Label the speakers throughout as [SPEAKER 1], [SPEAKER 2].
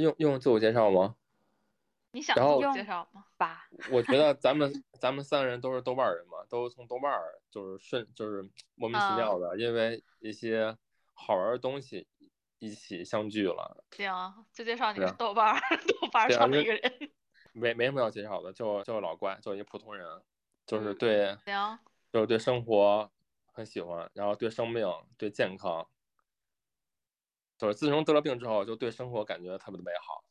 [SPEAKER 1] 用用自我介绍吗？
[SPEAKER 2] 你想自
[SPEAKER 1] 然后
[SPEAKER 2] 我介绍吗？吧，
[SPEAKER 1] 我觉得咱们咱们三个人都是豆瓣儿人嘛，都是从豆瓣儿就是顺就是莫名其妙的，因为一些好玩儿的东西一起相聚了。
[SPEAKER 2] 行，就介绍你
[SPEAKER 1] 对
[SPEAKER 2] 是
[SPEAKER 1] 啊
[SPEAKER 2] 豆瓣儿， 豆瓣儿
[SPEAKER 1] 对啊
[SPEAKER 2] 上的
[SPEAKER 1] 那
[SPEAKER 2] 一个人。
[SPEAKER 1] 没没什么要介绍的，就就老怪，就一普通人，就是
[SPEAKER 2] 嗯
[SPEAKER 1] 对、
[SPEAKER 2] 行，
[SPEAKER 1] 就是对生活很喜欢，然后对生命、对健康，就是自从得了病之后，就对生活感觉特别的美好。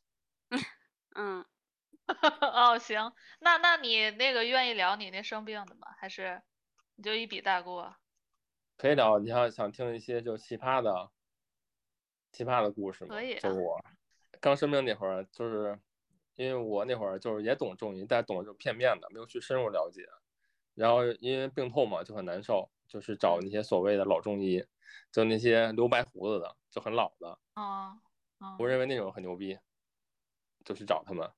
[SPEAKER 3] 嗯，
[SPEAKER 2] 哦，行，那那你那个愿意聊你那生病的吗？还是你就一笔带过？
[SPEAKER 1] 可以聊，你要想听一些就奇葩的、啊奇葩的故事吗？
[SPEAKER 2] 可以啊
[SPEAKER 1] 就是我刚生病那会儿，就是因为我那会儿就是也懂中医，但懂的就片面的，没有去深入了解。然后因为病痛嘛，就很难受，就是找
[SPEAKER 2] 嗯
[SPEAKER 1] 那些所谓的老中医，就那些留白胡子的，就很老的，
[SPEAKER 2] 嗯嗯
[SPEAKER 1] 我认为那种很牛逼，就去找他们。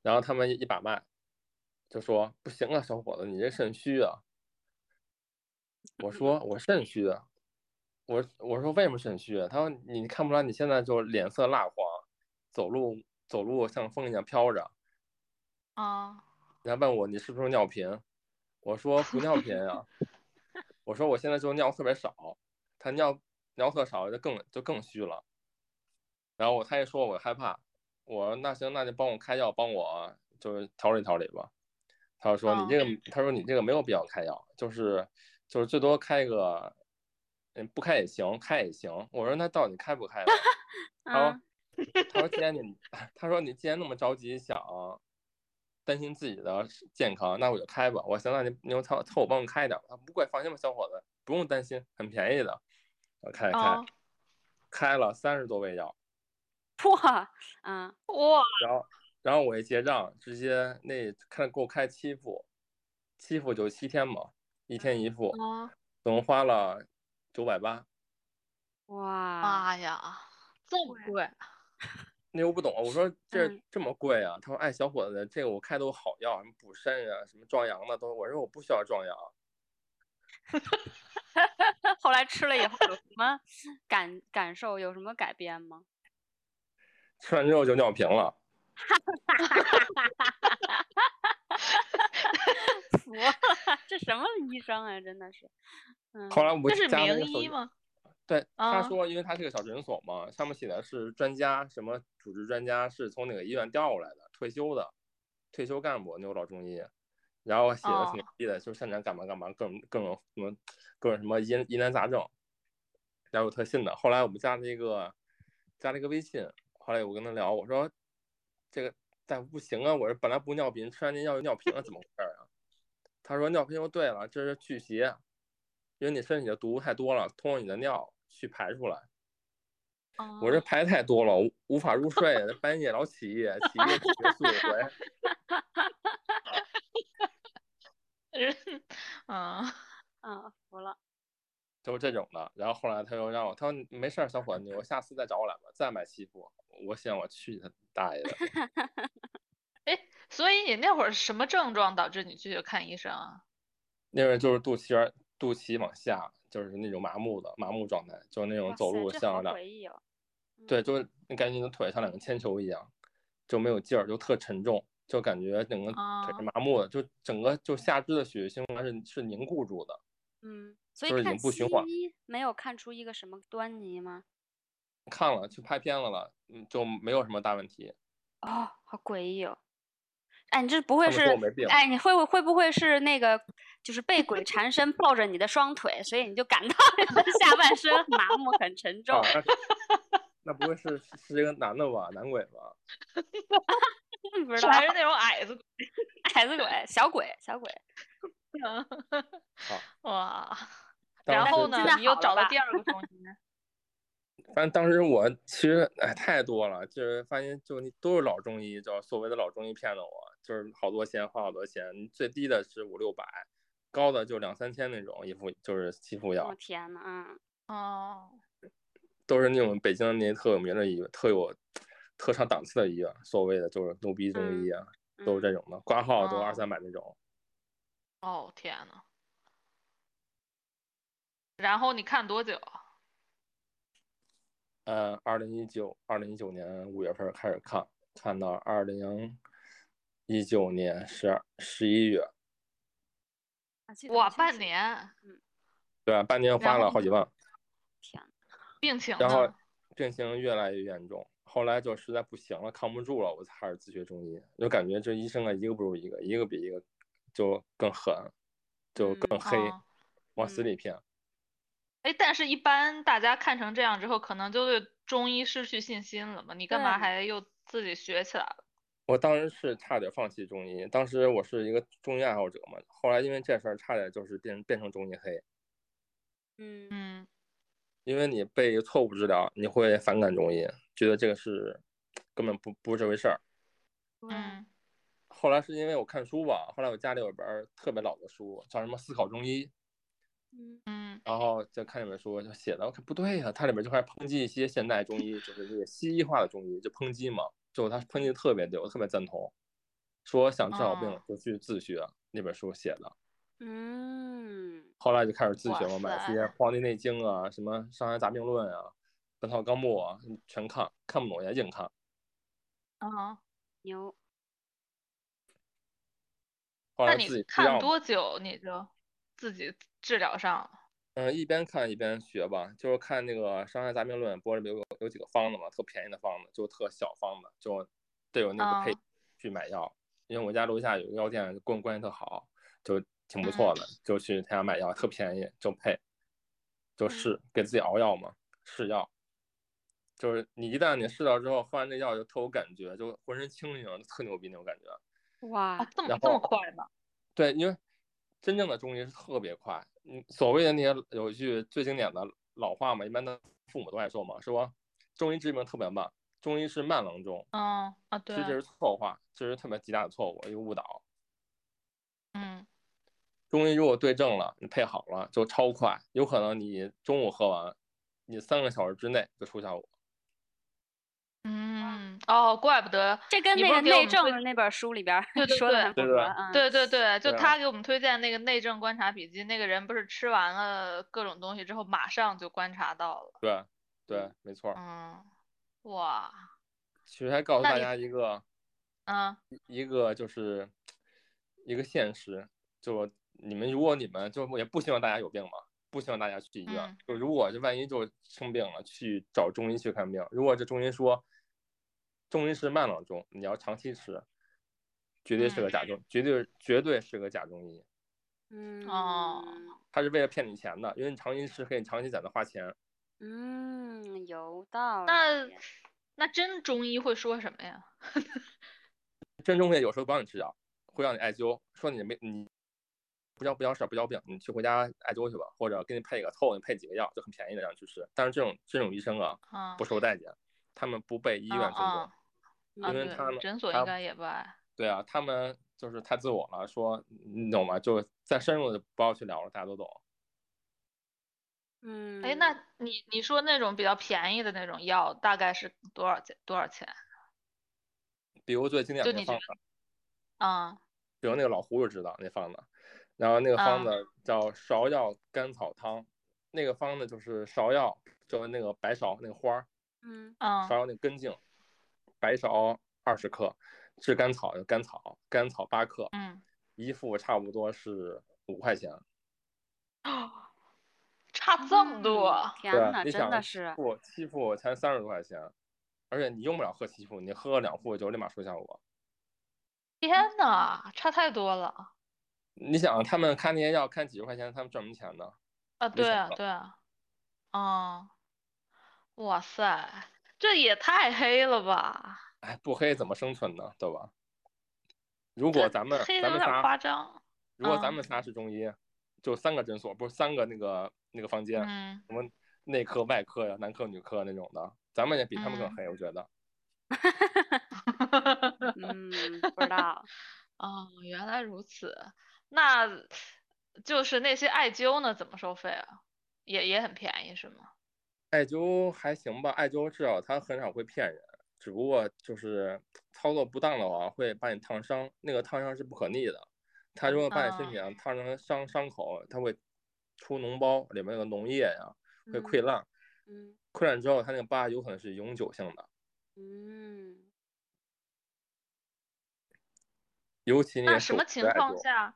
[SPEAKER 1] 然后他们一把脉，就说不行啊，小伙子，你这肾虚啊。我说我肾虚啊，我我说为什么肾虚啊？他说你看不出来，你现在就脸色蜡黄，走路走路像风一样飘着。
[SPEAKER 2] 嗯，
[SPEAKER 1] 然后问我你是不是尿频？我说不尿频啊，我说我现在就尿特别少，他尿尿特少就更就更虚了。然后我他一说我害怕，我说那行那就帮我开药，帮我就是调理调理吧。他就说
[SPEAKER 2] 哦
[SPEAKER 1] 你这个，他说你这个没有必要开药，就是就是最多开个，嗯不开也行，开也行。我说那到底开不开吧？啊他
[SPEAKER 3] 嗯
[SPEAKER 1] 说， 他说既然你， 他说你既然那么着急想担心自己的健康，那我就开吧。我行，那你你就凑凑我帮我开一点吧。他不贵，放心吧，小伙子，不用担心，很便宜的。我开开、
[SPEAKER 2] 哦，
[SPEAKER 1] 开了三十多味药，
[SPEAKER 3] 哇，嗯，
[SPEAKER 2] 哇，
[SPEAKER 1] 然后然后我一结账，直接那看给我开七副，七副就七天嘛，一天一
[SPEAKER 3] 哦
[SPEAKER 1] 副，
[SPEAKER 2] 嗯，
[SPEAKER 1] 总共花了九百八。
[SPEAKER 3] 哇，
[SPEAKER 2] 妈呀，这么贵，
[SPEAKER 1] 那我不懂啊，我说这
[SPEAKER 3] 嗯
[SPEAKER 1] 这么贵啊？他说，哎，小伙子，这个我开都有好药，什么补肾啊，什么壮阳的都。我说我不需要壮阳，
[SPEAKER 3] 后来吃了以后有什么感感受，有什么改变吗？
[SPEAKER 1] 吃完之后就尿频了。
[SPEAKER 3] 服 了，这什么医生啊，真的是，嗯，
[SPEAKER 1] 后来我
[SPEAKER 2] 这是
[SPEAKER 1] 加了一个
[SPEAKER 2] 名
[SPEAKER 1] 手
[SPEAKER 2] 医
[SPEAKER 1] 机？
[SPEAKER 2] 吗？
[SPEAKER 1] 对，他
[SPEAKER 2] 啊
[SPEAKER 1] 说，因为他是个小诊所嘛，上面写的是专家，什么主治专家是从哪个医院调过来的，退休的，退休干部，那个老中医，然后写的挺
[SPEAKER 2] 哦
[SPEAKER 1] 牛逼的，就擅长干嘛干嘛，各种各种什么各种什么疑难疑难杂症，然后我特信的。后来我们加了一个加了一个微信，后来我跟他聊，我说这个大夫不行啊，我这本来不尿频，吃完这药就尿频了，怎么回事儿啊？他说尿频就对了，这是去邪，因为你身体的毒太多了，通过你的尿去排出来。我这
[SPEAKER 2] 嗯
[SPEAKER 1] 排太多了，无无法入睡，半夜老起夜，起夜起夜四五回。
[SPEAKER 2] 人，嗯，
[SPEAKER 3] 嗯，服了，
[SPEAKER 1] 就是这种的。然后后来他又让我，他说你没事儿，小伙子，你我下次再找我来吧，再买西服。我想我去他大爷的，
[SPEAKER 2] 所以你那会儿什么症状导致你去看医生啊？
[SPEAKER 1] 那会儿就是肚脐眼肚脐往下，就是那种麻木的麻木状态，就是那种
[SPEAKER 3] 哇
[SPEAKER 1] 走
[SPEAKER 3] 塞
[SPEAKER 1] 路
[SPEAKER 3] 这
[SPEAKER 1] 像
[SPEAKER 3] 好
[SPEAKER 1] 两
[SPEAKER 3] 回忆哦嗯了，
[SPEAKER 1] 对，就是你感觉你的腿像两个铅球一样，就没有劲儿，就特沉重，就感觉整个腿
[SPEAKER 2] 啊
[SPEAKER 1] 是麻木的，就整个就下肢的血液循环是是凝固住的。
[SPEAKER 3] 嗯，所
[SPEAKER 1] 就是已
[SPEAKER 3] 以看
[SPEAKER 1] 经不
[SPEAKER 3] 西
[SPEAKER 1] 循环
[SPEAKER 3] 医没有看出一个什么端倪吗？
[SPEAKER 1] 看了去拍片子了，嗯，就没有什么大问题。
[SPEAKER 3] 哦，好诡异哦。哎，你这不会
[SPEAKER 1] 他们说
[SPEAKER 3] 是
[SPEAKER 1] 我没病？
[SPEAKER 3] 哎，你会不会不会是那个，就是被鬼缠身，抱着你的双腿，所以你就感到 你的下半身很麻木、很沉重
[SPEAKER 1] 啊，那那不会是是是一个男的吧，男鬼 吧？
[SPEAKER 3] 不知
[SPEAKER 2] 是
[SPEAKER 3] 道
[SPEAKER 2] 还是那种矮子鬼？
[SPEAKER 3] 矮子鬼、小鬼、小鬼，
[SPEAKER 2] 哇，
[SPEAKER 1] 当
[SPEAKER 2] 然
[SPEAKER 1] 时
[SPEAKER 2] 后
[SPEAKER 3] 现
[SPEAKER 2] 呢
[SPEAKER 3] 在，
[SPEAKER 2] 你又
[SPEAKER 3] 好了
[SPEAKER 2] 找到
[SPEAKER 3] 吧
[SPEAKER 2] 第二个中 医，
[SPEAKER 1] 反正当时我其实哎太多了，就是发现就你都是老中医，就所谓的老中医骗了我，就是好多钱花好多钱，最低的是五六百，高的就两三千那种一副就是七副
[SPEAKER 3] 我
[SPEAKER 1] 药，
[SPEAKER 3] 天呐，嗯，
[SPEAKER 2] 哦，
[SPEAKER 1] 都是那种北京的那些特有名的医院，特有特上档次的医院，所谓的就是牛逼中医啊，都是
[SPEAKER 3] 嗯
[SPEAKER 1] 这种的，挂号都
[SPEAKER 2] 哦
[SPEAKER 1] 二三百那种。
[SPEAKER 2] 哦，天呐。然后你看多久？
[SPEAKER 1] 呃，二零一九二零一九年五月份开始看，看到二零一九年十十一月，
[SPEAKER 3] 啊记得
[SPEAKER 2] 哇，
[SPEAKER 3] 好像
[SPEAKER 2] 半
[SPEAKER 3] 是
[SPEAKER 2] 年
[SPEAKER 1] 对吧？半年花了好几万，
[SPEAKER 3] 天呐，
[SPEAKER 2] 病情
[SPEAKER 1] 然后
[SPEAKER 2] 呢？
[SPEAKER 1] 病情越来越严重，后来就实在不行了，扛不住了，我才开始自学中医，就感觉这医生啊，一个不如一个，一个比一个就更狠，就更
[SPEAKER 3] 嗯
[SPEAKER 1] 黑，
[SPEAKER 2] 哦
[SPEAKER 1] 往死
[SPEAKER 3] 嗯
[SPEAKER 1] 里骗。
[SPEAKER 2] 哎，但是一般大家看成这样之后，可能就对中医失去信心了嘛？你干嘛
[SPEAKER 3] 对
[SPEAKER 2] 还又自己学起来了？
[SPEAKER 1] 我当时是差点放弃中医，当时我是一个中医爱好者嘛，后来因为这事儿差点就是变变成中医黑，
[SPEAKER 3] 嗯，
[SPEAKER 2] 嗯，
[SPEAKER 1] 因为你被错误治疗，你会反感中医，觉得这个是根本不不是这回事儿。
[SPEAKER 3] 对，
[SPEAKER 2] 嗯，
[SPEAKER 1] 后来是因为我看书吧，后来我家里有本儿特别老的书，叫什么《思考中医》，
[SPEAKER 3] 嗯，
[SPEAKER 2] 嗯，
[SPEAKER 1] 然后就看这本书就写的，我看不对呀、它里面就开始抨击一些现代中医，就是这个西医化的中医，就抨击嘛，就他抨击的特别对，我特别赞同，说想治好病
[SPEAKER 2] 哦
[SPEAKER 1] 就去自学，那本书写的。
[SPEAKER 3] 嗯，
[SPEAKER 1] 后来就开始自
[SPEAKER 2] 哇
[SPEAKER 1] 学嘛，买这
[SPEAKER 2] 塞
[SPEAKER 1] 些《黄帝内经》啊，什么《伤寒杂病论》啊，《本草纲目》啊，全看，看不懂也硬看。
[SPEAKER 2] 哦，
[SPEAKER 3] 牛，
[SPEAKER 1] 后
[SPEAKER 2] 那
[SPEAKER 1] 来
[SPEAKER 2] 你
[SPEAKER 1] 自己吃
[SPEAKER 2] 看
[SPEAKER 1] 药嘛，
[SPEAKER 2] 多久你就自己治疗上了？
[SPEAKER 1] 嗯，一边看一边学吧，就是看那个《伤寒杂病论》，不是有有几个方子嘛，特便宜的方子，就特小方子，就得有那个配
[SPEAKER 2] 嗯
[SPEAKER 1] 去买药。因为我家楼下有一个药店，跟我关系特好，就挺不
[SPEAKER 2] 嗯
[SPEAKER 1] 错的，就去他家买药，特便宜，就配，就试给自己熬药嘛，试药。就是你一旦你试到之后，喝完这药就特有感觉，就浑身清醒，特牛逼那种感觉。
[SPEAKER 2] 哦
[SPEAKER 3] 哇，，
[SPEAKER 2] 这么
[SPEAKER 1] 然
[SPEAKER 2] 这么
[SPEAKER 1] 后
[SPEAKER 2] 快呢？
[SPEAKER 1] 对，因为真正的中医是特别快。嗯，所谓的那些有一句最经典的老话嘛，一般的父母都爱说嘛，说中医治病特别慢，中医是慢郎中，
[SPEAKER 2] 嗯啊，
[SPEAKER 1] 其
[SPEAKER 2] 对
[SPEAKER 1] 实，这是错话，这是特别极大的错误，一个误导。
[SPEAKER 2] 嗯
[SPEAKER 1] 中医如果对症了，你配好了就超快，有可能你中午喝完，你三个小时之内就出效果。
[SPEAKER 2] 嗯，哦，怪不得，
[SPEAKER 3] 这跟
[SPEAKER 2] 你
[SPEAKER 3] 那
[SPEAKER 2] 不是
[SPEAKER 3] 个
[SPEAKER 2] 给我
[SPEAKER 3] 内
[SPEAKER 2] 们
[SPEAKER 3] 政
[SPEAKER 2] 推
[SPEAKER 3] 的那本书里边儿
[SPEAKER 2] 对对
[SPEAKER 3] 说的
[SPEAKER 2] 对
[SPEAKER 3] 很符
[SPEAKER 1] 对
[SPEAKER 3] 合，
[SPEAKER 1] 对
[SPEAKER 3] 嗯，
[SPEAKER 2] 对对对，就
[SPEAKER 1] 对啊
[SPEAKER 2] 他给我们推荐那个《内政观察笔记》，那个人不是吃完了各种东西之后，马上就观察到了。
[SPEAKER 1] 对，对
[SPEAKER 3] 嗯，
[SPEAKER 1] 没错儿。
[SPEAKER 2] 嗯，哇，
[SPEAKER 1] 其实还告诉
[SPEAKER 2] 那
[SPEAKER 1] 大
[SPEAKER 2] 你
[SPEAKER 1] 家一个
[SPEAKER 2] 嗯
[SPEAKER 1] 一个就是一个现实，就你们如果你们就也不希望大家有病嘛，不希望大家去医院。
[SPEAKER 2] 嗯
[SPEAKER 1] 就如果这万一就生病了，去找中医去看病。如果这中医说中医是慢郎中，你要长期吃，绝对是个假中，绝对绝对是个假中医。
[SPEAKER 3] 嗯，
[SPEAKER 2] 哦
[SPEAKER 1] 他是为了骗你钱的，因为你长期吃可以长期在那花钱。
[SPEAKER 3] 嗯，有道理，
[SPEAKER 2] 那那真中医会说什么呀？
[SPEAKER 1] 真中医有时候不让你吃药，会让你艾灸，说你没你不要不要事儿不要病，你去回家艾灸去吧，或者给你配一个凑合你配几个药，就很便宜的让你去吃。但是这种这种医生啊，
[SPEAKER 2] 啊
[SPEAKER 1] 不受待见，他们不被医
[SPEAKER 2] 啊
[SPEAKER 1] 院尊重
[SPEAKER 2] 啊，啊！
[SPEAKER 1] 因为
[SPEAKER 2] 对
[SPEAKER 1] 他们
[SPEAKER 2] 诊所
[SPEAKER 1] 他
[SPEAKER 2] 应该也不爱。
[SPEAKER 1] 对啊，他们就是太自我了，说你懂吗？就再深入的不要去聊了，大家都懂。
[SPEAKER 3] 嗯，
[SPEAKER 2] 哎，那你你说那种比较便宜的那种药，大概是多少钱？多少钱？
[SPEAKER 1] 比如最经典
[SPEAKER 2] 就
[SPEAKER 1] 的那
[SPEAKER 2] 你觉
[SPEAKER 1] 方
[SPEAKER 2] 得
[SPEAKER 1] 子，
[SPEAKER 2] 啊
[SPEAKER 1] 比如那个老胡就知道那方子，然后那个方
[SPEAKER 2] 啊
[SPEAKER 1] 子叫芍药甘草汤，那个方子就是芍药，就是那个白芍那个花儿。
[SPEAKER 3] 嗯
[SPEAKER 2] 啊
[SPEAKER 1] 芍药那个根茎，白芍二十克，炙甘草就甘草，甘草八克，
[SPEAKER 2] 嗯，
[SPEAKER 1] 一副差不多是五块钱。
[SPEAKER 2] 差这么多
[SPEAKER 3] 嗯，天
[SPEAKER 1] 对啊
[SPEAKER 3] 呐，
[SPEAKER 1] 你
[SPEAKER 3] 真
[SPEAKER 1] 想
[SPEAKER 3] 的
[SPEAKER 1] 一
[SPEAKER 3] 是，
[SPEAKER 1] 副七副才三十多块钱，而且你用不了喝七副，你喝两副就立马出效果。
[SPEAKER 2] 天呐，差太多了
[SPEAKER 1] 你想他们开那些药，开几十块钱，他们赚什么钱呢？
[SPEAKER 2] 啊！对
[SPEAKER 1] 想
[SPEAKER 2] 啊，
[SPEAKER 1] 到
[SPEAKER 2] 对啊，啊，哇塞，这也太黑了吧！
[SPEAKER 1] 哎，不黑怎么生存呢？对吧？如
[SPEAKER 2] 这
[SPEAKER 1] 果咱们
[SPEAKER 2] 黑的
[SPEAKER 1] 咱
[SPEAKER 2] 有
[SPEAKER 1] 们
[SPEAKER 2] 点
[SPEAKER 1] 仨
[SPEAKER 2] 夸张，
[SPEAKER 1] 如果
[SPEAKER 2] 嗯
[SPEAKER 1] 咱们仨是中医，就三个诊所，不是三个那个那个房间，
[SPEAKER 2] 嗯
[SPEAKER 1] 什么内科、外科呀、男科、女科那种的，咱们也比他们更
[SPEAKER 2] 嗯
[SPEAKER 1] 黑，我觉得。
[SPEAKER 3] 嗯，不知道，
[SPEAKER 2] 哦，原来如此。那就是那些艾灸呢，怎么收费啊？也也很便宜是吗？
[SPEAKER 1] 艾灸还行吧，艾灸至少它很少会骗人，只不过就是操作不当的话，会把你烫伤，那个烫伤是不可逆的。它如果把你身
[SPEAKER 2] 啊
[SPEAKER 1] 体上烫成伤伤口，它会出脓包，里面有脓液呀、会溃
[SPEAKER 3] 嗯
[SPEAKER 1] 烂，
[SPEAKER 3] 嗯
[SPEAKER 1] 扩展之后，它那个疤有可能是永久性的，
[SPEAKER 3] 嗯，
[SPEAKER 1] 尤其那
[SPEAKER 2] 那
[SPEAKER 1] 个
[SPEAKER 2] 什
[SPEAKER 1] 手
[SPEAKER 2] 么
[SPEAKER 1] 术
[SPEAKER 2] 情
[SPEAKER 1] 的艾
[SPEAKER 2] 况
[SPEAKER 1] 灸
[SPEAKER 2] 下，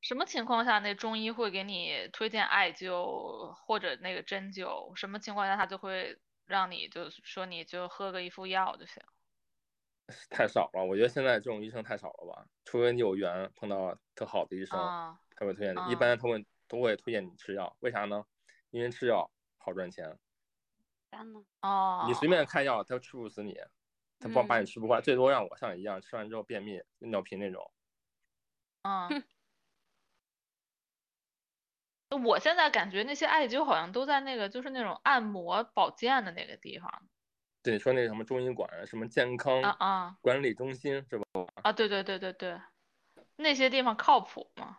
[SPEAKER 2] 什么情况下那中医会给你推荐艾灸或者那个针灸？什么情况下他就会让你就是说你就喝个一副药就行？
[SPEAKER 1] 太少了。我觉得现在这种医生太少了吧，除非你有缘碰到特好的医生，
[SPEAKER 2] 啊、
[SPEAKER 1] 他会推荐你。一
[SPEAKER 2] 嗯
[SPEAKER 1] 般他会都会推荐你吃药，为啥呢？因为吃药好赚钱，
[SPEAKER 3] 天呐，
[SPEAKER 2] 哦，
[SPEAKER 1] 你随便开药，他吃不死你，他不把
[SPEAKER 3] 嗯
[SPEAKER 1] 你吃不坏，最多让我像你一样吃完之后便秘、尿频那种。
[SPEAKER 2] 嗯
[SPEAKER 3] 哼。
[SPEAKER 2] 我现在感觉那些艾灸好像都在那个就是那种按摩保健的那个地方
[SPEAKER 1] 对，你说那什么中医馆、什么健康
[SPEAKER 2] 啊啊
[SPEAKER 1] 哎管理中心是吧？
[SPEAKER 2] 啊！对对对对对，那些地方靠谱吗？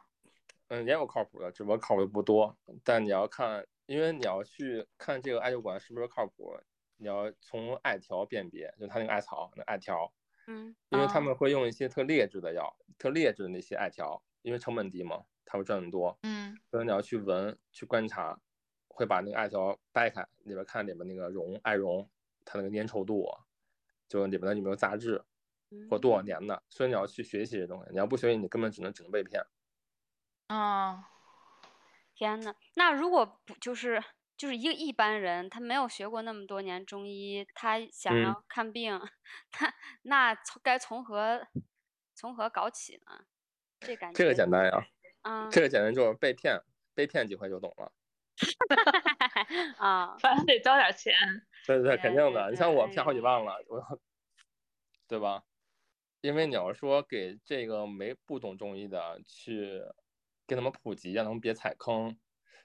[SPEAKER 1] 嗯，也有靠谱的，只不过靠谱的不多。但你要看，因为你要去看这个艾灸馆是不是靠谱，你要从艾条辨别，就它那个艾草那艾条，
[SPEAKER 3] 嗯
[SPEAKER 1] 因为他
[SPEAKER 2] 哦
[SPEAKER 1] 们会用一些特劣质的药，特劣质的那些艾条，因为成本低嘛，它会赚得多。
[SPEAKER 2] 嗯
[SPEAKER 1] 所以你要去闻、去观察，会把那个艾条掰开，里边看里边那个绒艾绒，它那个粘稠度，就里边的有没有杂质或多少
[SPEAKER 3] 嗯
[SPEAKER 1] 年的。所以你要去学习这些东西，你要不学习，你根本只能只能被骗。
[SPEAKER 2] 啊
[SPEAKER 3] 天呐，那如果不就是就是一个一般人，他没有学过那么多年中医，他想
[SPEAKER 1] 嗯
[SPEAKER 3] 要看病， 他那从该从何从何搞起呢？这感
[SPEAKER 1] 这个
[SPEAKER 3] 觉
[SPEAKER 1] 简单呀、
[SPEAKER 3] 啊
[SPEAKER 1] 这个简单就是被骗，被骗几回就懂了。
[SPEAKER 3] 啊，
[SPEAKER 2] 反正得交点钱。
[SPEAKER 1] 对对对，肯定
[SPEAKER 3] 对
[SPEAKER 1] 的。你
[SPEAKER 3] 对
[SPEAKER 1] 像我
[SPEAKER 3] 哎
[SPEAKER 1] 骗好几
[SPEAKER 3] 呦
[SPEAKER 1] 万了，我要，对吧？因为你要说给这个没不懂中医的去给他们普及，让他们别踩坑，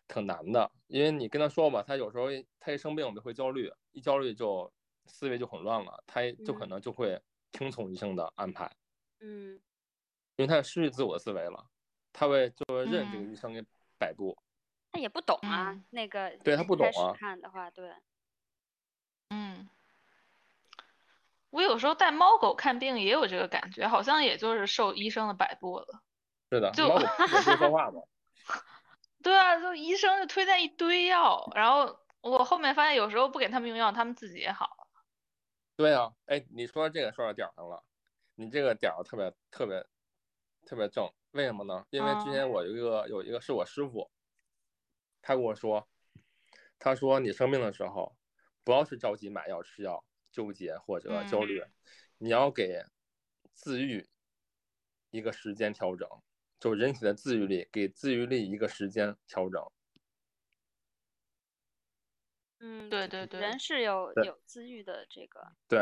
[SPEAKER 1] 挺难的。因为你跟他说吧，他有时候一他一生病就会焦虑，一焦虑就思维就很乱了，他就可
[SPEAKER 3] 嗯
[SPEAKER 1] 能就会听从医生的安排，
[SPEAKER 3] 嗯
[SPEAKER 1] 因为他失去自我的思维了，他会就会任这个
[SPEAKER 2] 嗯
[SPEAKER 1] 医生给摆布。
[SPEAKER 3] 他也不懂啊，
[SPEAKER 2] 嗯
[SPEAKER 3] 那个
[SPEAKER 1] 对他
[SPEAKER 3] 一
[SPEAKER 1] 不
[SPEAKER 3] 开
[SPEAKER 1] 懂
[SPEAKER 3] 始
[SPEAKER 1] 啊
[SPEAKER 3] 看的话，对，
[SPEAKER 2] 嗯，我有时候带猫狗看病也有这个感觉，好像也就是受医生的摆布了。
[SPEAKER 1] 是的，
[SPEAKER 2] 就
[SPEAKER 1] 猫狗也不会说话嘛。
[SPEAKER 2] 对啊，就医生就推荐一堆药，然后我后面发现有时候不给他们用药，他们自己也好。
[SPEAKER 1] 对啊，哎，你说这个说到点儿上了，你这个点儿特别特别特别正，为什么呢？因为之
[SPEAKER 2] 嗯
[SPEAKER 1] 前我有一个有一个是我师傅，他跟我说，他说你生病的时候，不要去着急买药吃药，纠结或者焦虑，
[SPEAKER 2] 嗯
[SPEAKER 1] 你要给自愈一个时间调整，就人体的自愈力，给自愈力一个时间调整。
[SPEAKER 3] 嗯，
[SPEAKER 2] 对对对，
[SPEAKER 3] 人是有
[SPEAKER 1] 对
[SPEAKER 3] 有自愈的这个，
[SPEAKER 1] 对，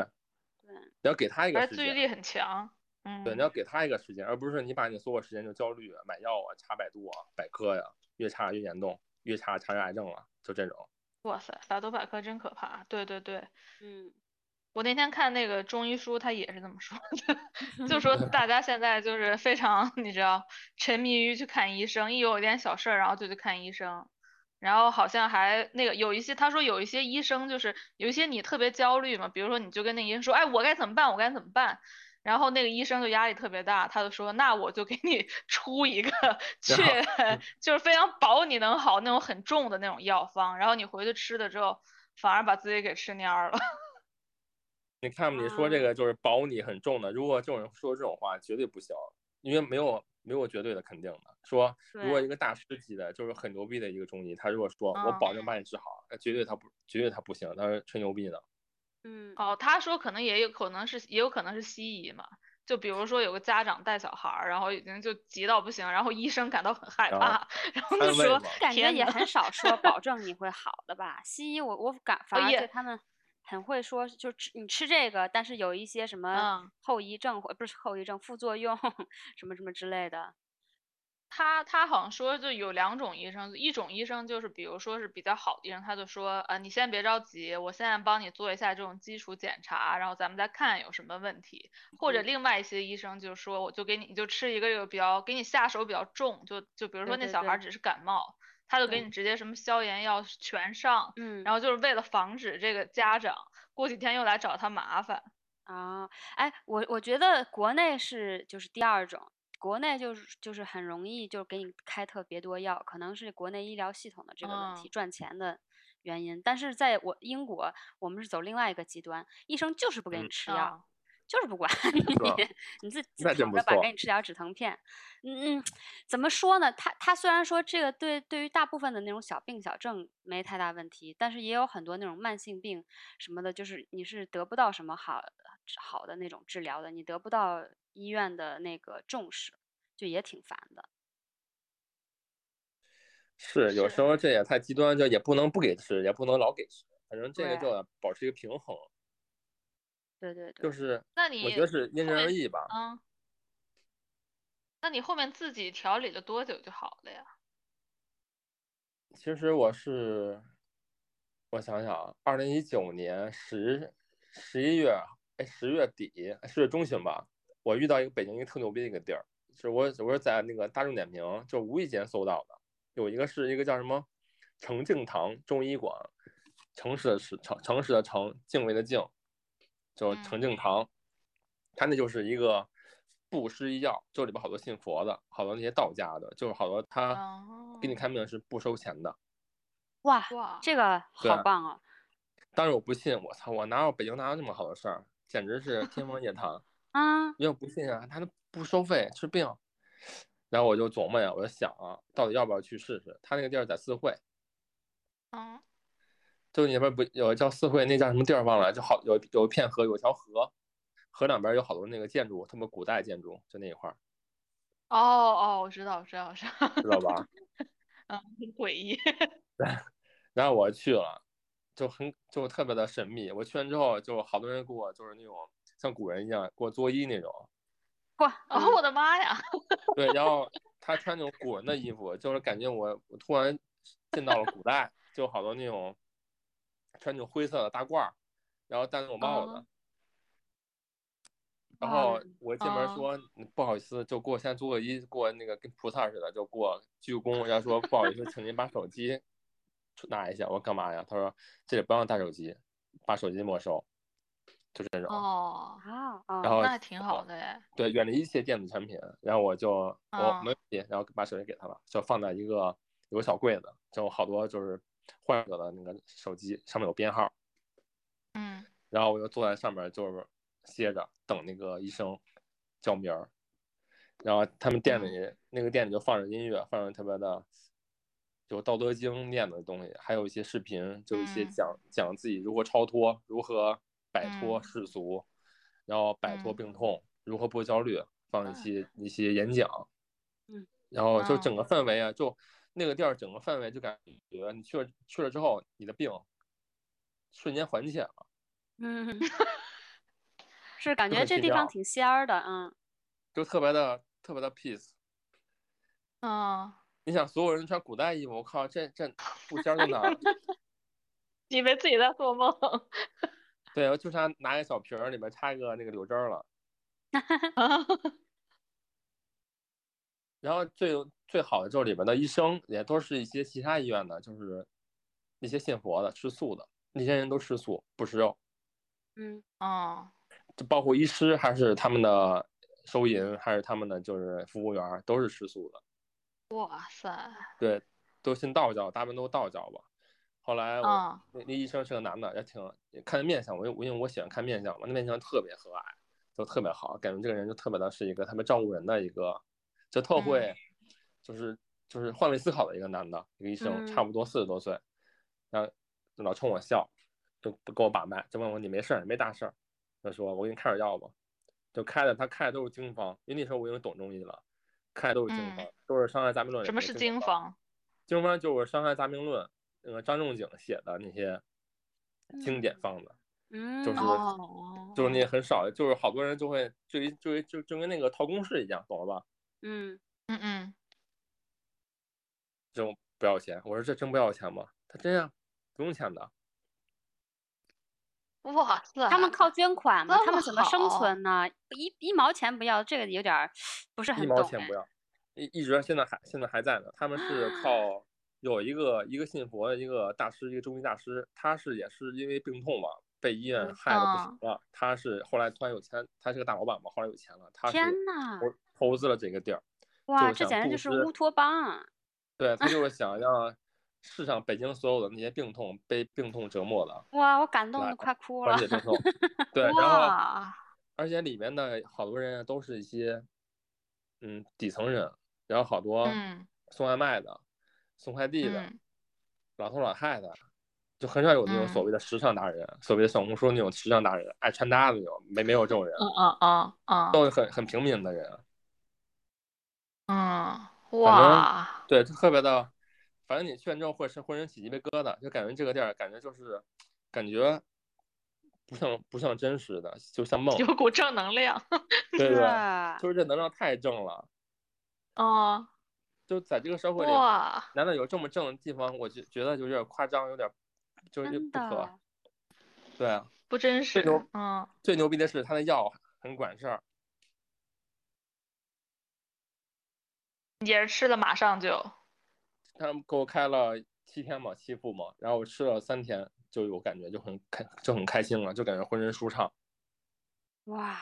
[SPEAKER 3] 对，
[SPEAKER 1] 你要给他一个
[SPEAKER 2] 而
[SPEAKER 1] 时
[SPEAKER 2] 自愈
[SPEAKER 1] 间。
[SPEAKER 2] 力很强。嗯，
[SPEAKER 1] 对，你要给他一个时间，而不是你把你所有时间就焦虑、买药啊、查百度啊、百科呀、越查越严重，越查查越癌症了，就这种。
[SPEAKER 2] 哇塞，百度百科真可怕。对对对，
[SPEAKER 3] 嗯，
[SPEAKER 2] 我那天看那个中医书，他也是这么说的， 就说大家现在就是非常，你知道，沉迷于去看医生，一有一点小事儿，然后就去看医生，然后好像还那个有一些，他说有一些医生就是有一些你特别焦虑嘛，比如说你就跟那个医生说，哎，我该怎么办？我该怎么办？然后那个医生就压力特别大，他就说，那我就给你 出一个确
[SPEAKER 1] 然后，
[SPEAKER 2] 就是非常保你能好那种很重的那种药方，然后你回去吃了之后，反而把自己给吃蔫儿了。
[SPEAKER 1] 你看，你说这
[SPEAKER 3] 啊
[SPEAKER 1] 个就是保你很重的，如果这种人说这种话，绝对不行，因为没有没有绝对的肯定的。说如果
[SPEAKER 3] 对
[SPEAKER 1] 一个大师级的，就是很牛逼的一个中医，他如果说我
[SPEAKER 2] 嗯
[SPEAKER 1] 保证把你治好，哎那绝对他不绝对他不行，他是吹牛逼呢。
[SPEAKER 3] 嗯
[SPEAKER 2] 哦，他说可能也有可能是也有可能是西医嘛，就比如说有个家长带小孩儿，然后已经就急到不行，然后医生感到很害
[SPEAKER 1] 然后
[SPEAKER 2] 怕， 然后
[SPEAKER 1] 安
[SPEAKER 2] 就
[SPEAKER 1] 慰
[SPEAKER 2] 说
[SPEAKER 1] 嘛
[SPEAKER 3] 感觉
[SPEAKER 2] 天
[SPEAKER 3] 也
[SPEAKER 2] 呐
[SPEAKER 3] 很少说保证你会好的吧。西医我我感反而
[SPEAKER 2] 也
[SPEAKER 3] 对他们很会说，就吃你吃这个，但是有一些什么
[SPEAKER 2] 嗯
[SPEAKER 3] 后遗症或不是后遗症副作用什么什么之类的。
[SPEAKER 2] 他他好像说就有两种医生，一种医生就是比如说是比较好的医生，他就说啊、呃你先别着急，我现在帮你做一下这种基础检查，然后咱们再看有什么问题。或者
[SPEAKER 3] 嗯
[SPEAKER 2] 另外一些医生就说我就给你你就吃一个这个比较给你下手比较重，就就比如
[SPEAKER 3] 对
[SPEAKER 2] 说那
[SPEAKER 3] 对
[SPEAKER 2] 小孩儿
[SPEAKER 3] 对
[SPEAKER 2] 只是感冒，他就给
[SPEAKER 3] 对
[SPEAKER 2] 你直接什么消炎药全上，
[SPEAKER 3] 嗯
[SPEAKER 2] 然后就是为了防止这个家长过几天又来找他麻烦。
[SPEAKER 3] 啊，哎，我我觉得国内是就是第二种，国内就是就是很容易就给你开特别多药，可能是国内医疗系统的这个问
[SPEAKER 2] 嗯
[SPEAKER 3] 题，赚钱的原因。但是在我英国，我们是走另外一个极端，医生就是不给你
[SPEAKER 1] 嗯
[SPEAKER 3] 吃药，
[SPEAKER 2] 哦
[SPEAKER 3] 就 是不管
[SPEAKER 1] 吧
[SPEAKER 3] 你，你自自
[SPEAKER 1] 那
[SPEAKER 3] 己
[SPEAKER 1] 真
[SPEAKER 3] 躺
[SPEAKER 1] 不
[SPEAKER 3] 着板
[SPEAKER 1] 错
[SPEAKER 3] 给你吃点儿止疼片。嗯嗯，怎么说呢？他他虽然说这个对对于大部分的那种小病小症没太大问题，但是也有很多那种慢性病什么的，就是你是得不到什么好好的那种治疗的，你得不到医院的那个重视，就也挺烦的。
[SPEAKER 1] 是有
[SPEAKER 2] 是
[SPEAKER 1] 时候这也太极端，就也不能不给吃，也不能老给吃，反正这个
[SPEAKER 3] 对
[SPEAKER 1] 就要保持一个平衡，
[SPEAKER 3] 对对对，
[SPEAKER 1] 就是
[SPEAKER 2] 那你
[SPEAKER 1] 我觉得是因
[SPEAKER 2] 后
[SPEAKER 1] 人而
[SPEAKER 2] 面
[SPEAKER 1] 异吧。
[SPEAKER 2] 嗯，那你后面自己调理了多久就好了呀？
[SPEAKER 1] 其实我是，我想想啊，二零一九年十十一月，哎，十月底，十月中旬吧，我遇到一个北京一个特牛逼的一个地儿，就是我我是在那个大众点评就无意间搜到的，有一个是一个叫什么程敬堂中医馆，城市的市城城市的城敬畏的敬，就
[SPEAKER 2] 嗯
[SPEAKER 1] 程敬堂，他那就是一个布施医药，就里边好多信佛的，好多那些道家的，就是好多他啊给你
[SPEAKER 2] 哦
[SPEAKER 1] 看病是不收钱的。
[SPEAKER 3] 哇，
[SPEAKER 2] 哇，
[SPEAKER 3] 这个好
[SPEAKER 1] 对
[SPEAKER 3] 棒啊！
[SPEAKER 1] 但是我不信，我操，我哪有北京哪有这么好的事儿，简直是天方夜谭。
[SPEAKER 3] 啊，
[SPEAKER 1] 因为我不信啊，他都不收费治病。然后我就琢磨呀，我就想啊，到底要不要去试试？他那个地儿在四惠，
[SPEAKER 2] 嗯
[SPEAKER 1] 就那边不有个叫四惠，那叫什么地儿忘了，就好有有一片河，有条河，河两边有好多那个建筑，他们古代建筑，就那一块儿，
[SPEAKER 2] 哦哦，我知道，我知道，我 知道，
[SPEAKER 1] 知道吧？
[SPEAKER 2] 嗯，很诡异，
[SPEAKER 1] 然后我去了，就很就特别的神秘。我去完之后，就好多人给我就是那种像古人一样给我作揖那种，
[SPEAKER 3] 哇，
[SPEAKER 2] 哦，我的妈呀，
[SPEAKER 1] 对，然后他穿那种古人的衣服，就是感觉我我突然进到了古代，就好多那种穿那种灰色的大褂儿，然后戴那种帽子
[SPEAKER 2] 哦，
[SPEAKER 1] 然
[SPEAKER 3] 哇
[SPEAKER 1] 后我进门
[SPEAKER 2] 哦
[SPEAKER 1] 说、嗯不好意思，就给我先做个揖，给我那个跟菩萨似的，就给我鞠躬，然后说不好意思，请您把手机拿一下。我说干嘛呀？他说这里不让带手机，把手机没收。
[SPEAKER 2] 哦，
[SPEAKER 3] 啊啊！
[SPEAKER 1] 然后
[SPEAKER 2] 那还挺好的哎，
[SPEAKER 1] 对，远离一切电子产品。然后我就我、
[SPEAKER 2] 嗯
[SPEAKER 1] 没问题，然后把手机给他了，就放在一个有个小柜子，就好多就是患者的那个手机上面有编号。
[SPEAKER 2] 嗯，
[SPEAKER 1] 然后我就坐在上面就是歇着等那个医生叫名儿。然后他们店里、
[SPEAKER 2] 嗯
[SPEAKER 1] 那个店里就放着音乐，放着特别的有《道德经》念的东西，还有一些视频，就一些
[SPEAKER 2] 嗯
[SPEAKER 1] 讲、讲自己如何超脱，如何摆脱
[SPEAKER 2] 嗯
[SPEAKER 1] 世俗，然后摆脱
[SPEAKER 2] 嗯
[SPEAKER 1] 病痛，如何不焦虑，放一
[SPEAKER 2] 嗯
[SPEAKER 1] 些一些演讲，
[SPEAKER 3] 嗯，
[SPEAKER 1] 然后就
[SPEAKER 2] 嗯
[SPEAKER 1] 整个氛围啊，就那个地儿整个氛围就感觉你去了去了之后，你的病瞬间缓解了。
[SPEAKER 3] 嗯， 是感
[SPEAKER 1] 就
[SPEAKER 3] 觉
[SPEAKER 1] 很
[SPEAKER 3] 这
[SPEAKER 1] 奇
[SPEAKER 3] 地方
[SPEAKER 1] 妙
[SPEAKER 3] 挺仙儿的，嗯，
[SPEAKER 1] 就特别的特别的 peace。
[SPEAKER 2] 嗯，
[SPEAKER 1] 你想，所有人穿古代衣服，我靠，这这不仙儿在哪儿？
[SPEAKER 2] 以为自己在做梦，
[SPEAKER 1] 对，我就差拿一个小瓶儿，里面插一个那个柳枝儿了。
[SPEAKER 2] 嗯
[SPEAKER 1] 然后最最好的就是里面的医生也都是一些其他医院的，就是那些信佛的、吃素的，那些人都吃素不吃肉，
[SPEAKER 3] 嗯，
[SPEAKER 2] 嗯，
[SPEAKER 1] 就包括医师还是他们的收银，还是他们的就是服务员儿，都是吃素的。
[SPEAKER 2] 哇塞，
[SPEAKER 1] 对，都信道教，大部分都道教吧。后来我、
[SPEAKER 2] 嗯
[SPEAKER 1] 那那医生是个男的，也挺看面相，我我因为我喜欢看面相嘛，那面相特别和蔼，就特别好，感觉这个人就特别的是一个特别照顾人的一个，就特会，
[SPEAKER 2] 哎
[SPEAKER 1] 就是就是换位思考的一个男的，一个医生，差
[SPEAKER 3] 嗯
[SPEAKER 1] 不多四十多岁，然后就老冲我笑，就不跟我把脉，就问我你没事儿没大事儿，他说我给你开点药吧，就开的他开的都是经方，因为那时候我已经懂中医了，开的都是经
[SPEAKER 2] 嗯
[SPEAKER 1] 方，都是伤害咱们论。
[SPEAKER 2] 什么是经？方？
[SPEAKER 1] 经方就是《伤害杂病论》那个张仲景写的那些经典方子，
[SPEAKER 3] 嗯，
[SPEAKER 1] 就是
[SPEAKER 3] 哦
[SPEAKER 2] 哦，
[SPEAKER 1] 就是那很少，就是好多人就会就一就一就就跟那个套公式一样，懂了吧？
[SPEAKER 3] 嗯，
[SPEAKER 2] 嗯嗯，
[SPEAKER 1] 这种不要钱，我说这真不要钱吗？他真呀，不用钱的。
[SPEAKER 2] 嗯哇塞，
[SPEAKER 3] 他们靠捐款吗？
[SPEAKER 2] 这
[SPEAKER 3] 他们
[SPEAKER 2] 么
[SPEAKER 3] 怎么生
[SPEAKER 2] 好
[SPEAKER 3] 存呢？一一毛钱不要，这个有点儿不是
[SPEAKER 1] 一
[SPEAKER 3] 很
[SPEAKER 1] 毛
[SPEAKER 3] 懂
[SPEAKER 1] 钱
[SPEAKER 3] 哎啊
[SPEAKER 1] 不要，一一直现在还现在还在呢。他们是靠有一个一个信佛的一个大师，一个中医大师，他是也是因为病痛嘛，被医
[SPEAKER 3] 嗯
[SPEAKER 1] 院害的不行
[SPEAKER 3] 哦
[SPEAKER 1] 了。他是后来突然有钱，他是个大老板嘛，后来有钱了，他是
[SPEAKER 3] 天呐
[SPEAKER 1] 投投资了这个地儿。
[SPEAKER 3] 哇，
[SPEAKER 1] 就
[SPEAKER 3] 这
[SPEAKER 1] 想
[SPEAKER 3] 简直
[SPEAKER 1] 布
[SPEAKER 3] 就是
[SPEAKER 1] 施
[SPEAKER 3] 乌托邦啊！
[SPEAKER 1] 对他就是想让世上北京所有的那些病痛被病痛折磨的，
[SPEAKER 3] 哇，我感动的快哭了
[SPEAKER 1] 缓。解病 痛。对，然后
[SPEAKER 2] 哇，
[SPEAKER 1] 而且里面的好多人都是一些嗯底层人，然后好多
[SPEAKER 2] 嗯
[SPEAKER 1] 送外卖的、送快递的、
[SPEAKER 2] 嗯
[SPEAKER 1] 老头老太太，就很少有那种所谓
[SPEAKER 2] 嗯
[SPEAKER 1] 的时尚达人，所谓的小红书那种时尚达人，爱穿搭的那种，没没有这种人，
[SPEAKER 2] 嗯嗯嗯
[SPEAKER 1] 都是很很平民的人。
[SPEAKER 2] 嗯嗯，哇，
[SPEAKER 1] 对，就特别的，反正你去完之后会是浑身起鸡皮疙瘩，就感觉这个地儿感觉就是感觉不像不像真实的，就像梦，
[SPEAKER 2] 有股正能量。
[SPEAKER 1] 对对，
[SPEAKER 3] 是
[SPEAKER 1] 就是这能量太正了，
[SPEAKER 2] 嗯，
[SPEAKER 1] 就在这个社会里，
[SPEAKER 2] 哇，
[SPEAKER 1] 难道有这么正的地方？我觉觉得就有点夸张，有点就是
[SPEAKER 3] 真
[SPEAKER 1] 不可
[SPEAKER 3] 的，
[SPEAKER 1] 对啊。
[SPEAKER 2] 不真实
[SPEAKER 1] 种。
[SPEAKER 2] 嗯，
[SPEAKER 1] 最牛逼的是他的药很管事儿，
[SPEAKER 2] 也是吃了马上就，
[SPEAKER 1] 他们给我开了七天嘛，七副嘛，然后我吃了三天，就有感觉就很开就很开心了，就感觉浑身舒畅。
[SPEAKER 3] 哇，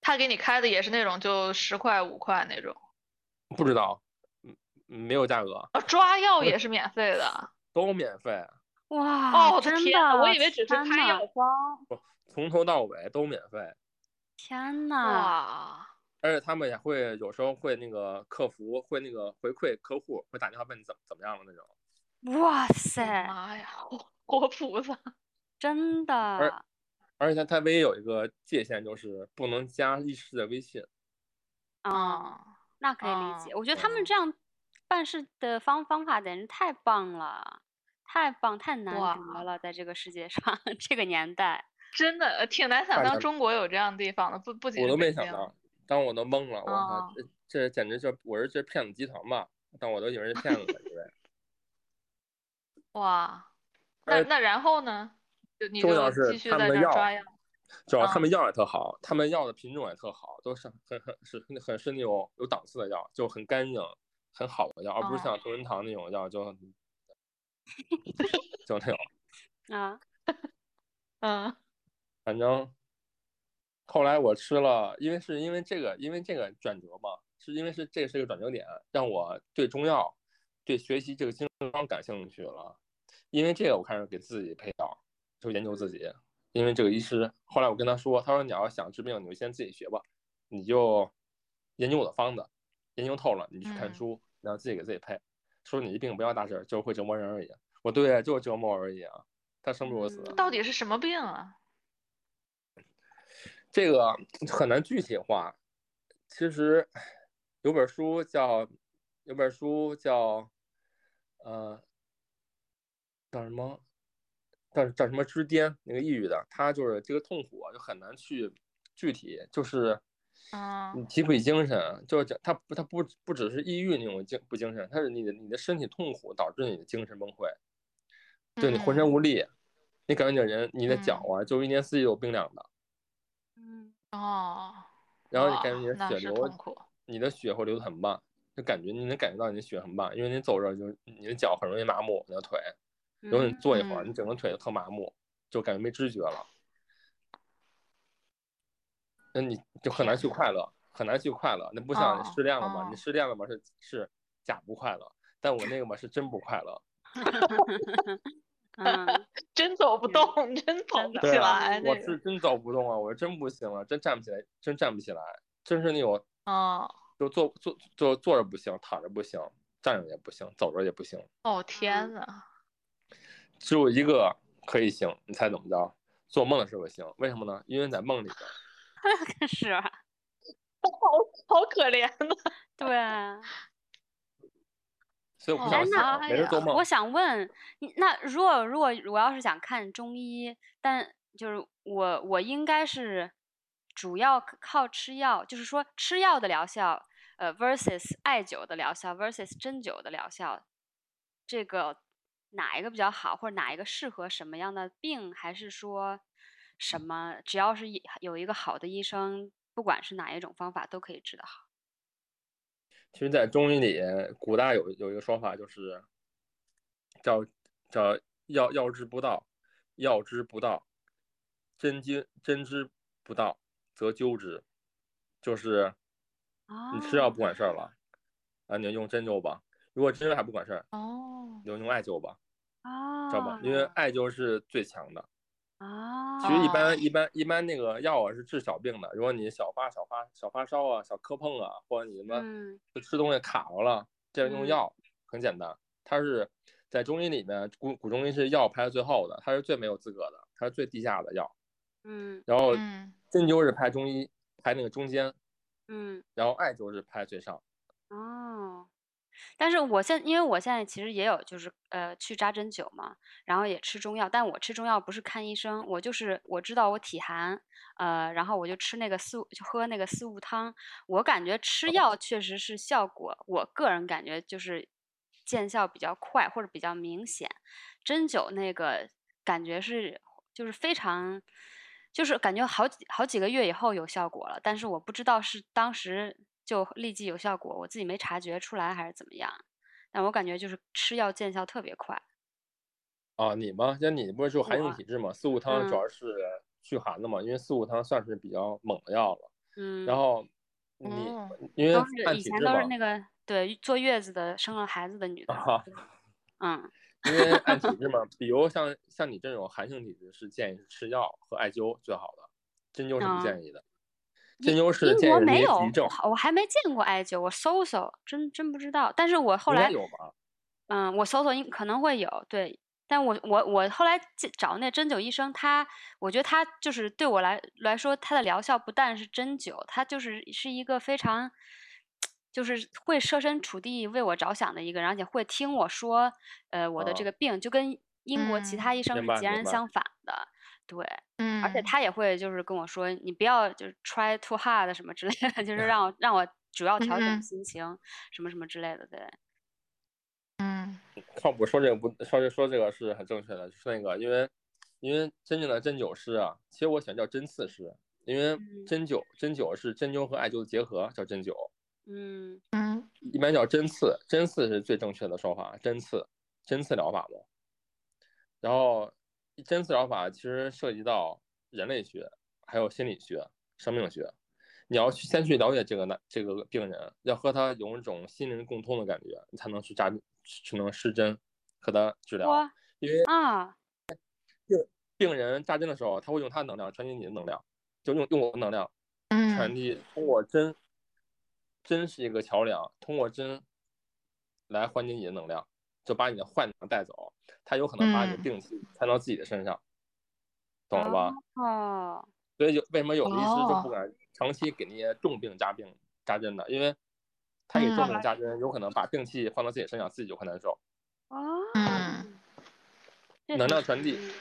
[SPEAKER 2] 他给你开的也是那种就十块五块那种，
[SPEAKER 1] 不知道，嗯，没有价格，
[SPEAKER 2] 哦，抓药也是免费的。
[SPEAKER 1] 都免费。
[SPEAKER 3] 哇，
[SPEAKER 2] 哦，我的
[SPEAKER 3] 真
[SPEAKER 2] 天呐，我以为只是
[SPEAKER 3] 天
[SPEAKER 2] 开
[SPEAKER 3] 呐
[SPEAKER 2] 药方。
[SPEAKER 1] 从头到尾都免费，
[SPEAKER 3] 天
[SPEAKER 1] 嗯
[SPEAKER 3] 呐，
[SPEAKER 2] 哇，
[SPEAKER 1] 而且他们也会有时候会那个客服会那个回馈客户，会打电话问你怎么怎么样了那种。
[SPEAKER 3] 哇
[SPEAKER 2] 我的
[SPEAKER 3] 塞，
[SPEAKER 2] 妈呀，活活菩萨。
[SPEAKER 3] 真的，
[SPEAKER 1] 而且他他唯一有一个界限就是不能加律师的微信，
[SPEAKER 3] 嗯，
[SPEAKER 2] 嗯，
[SPEAKER 3] 那可以理
[SPEAKER 2] 嗯
[SPEAKER 3] 解。我觉得他们
[SPEAKER 1] 嗯
[SPEAKER 3] 这样办事的方方法简直太棒了，太棒，太难
[SPEAKER 2] 哇
[SPEAKER 3] 得了，在这个世界上， 这个年代，
[SPEAKER 2] 真的挺难想
[SPEAKER 1] 反
[SPEAKER 2] 到
[SPEAKER 1] 正
[SPEAKER 2] 中国有这样的地方的，不不仅
[SPEAKER 1] 我
[SPEAKER 2] 是
[SPEAKER 1] 都
[SPEAKER 2] 北
[SPEAKER 1] 没想
[SPEAKER 2] 京
[SPEAKER 1] 到，当我都懵了，我
[SPEAKER 2] 哦
[SPEAKER 1] 靠，这这简直就是我是这骗子集团吧？但我都以为是骗子了，以为。
[SPEAKER 2] 哇，那
[SPEAKER 1] 而
[SPEAKER 2] 那然后呢？就你
[SPEAKER 1] 重
[SPEAKER 2] 就
[SPEAKER 1] 要是
[SPEAKER 2] 继续
[SPEAKER 1] 他
[SPEAKER 2] 在
[SPEAKER 1] 们的
[SPEAKER 2] 这儿
[SPEAKER 1] 药
[SPEAKER 2] 抓药。嗯
[SPEAKER 1] 主要他们药也特好，他们药的品种也特好，都是很很是很是那种有档次的药，就很干净、很好的药，而
[SPEAKER 2] 哦
[SPEAKER 1] 不是像同仁堂那种药就 就那种。
[SPEAKER 3] 啊，
[SPEAKER 2] 嗯
[SPEAKER 1] 反正后来我吃了，因为是因为这个，因为这个转折嘛，是因为是这是一个转折点，让我对中药、对学习这个经方感兴趣了。因为这个，我开始给自己配药，就研究自己。因为这个医师，后来我跟他说，他说你要想治病，你就先自己学吧，你就研究我的方子，研究透了，你去看
[SPEAKER 2] 嗯
[SPEAKER 1] 书，然后自己给自己配。说你这病不要大事儿，就是会折磨人而已。我对，就是折磨而已啊，他生不如死。
[SPEAKER 3] 嗯
[SPEAKER 2] 到底是什么病啊？
[SPEAKER 1] 这个很难具体化。其实有本书叫有本书叫呃叫什么叫叫什么之巅那个抑郁的，他就是这个痛苦啊，就很难去具体，就是你
[SPEAKER 2] 嗯
[SPEAKER 1] 体会精神，啊就是讲它不它不不只是抑郁那种精不精神，它是你的你的身体痛苦导致你的精神崩溃，对你
[SPEAKER 2] 嗯
[SPEAKER 1] 浑身无力，你感觉你的人你的脚啊，就一年四季有冰凉的。
[SPEAKER 3] 嗯，
[SPEAKER 2] 哦，
[SPEAKER 1] 然后你
[SPEAKER 2] 哇
[SPEAKER 1] 感觉你的
[SPEAKER 2] 那
[SPEAKER 1] 血
[SPEAKER 2] 是
[SPEAKER 1] 流
[SPEAKER 2] 痛苦，
[SPEAKER 1] 你的血会流得很慢，就感觉你能感觉到你的血很慢，因为你走着就是你的脚很容易麻木，你的腿，然后你
[SPEAKER 3] 嗯
[SPEAKER 1] 坐一会儿，
[SPEAKER 2] 嗯
[SPEAKER 1] 你整个腿就特麻木，就感觉没知觉了。那你就很难去快乐，很难去快乐。那不像你
[SPEAKER 2] 哦
[SPEAKER 1] 失恋了嘛，
[SPEAKER 2] 哦
[SPEAKER 1] 你失恋了嘛是是假不快乐，但我那个嘛是真不快 乐。
[SPEAKER 3] 嗯，
[SPEAKER 2] 真走不
[SPEAKER 3] 嗯
[SPEAKER 2] 动，真跑
[SPEAKER 3] 真
[SPEAKER 2] 不
[SPEAKER 3] 的
[SPEAKER 2] 起
[SPEAKER 1] 对啊
[SPEAKER 2] 来
[SPEAKER 1] 我
[SPEAKER 2] 哎那个。
[SPEAKER 1] 是真走不动啊，我是真不行了，真站不起来，真站不起来，真是那种
[SPEAKER 2] 哦
[SPEAKER 1] 就坐坐就坐着不行，躺着不行，站着也不行，走着也不行。
[SPEAKER 2] 哦天呐，
[SPEAKER 1] 只有一个可以行，你猜怎么着？做梦的时候行，为什么呢？因为在梦里边，
[SPEAKER 3] 是啊，
[SPEAKER 2] 好可怜呐。
[SPEAKER 3] 对啊。
[SPEAKER 1] 所以我不
[SPEAKER 2] 哦
[SPEAKER 1] 想醒
[SPEAKER 3] 哎那，
[SPEAKER 1] 没人做
[SPEAKER 2] 哎
[SPEAKER 1] 梦
[SPEAKER 3] 我。想问，你那如果如果我要是想看中医，但就是我我应该是主要靠靠吃药，就是说吃药的疗效，呃，versus 艾灸的疗效，versus 针灸的疗效，这个哪一个比较好，或者哪一个适合什么样的病，还是说什么只要是一有一个好的医生，不管是哪一种方法都可以治得好。
[SPEAKER 1] 其实，在中医里，古代有有一个说法，就是叫叫药药之不道，药之不道，针灸针之不道，则灸之，就是你吃药
[SPEAKER 3] 哦
[SPEAKER 1] 不管事儿了，啊，你就用针灸吧。如果针灸还不管事儿，
[SPEAKER 2] 哦，
[SPEAKER 1] 流行艾灸吧，
[SPEAKER 3] 啊，
[SPEAKER 1] 知道吧？因为艾灸是最强的。
[SPEAKER 3] 啊，
[SPEAKER 1] 其实一
[SPEAKER 2] 哦
[SPEAKER 1] 般一般一般那个药啊是治小病的，如果你小发小发小发烧啊、小磕碰啊，或者你什么
[SPEAKER 3] 嗯
[SPEAKER 1] 吃东西卡着了，这
[SPEAKER 3] 嗯
[SPEAKER 1] 用药很简单。它是在中医里面，古古中医是药排在最后的，它是最没有资格的，它是最低下的药。
[SPEAKER 3] 嗯
[SPEAKER 1] 然后
[SPEAKER 2] 嗯
[SPEAKER 1] 针灸是排中医排那个中间，
[SPEAKER 3] 嗯，
[SPEAKER 1] 然后艾灸是排最上。
[SPEAKER 3] 哦，但是我现因为我现在其实也有就是呃去扎针灸嘛，然后也吃中药，但我吃中药不是看医生，我就是我知道我体寒，呃，然后我就吃那个四物，就喝那个四物汤，我感觉吃药确实是效果，我个人感觉就是见效比较快或者比较明显，针灸那个感觉是就是非常。就是感觉好几好几个月以后有效果了，但是我不知道是当时就立即有效果，我自己没察觉出来还是怎么样。但我感觉就是吃药见效特别快。
[SPEAKER 1] 啊，你吗？像你不是就寒
[SPEAKER 3] 我
[SPEAKER 1] 性体质嘛？四物汤主
[SPEAKER 3] 嗯
[SPEAKER 1] 要是祛寒的嘛，因为四物汤算是比较猛的药了。
[SPEAKER 3] 嗯，
[SPEAKER 1] 然后你、
[SPEAKER 2] 哦
[SPEAKER 1] 因为
[SPEAKER 3] 都是
[SPEAKER 1] 按
[SPEAKER 3] 以
[SPEAKER 1] 体
[SPEAKER 3] 前
[SPEAKER 1] 质
[SPEAKER 3] 都是
[SPEAKER 1] 嘛，
[SPEAKER 3] 那个对坐月子的生了孩子的女的，
[SPEAKER 1] 啊，
[SPEAKER 3] 嗯
[SPEAKER 1] 因为按体质嘛，比如像像你这种寒性体质是建议是吃药和艾灸最好的，针灸是
[SPEAKER 3] 啊
[SPEAKER 1] 不建议的。针灸是
[SPEAKER 3] 英
[SPEAKER 1] 建
[SPEAKER 3] 国
[SPEAKER 1] 议
[SPEAKER 3] 没
[SPEAKER 1] 你
[SPEAKER 3] 有，
[SPEAKER 1] 急症
[SPEAKER 3] 我，好我还没见过艾灸，我搜搜，真真不知道。但是我后
[SPEAKER 1] 应该
[SPEAKER 3] 来
[SPEAKER 1] 有吧？
[SPEAKER 3] 嗯，我搜索应可能会有，对。但我我我后来去找那针灸医生，他我觉得他就是对我来来说，他的疗效不但是针灸，他就是是一个非常，就是会设身处地为我着想的一个人，而且会听我说，呃，我的这
[SPEAKER 1] 哦
[SPEAKER 3] 个病就跟英国其
[SPEAKER 2] 嗯
[SPEAKER 3] 他医生
[SPEAKER 1] 明
[SPEAKER 3] 是
[SPEAKER 1] 白
[SPEAKER 3] 截
[SPEAKER 1] 明
[SPEAKER 3] 然
[SPEAKER 1] 白
[SPEAKER 3] 相反的，对。
[SPEAKER 2] 嗯，
[SPEAKER 3] 而且他也会就是跟我说，你不要就是 try too hard 什么之类的， 就是让我让我主要调整
[SPEAKER 2] 嗯
[SPEAKER 3] 心情，什么什么之类的，对。
[SPEAKER 2] 嗯
[SPEAKER 1] 靠谱说这个不说这说这个是很正确的，就是那个因为因为真正的针灸师啊，其实我喜欢叫针刺师，因为
[SPEAKER 3] 嗯
[SPEAKER 1] 针灸针灸是针灸和艾灸的结合，叫针灸，
[SPEAKER 3] 嗯
[SPEAKER 2] 嗯
[SPEAKER 1] 一般叫针刺，针刺是最正确的说法，针刺针刺疗法嘛。然后针刺疗法其实涉及到人类学，还有心理学、生命学。你要去先去了解这个男这个病人，要和他有一种心灵共通的感觉，你才能去扎，才能施针和他治疗。
[SPEAKER 3] 哇
[SPEAKER 1] 因为
[SPEAKER 3] 啊，
[SPEAKER 1] 病人扎针的时候，他会用他的能量传递你的能量，就用用我的能量传
[SPEAKER 2] 嗯
[SPEAKER 1] 递，通过针，针是一个桥梁，通过针来缓解你的能量，就把你的坏能量带走，它有可能把你的
[SPEAKER 2] 嗯
[SPEAKER 1] 病气传到自己的身上，懂了吧？
[SPEAKER 3] 哦，
[SPEAKER 1] 所以有为什么有的医师就不
[SPEAKER 2] 哦
[SPEAKER 1] 敢长期给那些重病扎病扎针的，因为他给重
[SPEAKER 2] 嗯
[SPEAKER 1] 病扎针，有可能把病气放到自己身上，自己就会难受。
[SPEAKER 3] 哦，
[SPEAKER 2] 嗯，
[SPEAKER 3] 这嗯
[SPEAKER 1] 能
[SPEAKER 3] 挺
[SPEAKER 1] 量传递
[SPEAKER 3] 神秘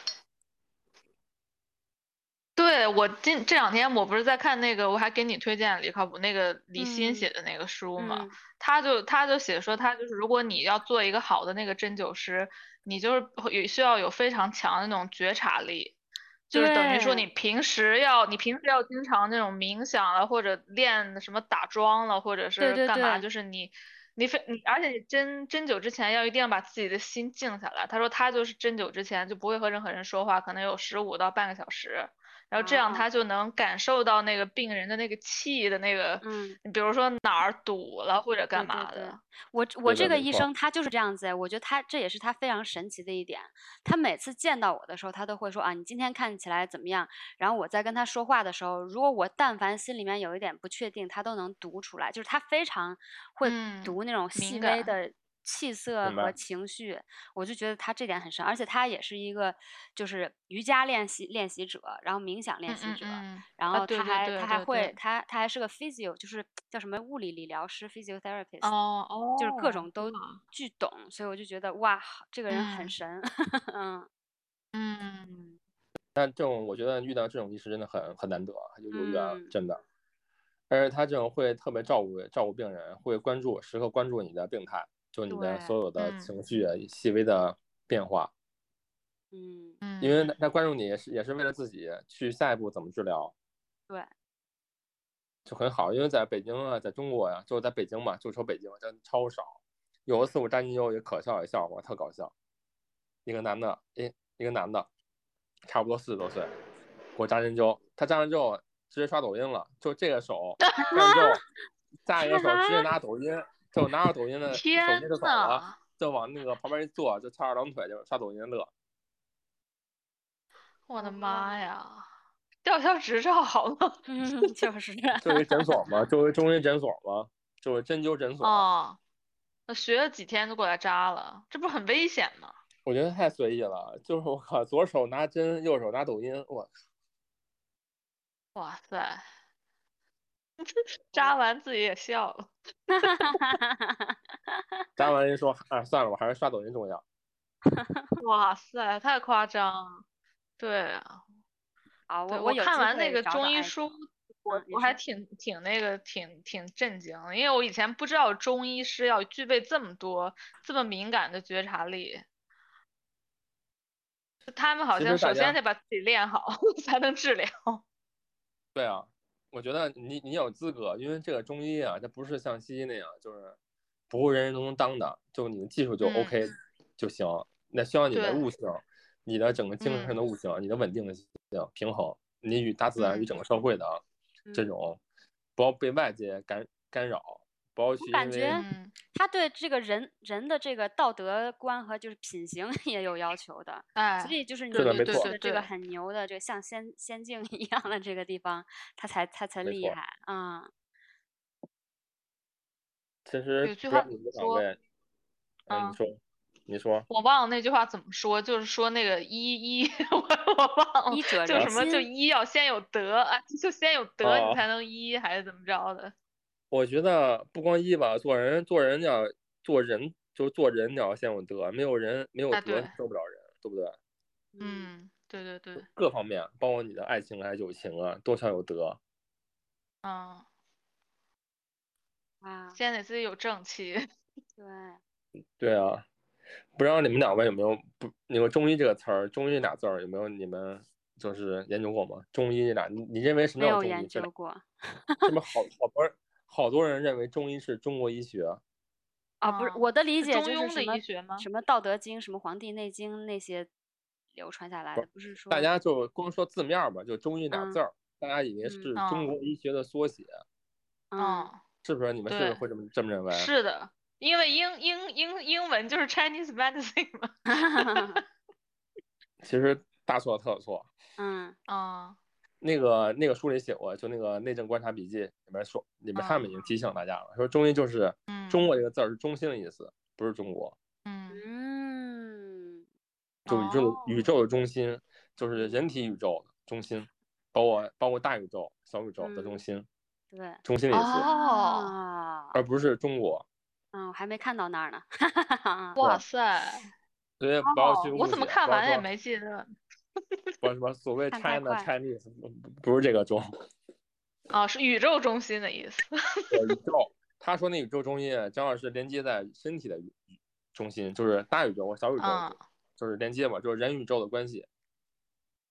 [SPEAKER 2] 对我今这两天我不是在看那个，我还给你推荐李靠谱那个李欣
[SPEAKER 3] 嗯
[SPEAKER 2] 写的那个书嘛，
[SPEAKER 3] 嗯
[SPEAKER 2] 他就他就写说，他就是如果你要做一个好的那个针灸师，你就是会有需要有非常强的那种觉察力，就是等于说
[SPEAKER 3] 对
[SPEAKER 2] 你平时要你平时要经常那种冥想啊了，或者练什么打桩了，或者
[SPEAKER 3] 对对
[SPEAKER 2] 是干嘛，
[SPEAKER 3] 对
[SPEAKER 2] 就是你你非你，而且你针针灸之前要一定要把自己的心静下来。他说他就是针灸之前就不会和任何人说话，可能有十五到半个小时。然后这样
[SPEAKER 3] 哦
[SPEAKER 2] 他就能感受到那个病人的那个气的那个，
[SPEAKER 3] 嗯，
[SPEAKER 2] 比如说哪儿堵了或者干
[SPEAKER 3] 对对
[SPEAKER 2] 嘛
[SPEAKER 3] 对
[SPEAKER 2] 的。嗯
[SPEAKER 3] 我这我
[SPEAKER 1] 对
[SPEAKER 3] 这
[SPEAKER 1] 对
[SPEAKER 3] 个
[SPEAKER 1] 没
[SPEAKER 3] 医
[SPEAKER 1] 错
[SPEAKER 3] 生他就是这样子哎，我觉得他这也是他非常神奇的一点。他每次见到我的时候，他都会说啊，你今天看起来怎么样？然后我在跟他说话的时候，如果我但凡心里面有一点不确定，他都能读出来，就是他非常会
[SPEAKER 2] 嗯
[SPEAKER 3] 读那种细
[SPEAKER 2] 敏感
[SPEAKER 3] 微的气色
[SPEAKER 1] 明
[SPEAKER 3] 和
[SPEAKER 1] 白
[SPEAKER 3] 情绪。我就觉得他这点很深，而且他也是一个就是瑜伽练习练习者，然后冥想练习
[SPEAKER 2] 嗯
[SPEAKER 3] 者。
[SPEAKER 2] 嗯
[SPEAKER 3] 然
[SPEAKER 2] 啊
[SPEAKER 3] 后
[SPEAKER 2] 对
[SPEAKER 3] 他
[SPEAKER 2] 对
[SPEAKER 3] 还
[SPEAKER 2] 对
[SPEAKER 3] 他还
[SPEAKER 2] 对
[SPEAKER 3] 会
[SPEAKER 2] 对
[SPEAKER 3] 他他还是个 physio，就是叫什么物理理疗师 physiotherapist，、
[SPEAKER 2] 嗯，哦
[SPEAKER 3] 就是各
[SPEAKER 2] 哦，
[SPEAKER 3] 种都巨懂，所以我就觉得哇，这个人很
[SPEAKER 2] 嗯
[SPEAKER 3] 神， 嗯
[SPEAKER 2] 嗯
[SPEAKER 1] 但这种我觉得遇到这种医师真的很很难得，有有缘
[SPEAKER 3] 嗯
[SPEAKER 1] 真的。而且他这种会特别照顾照顾病人，会关注时刻关注你的病态，就你的
[SPEAKER 3] 对
[SPEAKER 1] 所有的
[SPEAKER 2] 嗯
[SPEAKER 1] 情绪啊细微的变化，
[SPEAKER 3] 嗯，
[SPEAKER 2] 嗯，
[SPEAKER 1] 因为他他关注你也是也是为了自己去下一步怎么治疗，
[SPEAKER 3] 对，
[SPEAKER 1] 就很好。因为在北京啊，在中国呀、就在北京嘛，就说北京真的超少。有一次我扎针灸也可笑也笑话，特搞笑。一个男的，一一个男的，差不多四十多岁，给我扎针灸。他扎完之后直接刷抖音了，就这个 手扎完之后，下一个手直接拿抖音，就拿着抖音的手啊
[SPEAKER 2] 天
[SPEAKER 1] 机就走了，
[SPEAKER 2] 呐，
[SPEAKER 1] 就往那个旁边一坐，就翘二郎腿就刷抖音乐。
[SPEAKER 2] 我的
[SPEAKER 3] 哦
[SPEAKER 2] 妈呀，吊销执照好了。
[SPEAKER 3] 嗯，就是。
[SPEAKER 1] 周围诊所嘛，周围中医诊所嘛，周围针灸诊所。
[SPEAKER 2] 哦，那学了几天就给我扎了，这不是很危险吗？
[SPEAKER 1] 我觉得太随意了，就是我靠，左手拿针，右手拿抖音，我
[SPEAKER 2] 哇塞， 扎完自己也笑了。
[SPEAKER 1] 扎完人说，啊，算了，我还是刷抖音重要。
[SPEAKER 2] 哇塞，太夸张了。对啊，
[SPEAKER 3] 好，
[SPEAKER 2] 对
[SPEAKER 3] 我有
[SPEAKER 2] 看
[SPEAKER 3] 机
[SPEAKER 2] 完
[SPEAKER 3] 会
[SPEAKER 2] 那个
[SPEAKER 3] 找找
[SPEAKER 2] 中医
[SPEAKER 3] 艾
[SPEAKER 2] 书
[SPEAKER 3] 灸，
[SPEAKER 2] 我
[SPEAKER 3] 嗯你
[SPEAKER 2] 我还
[SPEAKER 3] 说
[SPEAKER 2] 挺挺那个挺挺震惊的，因为我以前不知道中医师要具备这么多这么敏感的觉察力。就他们好
[SPEAKER 1] 其
[SPEAKER 2] 像
[SPEAKER 1] 实大
[SPEAKER 2] 首先
[SPEAKER 1] 家
[SPEAKER 2] 得把自己练好 才能治疗。
[SPEAKER 1] 对啊，我觉得你你有资格，因为这个中医啊，它不是像西医那样，就是不是人人都能当的，就你的技术就
[SPEAKER 2] 嗯
[SPEAKER 1] OK 就行，那需要你的
[SPEAKER 2] 对
[SPEAKER 1] 悟性，你的整个精神
[SPEAKER 2] 嗯
[SPEAKER 1] 的悟性，你的稳定的性平衡，你与大自然与
[SPEAKER 2] 嗯
[SPEAKER 1] 整个社会的这
[SPEAKER 3] 嗯
[SPEAKER 1] 种，不要被外界干干扰，不要去
[SPEAKER 3] 感
[SPEAKER 1] 因
[SPEAKER 3] 觉
[SPEAKER 1] 为
[SPEAKER 2] 嗯，
[SPEAKER 3] 他对这个人人的这个道德观和就是品行也有要求的，
[SPEAKER 2] 哎
[SPEAKER 3] 所，以就是你
[SPEAKER 1] 是的
[SPEAKER 3] 你
[SPEAKER 1] 没
[SPEAKER 3] 去
[SPEAKER 1] 错
[SPEAKER 3] 的这
[SPEAKER 2] 对
[SPEAKER 3] 个很牛的，这个像仙仙境 一样的这个地方，他才他才
[SPEAKER 1] 没
[SPEAKER 3] 厉
[SPEAKER 1] 错
[SPEAKER 3] 害啊。
[SPEAKER 1] 其实
[SPEAKER 2] 有句
[SPEAKER 1] 不要
[SPEAKER 2] 话
[SPEAKER 1] 你
[SPEAKER 2] 怎
[SPEAKER 1] 的
[SPEAKER 2] 么
[SPEAKER 1] 长
[SPEAKER 2] 说
[SPEAKER 1] 辈，嗯，
[SPEAKER 2] 啊
[SPEAKER 1] 你说，你说，
[SPEAKER 2] 我忘了那句话怎么说，就是说那个医 医，我我忘了，
[SPEAKER 3] 医者
[SPEAKER 2] 就
[SPEAKER 3] 仁
[SPEAKER 2] 什么就
[SPEAKER 3] 心
[SPEAKER 2] 医要先有德啊，就先 有德
[SPEAKER 1] 哦
[SPEAKER 2] 你才能医还是怎么着的？
[SPEAKER 1] 我觉得不光一吧，做人做人要做人，就是做人你要先有德，没有人没有
[SPEAKER 2] 哎
[SPEAKER 1] 德
[SPEAKER 2] 对
[SPEAKER 1] 受不了人，对不对？
[SPEAKER 2] 嗯，对对对，
[SPEAKER 1] 各方面，包括你的爱情啊、友情啊，都要有德。
[SPEAKER 2] 嗯，
[SPEAKER 3] 啊，
[SPEAKER 2] 先得自己有正气。
[SPEAKER 3] 对，
[SPEAKER 1] 对啊，不知道你们两位有没有不那个中医这个词儿，中医俩字儿有没有你们就是研究过吗？中医俩，你你认为什么
[SPEAKER 3] 没
[SPEAKER 1] 叫
[SPEAKER 3] 有
[SPEAKER 1] 中
[SPEAKER 3] 研
[SPEAKER 1] 医？这
[SPEAKER 3] 究
[SPEAKER 1] 俩
[SPEAKER 3] 过
[SPEAKER 1] 这么好好多人好多人认为中医是中国医学，
[SPEAKER 3] 啊，不是
[SPEAKER 2] 啊
[SPEAKER 3] 我的理
[SPEAKER 2] 是
[SPEAKER 3] 解
[SPEAKER 2] 中
[SPEAKER 3] 就是
[SPEAKER 2] 庸
[SPEAKER 3] 什
[SPEAKER 2] 的医
[SPEAKER 3] 么
[SPEAKER 2] 学吗
[SPEAKER 3] 什么《道德经》、什么《黄帝内经》那些流传下来
[SPEAKER 1] 不
[SPEAKER 3] 的，不是说
[SPEAKER 1] 大家就光说字面儿吧，就中医俩
[SPEAKER 3] 嗯
[SPEAKER 1] 字儿，大家以为
[SPEAKER 3] 嗯
[SPEAKER 1] 是
[SPEAKER 2] 啊
[SPEAKER 1] 中国医学的缩写。
[SPEAKER 3] 嗯，
[SPEAKER 1] 是不是你们是不是
[SPEAKER 2] 对
[SPEAKER 1] 会这么这么认为？
[SPEAKER 2] 嗯，是的，因为英英英英文就是 Chinese medicine 嘛。
[SPEAKER 1] 其实大错特错。
[SPEAKER 3] 嗯
[SPEAKER 2] 嗯
[SPEAKER 1] 那个那个书里写过，就那个《内政观察笔记》里面说，里面上面已经提醒大家了，说中医就是
[SPEAKER 2] 哦嗯
[SPEAKER 1] 中国这个字儿是中心的意思，不是中国，
[SPEAKER 2] 嗯，
[SPEAKER 3] 嗯，
[SPEAKER 1] 就宇宙宇
[SPEAKER 2] 哦
[SPEAKER 1] 宙的中心，就是人体宇宙的中心，包括包括大宇宙、小宇宙的中
[SPEAKER 3] 嗯
[SPEAKER 1] 心，
[SPEAKER 3] 对，
[SPEAKER 1] 中心的意思，
[SPEAKER 2] 哦，
[SPEAKER 3] 啊，
[SPEAKER 1] 而不是中国。
[SPEAKER 3] 嗯，我还没看到那儿呢，
[SPEAKER 2] 哇塞，
[SPEAKER 1] 所以不要去
[SPEAKER 2] 哦我
[SPEAKER 1] 误
[SPEAKER 2] 怎么
[SPEAKER 1] 解
[SPEAKER 2] 看
[SPEAKER 1] 不要
[SPEAKER 2] 完也
[SPEAKER 1] 说
[SPEAKER 2] 没记得
[SPEAKER 1] 不是什么所谓
[SPEAKER 3] 看太
[SPEAKER 1] China
[SPEAKER 3] 快
[SPEAKER 1] Chinese 不不是这个中，
[SPEAKER 2] 啊，是宇宙中心的意思。
[SPEAKER 1] 呃宇宙。他说那宇宙中心啊，正好是连接在身体的宇宇中心，就是大宇宙和小宇宙的
[SPEAKER 2] 嗯
[SPEAKER 1] 中，就是连接嘛，就是人宇宙的关系。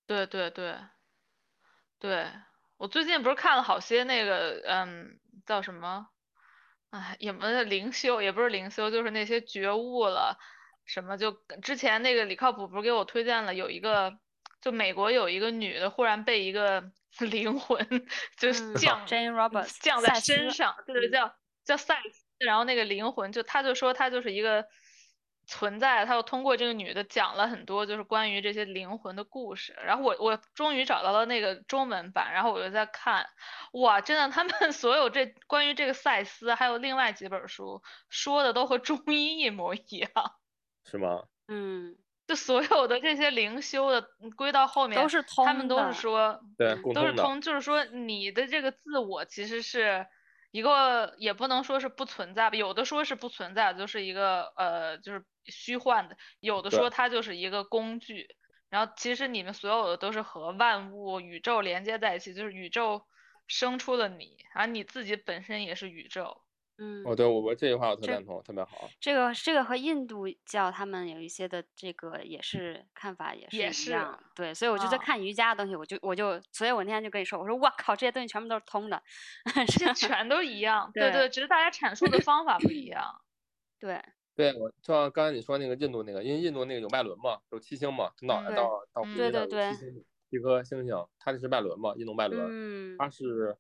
[SPEAKER 2] 对对对，对，我最近不是看了好些那个，嗯，叫什么？哎，也不是灵修，也不是灵修，就是那些觉悟了，什么就之前那个李靠谱不是给我推荐了有一个，就美国有一个女的忽然被一个 灵魂 就是
[SPEAKER 3] 嗯
[SPEAKER 2] 降
[SPEAKER 3] Jane Roberts
[SPEAKER 2] 降在
[SPEAKER 3] 赛斯
[SPEAKER 2] 身上，对，
[SPEAKER 3] 嗯
[SPEAKER 2] 叫叫赛斯，然后那个灵魂就他就说他就是一个存在，他又通过这个女的讲了很多就是关于这些灵魂的故事，然后我我终于找到了那个中文版，然后我就在看，哇，真的他们 所有这关于这个赛斯还有另外几本书说的都和中医一模一样，
[SPEAKER 1] 是吗？
[SPEAKER 3] 嗯，
[SPEAKER 2] 就所有的这些灵修的嗯归到后面
[SPEAKER 3] 都是通
[SPEAKER 2] 他们都
[SPEAKER 3] 的
[SPEAKER 2] 是说。
[SPEAKER 1] 对，
[SPEAKER 3] 嗯
[SPEAKER 1] 共
[SPEAKER 2] 都是
[SPEAKER 1] 通的。
[SPEAKER 2] 通，就是说你的这个自我其实是一个，也不能说是不存在吧，有的说是不存在，就是一个呃，就是虚幻的；有的
[SPEAKER 1] 对
[SPEAKER 2] 说它就是一个工具。然后其实你们所有的都是和万物、宇宙连接在一起，就是宇宙生出了你，而你自己本身也是宇宙。
[SPEAKER 3] 嗯，
[SPEAKER 1] 哦，对，我我这句话我特
[SPEAKER 3] 这
[SPEAKER 1] 赞同，特别好。
[SPEAKER 3] 这个这个和印度教他们有一些的这个也是看法也
[SPEAKER 2] 也
[SPEAKER 3] 是
[SPEAKER 2] 是
[SPEAKER 3] 一样，对，所以我就在
[SPEAKER 2] 啊
[SPEAKER 3] 看瑜伽的东西，我就我就，所以我那天就跟你说，我说哇靠，这些东西全部都是通的，
[SPEAKER 2] 这全都一 样，对
[SPEAKER 3] 对
[SPEAKER 2] 对，只是大家阐述的方法不一样。
[SPEAKER 3] 对，
[SPEAKER 1] 对，我就像刚才你说那个印度那个，因为印度那个有脉轮嘛，有七星嘛，从脑
[SPEAKER 2] 嗯
[SPEAKER 1] 袋
[SPEAKER 3] 对
[SPEAKER 1] 到到
[SPEAKER 2] 嗯
[SPEAKER 1] 鼻
[SPEAKER 3] 对
[SPEAKER 1] 子
[SPEAKER 3] 对对
[SPEAKER 1] 有七星七颗星星，它这是脉轮嘛，印度脉轮，
[SPEAKER 3] 嗯
[SPEAKER 1] 它是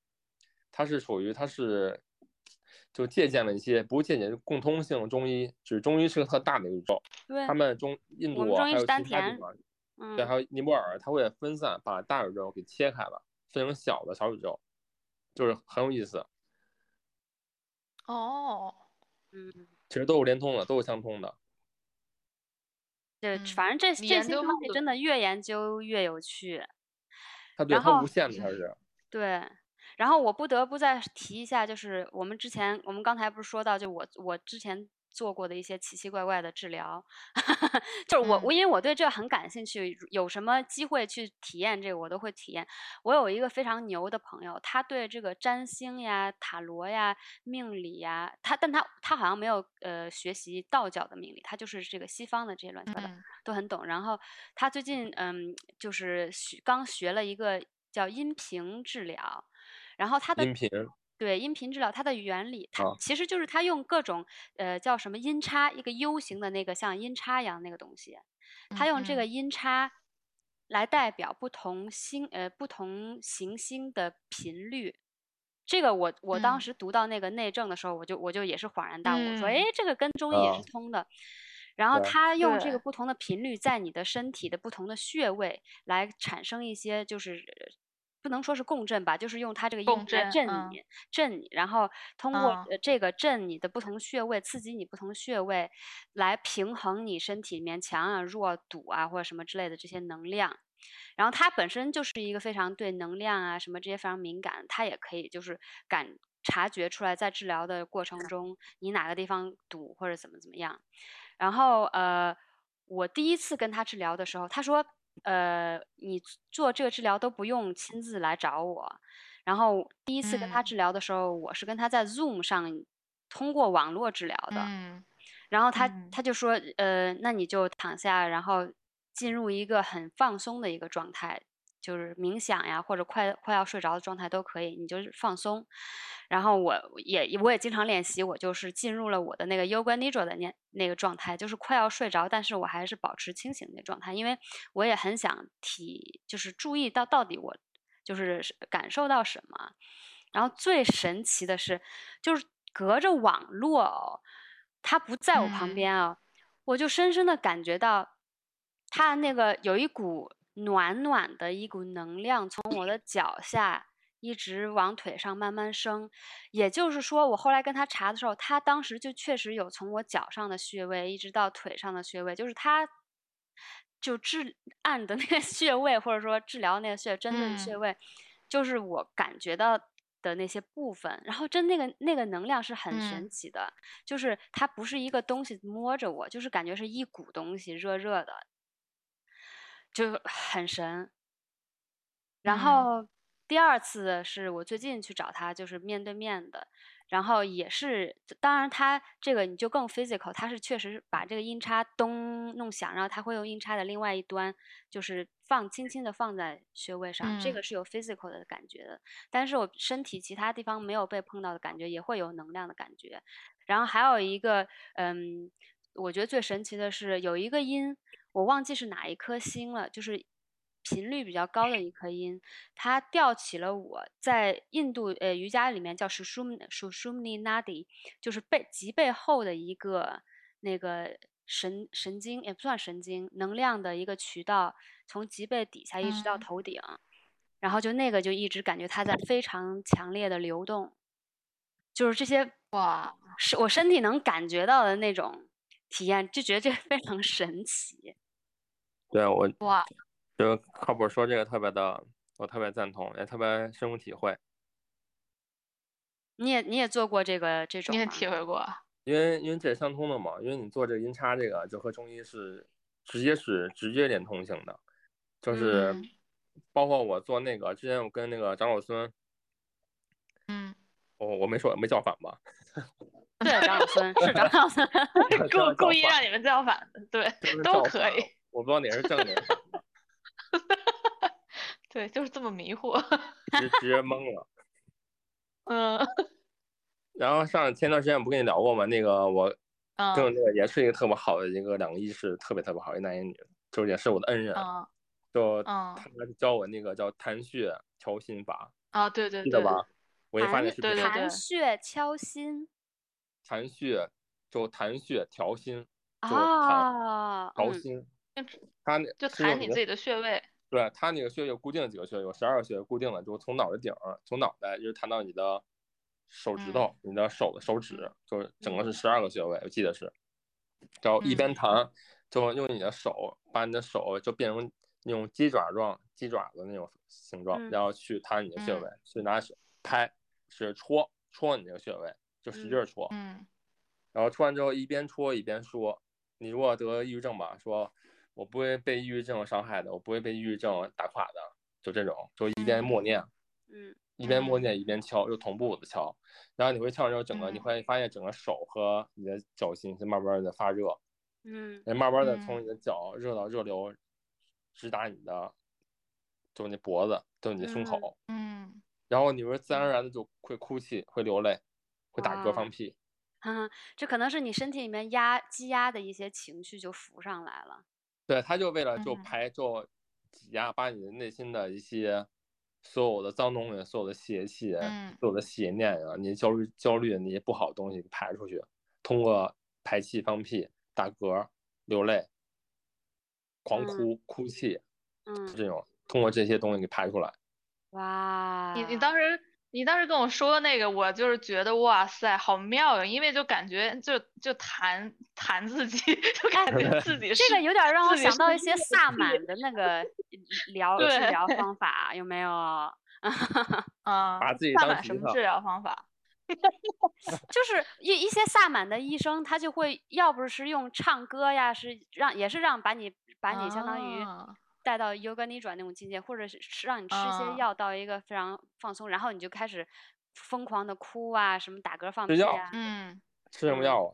[SPEAKER 1] 它是属于它是就借鉴了一些，不是借鉴，就共通性中医，就是中医是个特大的一个宇宙，
[SPEAKER 3] 对
[SPEAKER 1] 他，们中印
[SPEAKER 3] 我
[SPEAKER 1] 度啊
[SPEAKER 3] 们中
[SPEAKER 1] 还
[SPEAKER 3] 医
[SPEAKER 1] 有
[SPEAKER 3] 是
[SPEAKER 1] 其他
[SPEAKER 3] 丹
[SPEAKER 1] 地
[SPEAKER 3] 田
[SPEAKER 1] 方，对，
[SPEAKER 3] 嗯
[SPEAKER 1] 还有尼泊尔，它会分散，把大宇宙给切开了，分成小的小宇宙，就是很有意思，
[SPEAKER 2] 哦，
[SPEAKER 3] 嗯，
[SPEAKER 1] 其实都有连通的，都有相通的。
[SPEAKER 3] 对，
[SPEAKER 2] 嗯
[SPEAKER 3] 反正这
[SPEAKER 2] 你
[SPEAKER 3] 这
[SPEAKER 2] 研
[SPEAKER 3] 些
[SPEAKER 2] 究
[SPEAKER 3] 东
[SPEAKER 2] 梦
[SPEAKER 3] 西
[SPEAKER 2] 的
[SPEAKER 3] 真的越研究越有趣，
[SPEAKER 1] 它对
[SPEAKER 3] 然
[SPEAKER 1] 它
[SPEAKER 3] 后
[SPEAKER 1] 无限的，它是
[SPEAKER 3] 对。然后我不得不再提一下，就是我们之前，我们刚才不是说到，就我我之前做过的一些奇奇怪怪的治疗， 就是我我
[SPEAKER 2] 嗯
[SPEAKER 3] 因为我对这个很感兴趣，有什么机会去体验这个，我都会体验。我有一个非常牛的朋友，他对这个占星呀、塔罗呀、命理呀，他但他他好像没有呃学习道教的命理，他就是这个西方的这些乱七八糟。
[SPEAKER 2] 嗯
[SPEAKER 3] 都很懂。然后他最近嗯，就是学刚学了一个叫音频治疗，然后他的
[SPEAKER 1] 音频，
[SPEAKER 3] 对音频治疗它的原理，它
[SPEAKER 2] 哦
[SPEAKER 1] 啊
[SPEAKER 3] 其实就是它用各种呃叫什么音叉，一个 U 型的那个像音叉一样那个东西，它
[SPEAKER 2] 嗯
[SPEAKER 3] 用
[SPEAKER 2] 嗯
[SPEAKER 3] 这个音叉来代表不同星呃不同行星的频率。这个我我当
[SPEAKER 2] 嗯
[SPEAKER 3] 时读到那个内证的时候，我就我就也是恍然大悟，我说诶，
[SPEAKER 2] 嗯
[SPEAKER 3] 这个跟中医也是
[SPEAKER 1] 啊
[SPEAKER 3] 通的。然后
[SPEAKER 1] 对
[SPEAKER 3] 它用这个
[SPEAKER 2] 对
[SPEAKER 3] 不同的频率，在你的身体的不同的穴位来产生一些，就是呃不能说是共振吧，就是用它这个
[SPEAKER 2] 共
[SPEAKER 3] 音来
[SPEAKER 2] 振
[SPEAKER 3] 震
[SPEAKER 2] 嗯
[SPEAKER 3] 你，震你，然后通过
[SPEAKER 2] 嗯
[SPEAKER 3] 呃这个震你的不同穴位，刺激你不同穴位，来平衡你身体里面强啊、弱啊、堵啊或者什么之类的这些能量。然后他本身就是一个非常对能量啊什么这些非常敏感，他也可以就是感察觉出来，在治疗的过程中你哪个地方堵或者怎么怎么样。然后呃，我第一次跟他治疗的时候，他说呃，你做这个治疗都不用亲自来找我。然后第一次跟他
[SPEAKER 2] 嗯
[SPEAKER 3] 治疗的时候，我是跟他在 Zoom 上通过网络治疗的。
[SPEAKER 2] 嗯
[SPEAKER 3] 然后他
[SPEAKER 2] 嗯
[SPEAKER 3] 他就说，呃，那你就躺下，然后进入一个很放松的一个状态，就是冥想呀，或者快快要睡着的状态都可以，你就是放松。然后我也我也经常练习，我就是进入了我的那个 yoga nidra 的那那个状态，就是快要睡着，但是我还是保持清醒的状态，因为我也很想体，就是注意到到底我就是是感受到什么。然后最神奇的是，就是隔着网络哦，他不在我旁
[SPEAKER 2] 嗯
[SPEAKER 3] 边啊、我就深深的感觉到他的那个有一股暖暖的一股能量从我的脚下一直往腿上慢慢升。也就是说，我后来跟他查的时候，他当时就确实有从我脚上的穴位一直到腿上的穴位，就是他。就治按的那个穴位，或者说治疗那个穴，针对的穴
[SPEAKER 2] 嗯
[SPEAKER 3] 位，就是我感觉到的那些部分。然后真那个那个能量是很神
[SPEAKER 2] 嗯
[SPEAKER 3] 奇的，就是它不是一个东西摸着我，就是感觉是一股东西热热的，就很神。然
[SPEAKER 2] 嗯
[SPEAKER 3] 后第二次是我最近去找他，就是面对面的，然后也是，当然他这个你就更 physical，他是确实把这个音叉咚弄响，然后他会用音叉的另外一端就是放轻轻的放在穴位上，这
[SPEAKER 2] 嗯
[SPEAKER 3] 个是有 physical 的感觉的，但是我身体其他地方没有被碰到的感觉也会有能量的感觉，然后还有一个，嗯，我觉得最神奇的是有一个音，我忘记是哪一颗星了，就是频率比较高的一颗音，它吊起了我在印度呃瑜伽里面叫 Sushumna Sushumni Nadi，就是背脊背后的一个那个神神经也不算神经能量的一个渠道，从脊背底下一直到
[SPEAKER 2] 嗯
[SPEAKER 3] 头顶，然后就那个就一直感觉它在非常强烈的流动，就是这些
[SPEAKER 2] 哇
[SPEAKER 3] 是我身体能感觉到的那种体验，就觉得这个非常神奇。
[SPEAKER 1] 对我
[SPEAKER 2] 哇
[SPEAKER 1] 就靠谱说这个特别的，我特别赞同，也特别深有体会。
[SPEAKER 3] 你也你也做过这个这
[SPEAKER 2] 你
[SPEAKER 3] 种
[SPEAKER 2] 也
[SPEAKER 3] 吗？
[SPEAKER 2] 体会过啊
[SPEAKER 1] 因为因为这是相通的嘛，因为你做这个音叉这个就和中医是直接是直接连通性的，就是
[SPEAKER 2] 嗯
[SPEAKER 1] 包括我做那个之前我跟那个长老孙，
[SPEAKER 2] 嗯，
[SPEAKER 1] 我我没说没叫反吧，
[SPEAKER 3] 对，长 老孙是长老孙，
[SPEAKER 1] 叫
[SPEAKER 2] 故
[SPEAKER 1] 叫
[SPEAKER 2] 故意
[SPEAKER 1] 反
[SPEAKER 2] 让你们造反的，对，
[SPEAKER 1] 就是
[SPEAKER 2] 都
[SPEAKER 1] 叫
[SPEAKER 2] 可
[SPEAKER 1] 反
[SPEAKER 2] 以，
[SPEAKER 1] 我不知道哪是正哪是反的，
[SPEAKER 2] 对，就是这么迷惑，
[SPEAKER 1] 直直接懵了。
[SPEAKER 2] 嗯
[SPEAKER 1] 然后上前段时间我不跟你聊过吗？那个我跟我
[SPEAKER 2] 嗯
[SPEAKER 1] 那个也是一个特别好的一个两个医师，特别特别好，一男一女，就是也是我的恩人，
[SPEAKER 2] 嗯
[SPEAKER 1] 就
[SPEAKER 2] 嗯
[SPEAKER 1] 他教我那个叫弹穴调心法，
[SPEAKER 2] 啊，对对
[SPEAKER 1] 记得
[SPEAKER 2] 对，
[SPEAKER 1] 吧？我也发现是
[SPEAKER 2] 对对
[SPEAKER 3] 痰血敲心
[SPEAKER 1] 痰血，就痰血调心，就痰
[SPEAKER 3] 啊，
[SPEAKER 1] 调
[SPEAKER 3] 嗯
[SPEAKER 1] 心。它那
[SPEAKER 2] 就是
[SPEAKER 1] 有
[SPEAKER 2] 弹
[SPEAKER 1] 什
[SPEAKER 2] 你
[SPEAKER 1] 么
[SPEAKER 2] 自己的穴位。
[SPEAKER 1] 对它那个穴位有固定的几个穴位，有十二个穴位固定了，就从脑袋顶儿，从脑袋一直弹到你的手指头，
[SPEAKER 2] 嗯
[SPEAKER 1] 你的手的手指，就是整个是十二个穴位，我记得是。然后一
[SPEAKER 2] 嗯
[SPEAKER 1] 边弹，就用你的手把你的手就变成那种鸡爪状、鸡爪的那种形状，
[SPEAKER 3] 嗯
[SPEAKER 1] 然后去弹你的穴
[SPEAKER 2] 嗯
[SPEAKER 1] 位，去拿手拍，是戳戳你这个穴位，就使劲儿戳。
[SPEAKER 2] 嗯
[SPEAKER 1] 然后戳完之后一边戳一边说：“你如果得抑郁症吧，说我不会被抑郁症伤害的，我不会被抑郁症打垮的。”就这种，就一边默念，
[SPEAKER 3] 嗯
[SPEAKER 1] 一边默
[SPEAKER 2] 嗯
[SPEAKER 1] 念一边敲，就同步的敲。然后你会敲完之后，整个你
[SPEAKER 2] 嗯
[SPEAKER 1] 会发现整个手和你的脚心是慢慢的发热，
[SPEAKER 3] 嗯
[SPEAKER 1] 哎，慢慢的从你的脚热到热流，直达你的，就是你脖子，就是你的胸口。
[SPEAKER 2] 嗯，
[SPEAKER 1] 然后你会自然而然的就会哭泣，会流泪，会打嗝
[SPEAKER 3] 哇
[SPEAKER 1] 放屁。
[SPEAKER 3] 啊，这可能是你身体里面压积压的一些情绪就浮上来了。
[SPEAKER 1] 对，他就为了就
[SPEAKER 2] 嗯
[SPEAKER 1] 排就挤压，把你的内心的一些所有的脏东西、所有的邪气、
[SPEAKER 2] 嗯
[SPEAKER 1] 所有的邪念啊，你焦虑、焦虑那些不好的东西给排出去，通过排气、放屁、打嗝、流泪、狂
[SPEAKER 3] 嗯
[SPEAKER 1] 哭、哭泣
[SPEAKER 3] 嗯，
[SPEAKER 1] 这种，通过这些东西给排出来。
[SPEAKER 3] 哇，哦
[SPEAKER 2] 你你当时你当时跟我说那个，我就是觉得哇塞，好妙呀！因为就感觉就就弹弹自己， 就感 觉自己是
[SPEAKER 3] 这个有点让我
[SPEAKER 2] 自己
[SPEAKER 3] 想
[SPEAKER 2] 是
[SPEAKER 3] 到
[SPEAKER 2] 不
[SPEAKER 3] 一
[SPEAKER 2] 是
[SPEAKER 3] 些
[SPEAKER 2] 乐
[SPEAKER 3] 萨
[SPEAKER 2] 器
[SPEAKER 3] 满的那 个疗治
[SPEAKER 2] 对
[SPEAKER 3] 疗方法，有没有？
[SPEAKER 2] 啊，
[SPEAKER 1] 把自己
[SPEAKER 2] 萨
[SPEAKER 1] 当
[SPEAKER 2] 满
[SPEAKER 1] 吉
[SPEAKER 2] 什么
[SPEAKER 1] 他
[SPEAKER 2] 治疗方法？
[SPEAKER 3] 就是一一些萨满的医生，他就会要不是用唱歌呀，是让也是让把你把你相当于
[SPEAKER 2] 啊
[SPEAKER 3] 带到优格尼转那种境界，或者是吃让你吃一
[SPEAKER 2] 啊
[SPEAKER 3] 些药到一个非常放松，然后你就开始疯狂的哭啊，什么打嗝放
[SPEAKER 1] 吃
[SPEAKER 3] 屁
[SPEAKER 1] 药
[SPEAKER 3] 啊，
[SPEAKER 2] 嗯
[SPEAKER 1] 吃什么
[SPEAKER 3] 嗯
[SPEAKER 1] 药啊？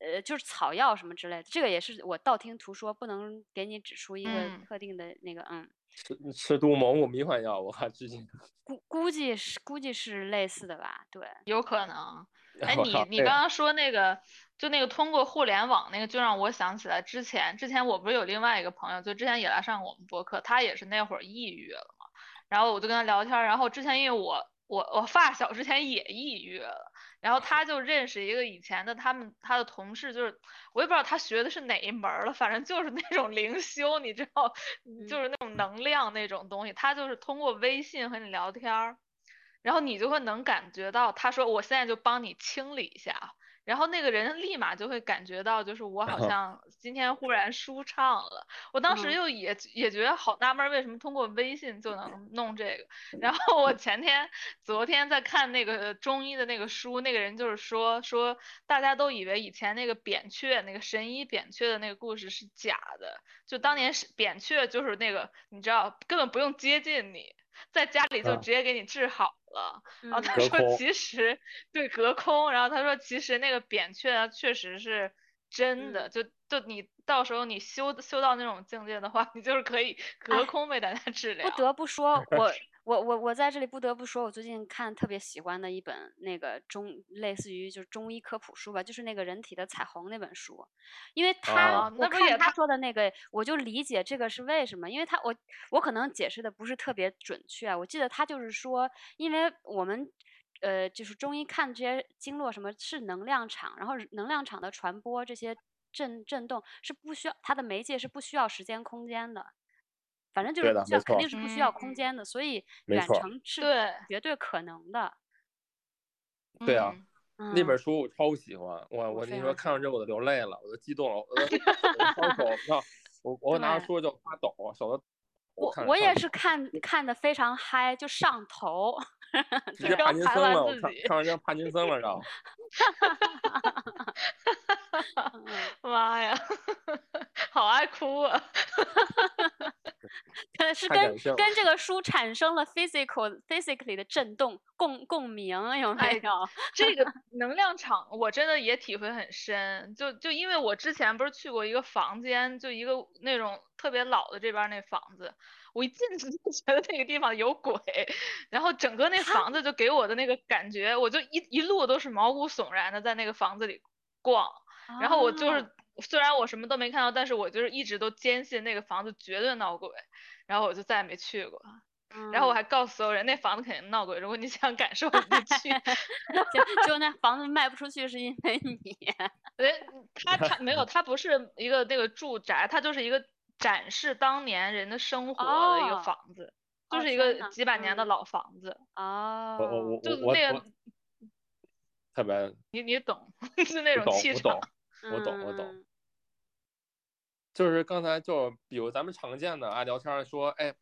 [SPEAKER 3] 呃，就是草药什么之类的。这个也是我道听途说，不能给你指出一个
[SPEAKER 2] 嗯
[SPEAKER 3] 特定的那个嗯。
[SPEAKER 1] 吃吃毒蘑菇迷幻药，我靠，最近
[SPEAKER 3] 估估计是估计是类似的吧，对，
[SPEAKER 2] 有 可能。哎，
[SPEAKER 1] 我
[SPEAKER 2] 你
[SPEAKER 1] 靠
[SPEAKER 2] 你
[SPEAKER 1] 这个
[SPEAKER 2] 刚刚说那个，就那个通过互联网那个，就让我想起来之前，之前我不是有另外一个朋友，就之前也来上过我们播客，他也是那会儿抑郁了嘛，然后我就跟他聊天儿，然后之前因为我我我发小之前也抑郁了，然后他就认识一个以前的他们他的同事，就是我也不知道他学的是哪一门儿了，反正就是那种灵修，你知道，嗯就是那种能量那种东西，他就是通过微信和你聊天儿。然后你就会能感觉到，他说我现在就帮你清理一下，然后那个人立马就会感觉到，就是我好像今天忽然舒畅了。我当时
[SPEAKER 3] 嗯
[SPEAKER 2] 又也也觉得好纳闷儿，为什么通过微信就能弄这个？然后我前天、昨天在看那个中医的那个书，那个人就是说说大家都以为以前那个扁鹊那个神医扁鹊的那个故事是假的，就当年是扁鹊就是那个你知道根本不用接近你，在家里就
[SPEAKER 1] 啊
[SPEAKER 2] 直接给你治好了。然后
[SPEAKER 3] 嗯
[SPEAKER 2] 哦他
[SPEAKER 1] 隔
[SPEAKER 2] 说
[SPEAKER 1] 空
[SPEAKER 2] 其实对隔空，然后他说其实那个扁鹊啊确实是真
[SPEAKER 1] 嗯
[SPEAKER 2] 的，就就你到时候你修修到那种境界的话，你 就是可以
[SPEAKER 3] 哎
[SPEAKER 2] 隔空为大家治疗
[SPEAKER 3] 不。得不说，我我我我在这里不得不说，我最近看特别喜欢的一本那个中类似于就是中医科普书吧，就是那个人体的彩虹那本书，因为他、
[SPEAKER 1] 哦
[SPEAKER 2] 那
[SPEAKER 3] 我
[SPEAKER 2] 不是也
[SPEAKER 3] 看他
[SPEAKER 2] 他
[SPEAKER 3] 说的那个，我就理解这个是为什么，因为他我我可能解释的不是特别准确啊，我记得他就是说，因为我们。呃，就是中医看这些经络什么是能量场，然后能量场的传播这些震震动是不需要它的媒介是不需要时间空间的，反正就
[SPEAKER 1] 对
[SPEAKER 3] 是
[SPEAKER 1] 的
[SPEAKER 3] 不需要
[SPEAKER 1] 没
[SPEAKER 3] 肯
[SPEAKER 1] 错
[SPEAKER 3] 定是不需要空
[SPEAKER 2] 嗯
[SPEAKER 3] 间的，所以
[SPEAKER 1] 没
[SPEAKER 3] 远
[SPEAKER 1] 错
[SPEAKER 3] 程是
[SPEAKER 2] 对
[SPEAKER 3] 绝对可能的。
[SPEAKER 1] 对啊
[SPEAKER 2] 嗯
[SPEAKER 1] 那本
[SPEAKER 3] 嗯
[SPEAKER 1] 书我超喜欢，我
[SPEAKER 3] 我
[SPEAKER 1] 我
[SPEAKER 3] 非
[SPEAKER 1] 跟你
[SPEAKER 3] 常
[SPEAKER 1] 说
[SPEAKER 3] 喜
[SPEAKER 1] 看完之后我都流泪了，我都激动了，我都我的双手，你知道，我我拿着
[SPEAKER 3] 对
[SPEAKER 1] 书就发抖，手都
[SPEAKER 3] 我
[SPEAKER 1] 看着
[SPEAKER 3] 我
[SPEAKER 1] 上
[SPEAKER 3] 也
[SPEAKER 1] 头
[SPEAKER 3] 是看看的非常嗨，就上头。
[SPEAKER 1] 直接
[SPEAKER 2] 刚
[SPEAKER 1] 帕金
[SPEAKER 2] 排
[SPEAKER 1] 森
[SPEAKER 2] 完
[SPEAKER 1] 了，我
[SPEAKER 2] 自
[SPEAKER 1] 看
[SPEAKER 2] 己
[SPEAKER 1] 看完之后帕金森了，知道吗？
[SPEAKER 3] 嗯
[SPEAKER 2] 妈呀， 好爱哭啊！
[SPEAKER 3] 嗯是
[SPEAKER 1] 太
[SPEAKER 3] 跟
[SPEAKER 1] 感性
[SPEAKER 3] 跟这个书产生了 physical physically 的震动共共鸣，有
[SPEAKER 2] 哎
[SPEAKER 3] 没有？
[SPEAKER 2] 这个能量场我真的也体会很深，就就因为我之前不是去过一个房间，就一个那种特别老的这边儿那房子，我一进去就 觉得那个地方有鬼，然后整个那房子就给我的那个感觉，我就一一路都是毛骨悚然的在那个房子里逛，然后我就是
[SPEAKER 3] 啊
[SPEAKER 2] 虽然我什么都没看到，但是我就是一直都坚信那个房子绝对闹鬼，然后我就再也没去过。然
[SPEAKER 3] 嗯
[SPEAKER 2] 后我还告诉所有人，那房子肯定闹鬼，如果你想感受，你就去。
[SPEAKER 3] 就就那房子卖不出去是因为你，
[SPEAKER 2] 人他他没有，他不是一个那个住宅，他就是一个展示当年人的生活的一个
[SPEAKER 3] 哦
[SPEAKER 2] 房子，
[SPEAKER 3] 哦
[SPEAKER 2] 就是一
[SPEAKER 3] 天
[SPEAKER 2] 个
[SPEAKER 3] 呐
[SPEAKER 2] 几百年的
[SPEAKER 3] 嗯
[SPEAKER 2] 老房子，
[SPEAKER 3] 哦，
[SPEAKER 1] 我我我
[SPEAKER 2] 嗯就
[SPEAKER 1] 我
[SPEAKER 2] 那
[SPEAKER 1] 我
[SPEAKER 2] 个
[SPEAKER 1] 特别
[SPEAKER 2] 你你懂， 就那
[SPEAKER 1] 我懂
[SPEAKER 2] 种气
[SPEAKER 1] 我
[SPEAKER 2] 场
[SPEAKER 1] 懂。，我懂我懂
[SPEAKER 3] 嗯
[SPEAKER 1] 就是刚才就比如咱们常见的啊，聊天儿说，哎，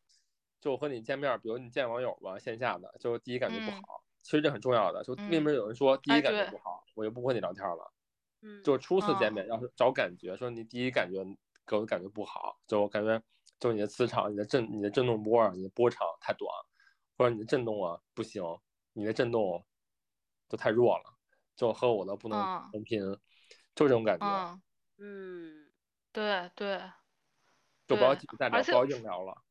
[SPEAKER 1] 就我和你见面儿，比如你见网友吧，线下的，就第一感觉不
[SPEAKER 2] 嗯
[SPEAKER 1] 好，其实这很重要的。就为什么有人说第
[SPEAKER 2] 哎
[SPEAKER 1] 一感觉
[SPEAKER 2] 对
[SPEAKER 1] 不好，我就不和你聊天儿了。
[SPEAKER 3] 嗯，
[SPEAKER 1] 就初次见
[SPEAKER 2] 嗯
[SPEAKER 1] 面，要是找感觉，说你第一感觉给我的感觉不好，就我感觉就你的磁场、你的振、你的振动波儿、你的波长太短，或者你的震动啊不行，你的震动就太弱了，就和我的不能
[SPEAKER 2] 嗯
[SPEAKER 1] 同频，就这种感觉，
[SPEAKER 2] 嗯，
[SPEAKER 3] 嗯，
[SPEAKER 2] 对对。
[SPEAKER 1] 就不要
[SPEAKER 2] 对
[SPEAKER 1] 继续再
[SPEAKER 2] 而
[SPEAKER 1] 聊，不
[SPEAKER 2] 且
[SPEAKER 1] 要硬聊了。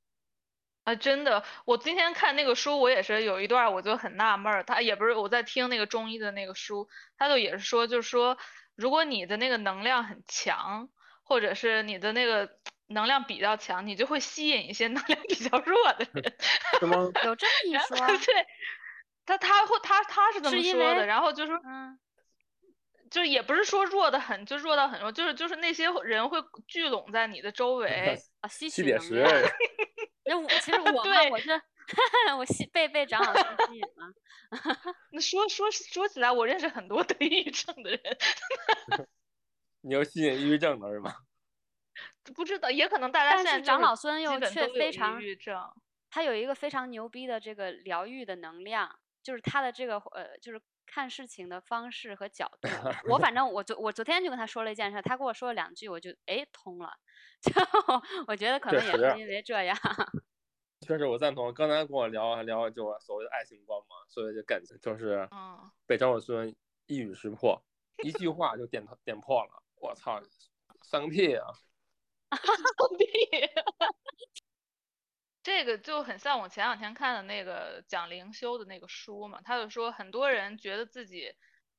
[SPEAKER 2] 啊，真的，我今天看那个书，我也是有一段儿我就很纳闷儿，他也不是我在听那个中医的那个书，他就也是说，就是说，如果你的那个能量很强，或者是你的那个能量比较强，你就会吸引一些能量比较弱的人。
[SPEAKER 1] 是吗？
[SPEAKER 3] 嗯有这么一
[SPEAKER 2] 然后
[SPEAKER 3] 说，
[SPEAKER 2] 对，他他会他他是这
[SPEAKER 3] 是
[SPEAKER 2] 么
[SPEAKER 3] 因
[SPEAKER 2] 说的，
[SPEAKER 3] 为
[SPEAKER 2] 然后就说
[SPEAKER 3] 嗯，
[SPEAKER 2] 就也不是说弱的很，就弱到很弱，就是就是那些人会聚拢在你的周围。
[SPEAKER 3] 啊，吸
[SPEAKER 1] 吸
[SPEAKER 3] 取
[SPEAKER 1] 铁
[SPEAKER 3] 能
[SPEAKER 1] 石
[SPEAKER 3] 量。，那我其实我嘛，
[SPEAKER 2] 对
[SPEAKER 3] 我是 我吸被被长老师吸引了，
[SPEAKER 2] 那说说说起来，我认识很多得抑郁症的人。
[SPEAKER 1] 你又吸引抑郁症了是吗？
[SPEAKER 2] 不知道，也可能大家
[SPEAKER 3] 但
[SPEAKER 2] 现在
[SPEAKER 3] 是
[SPEAKER 2] 就
[SPEAKER 3] 长
[SPEAKER 2] 是
[SPEAKER 3] 老孙
[SPEAKER 2] 基
[SPEAKER 3] 又
[SPEAKER 2] 本
[SPEAKER 3] 却
[SPEAKER 2] 都有
[SPEAKER 3] 非
[SPEAKER 2] 抑
[SPEAKER 3] 常
[SPEAKER 2] 郁症，
[SPEAKER 3] 他有一个非常牛逼的这个疗愈的能量，就是他的这个呃，就是看事情的方式和角度。我反正我昨我昨天就跟他说了一件事儿，他跟我说了两句，我就诶通了。 就我觉得可
[SPEAKER 1] 确
[SPEAKER 3] 能也
[SPEAKER 1] 实
[SPEAKER 3] 是因为这样，
[SPEAKER 1] 确实，我赞同。刚才跟我聊聊就我所谓的爱情观嘛，所以就感觉就是
[SPEAKER 2] 嗯，
[SPEAKER 1] 被张若孙一语识破，一句话就点头点破了。我操，算个屁啊！
[SPEAKER 2] 放屁。 这个就很像我前两天看的那个讲灵修的那个书嘛，他就说很多人觉得自己，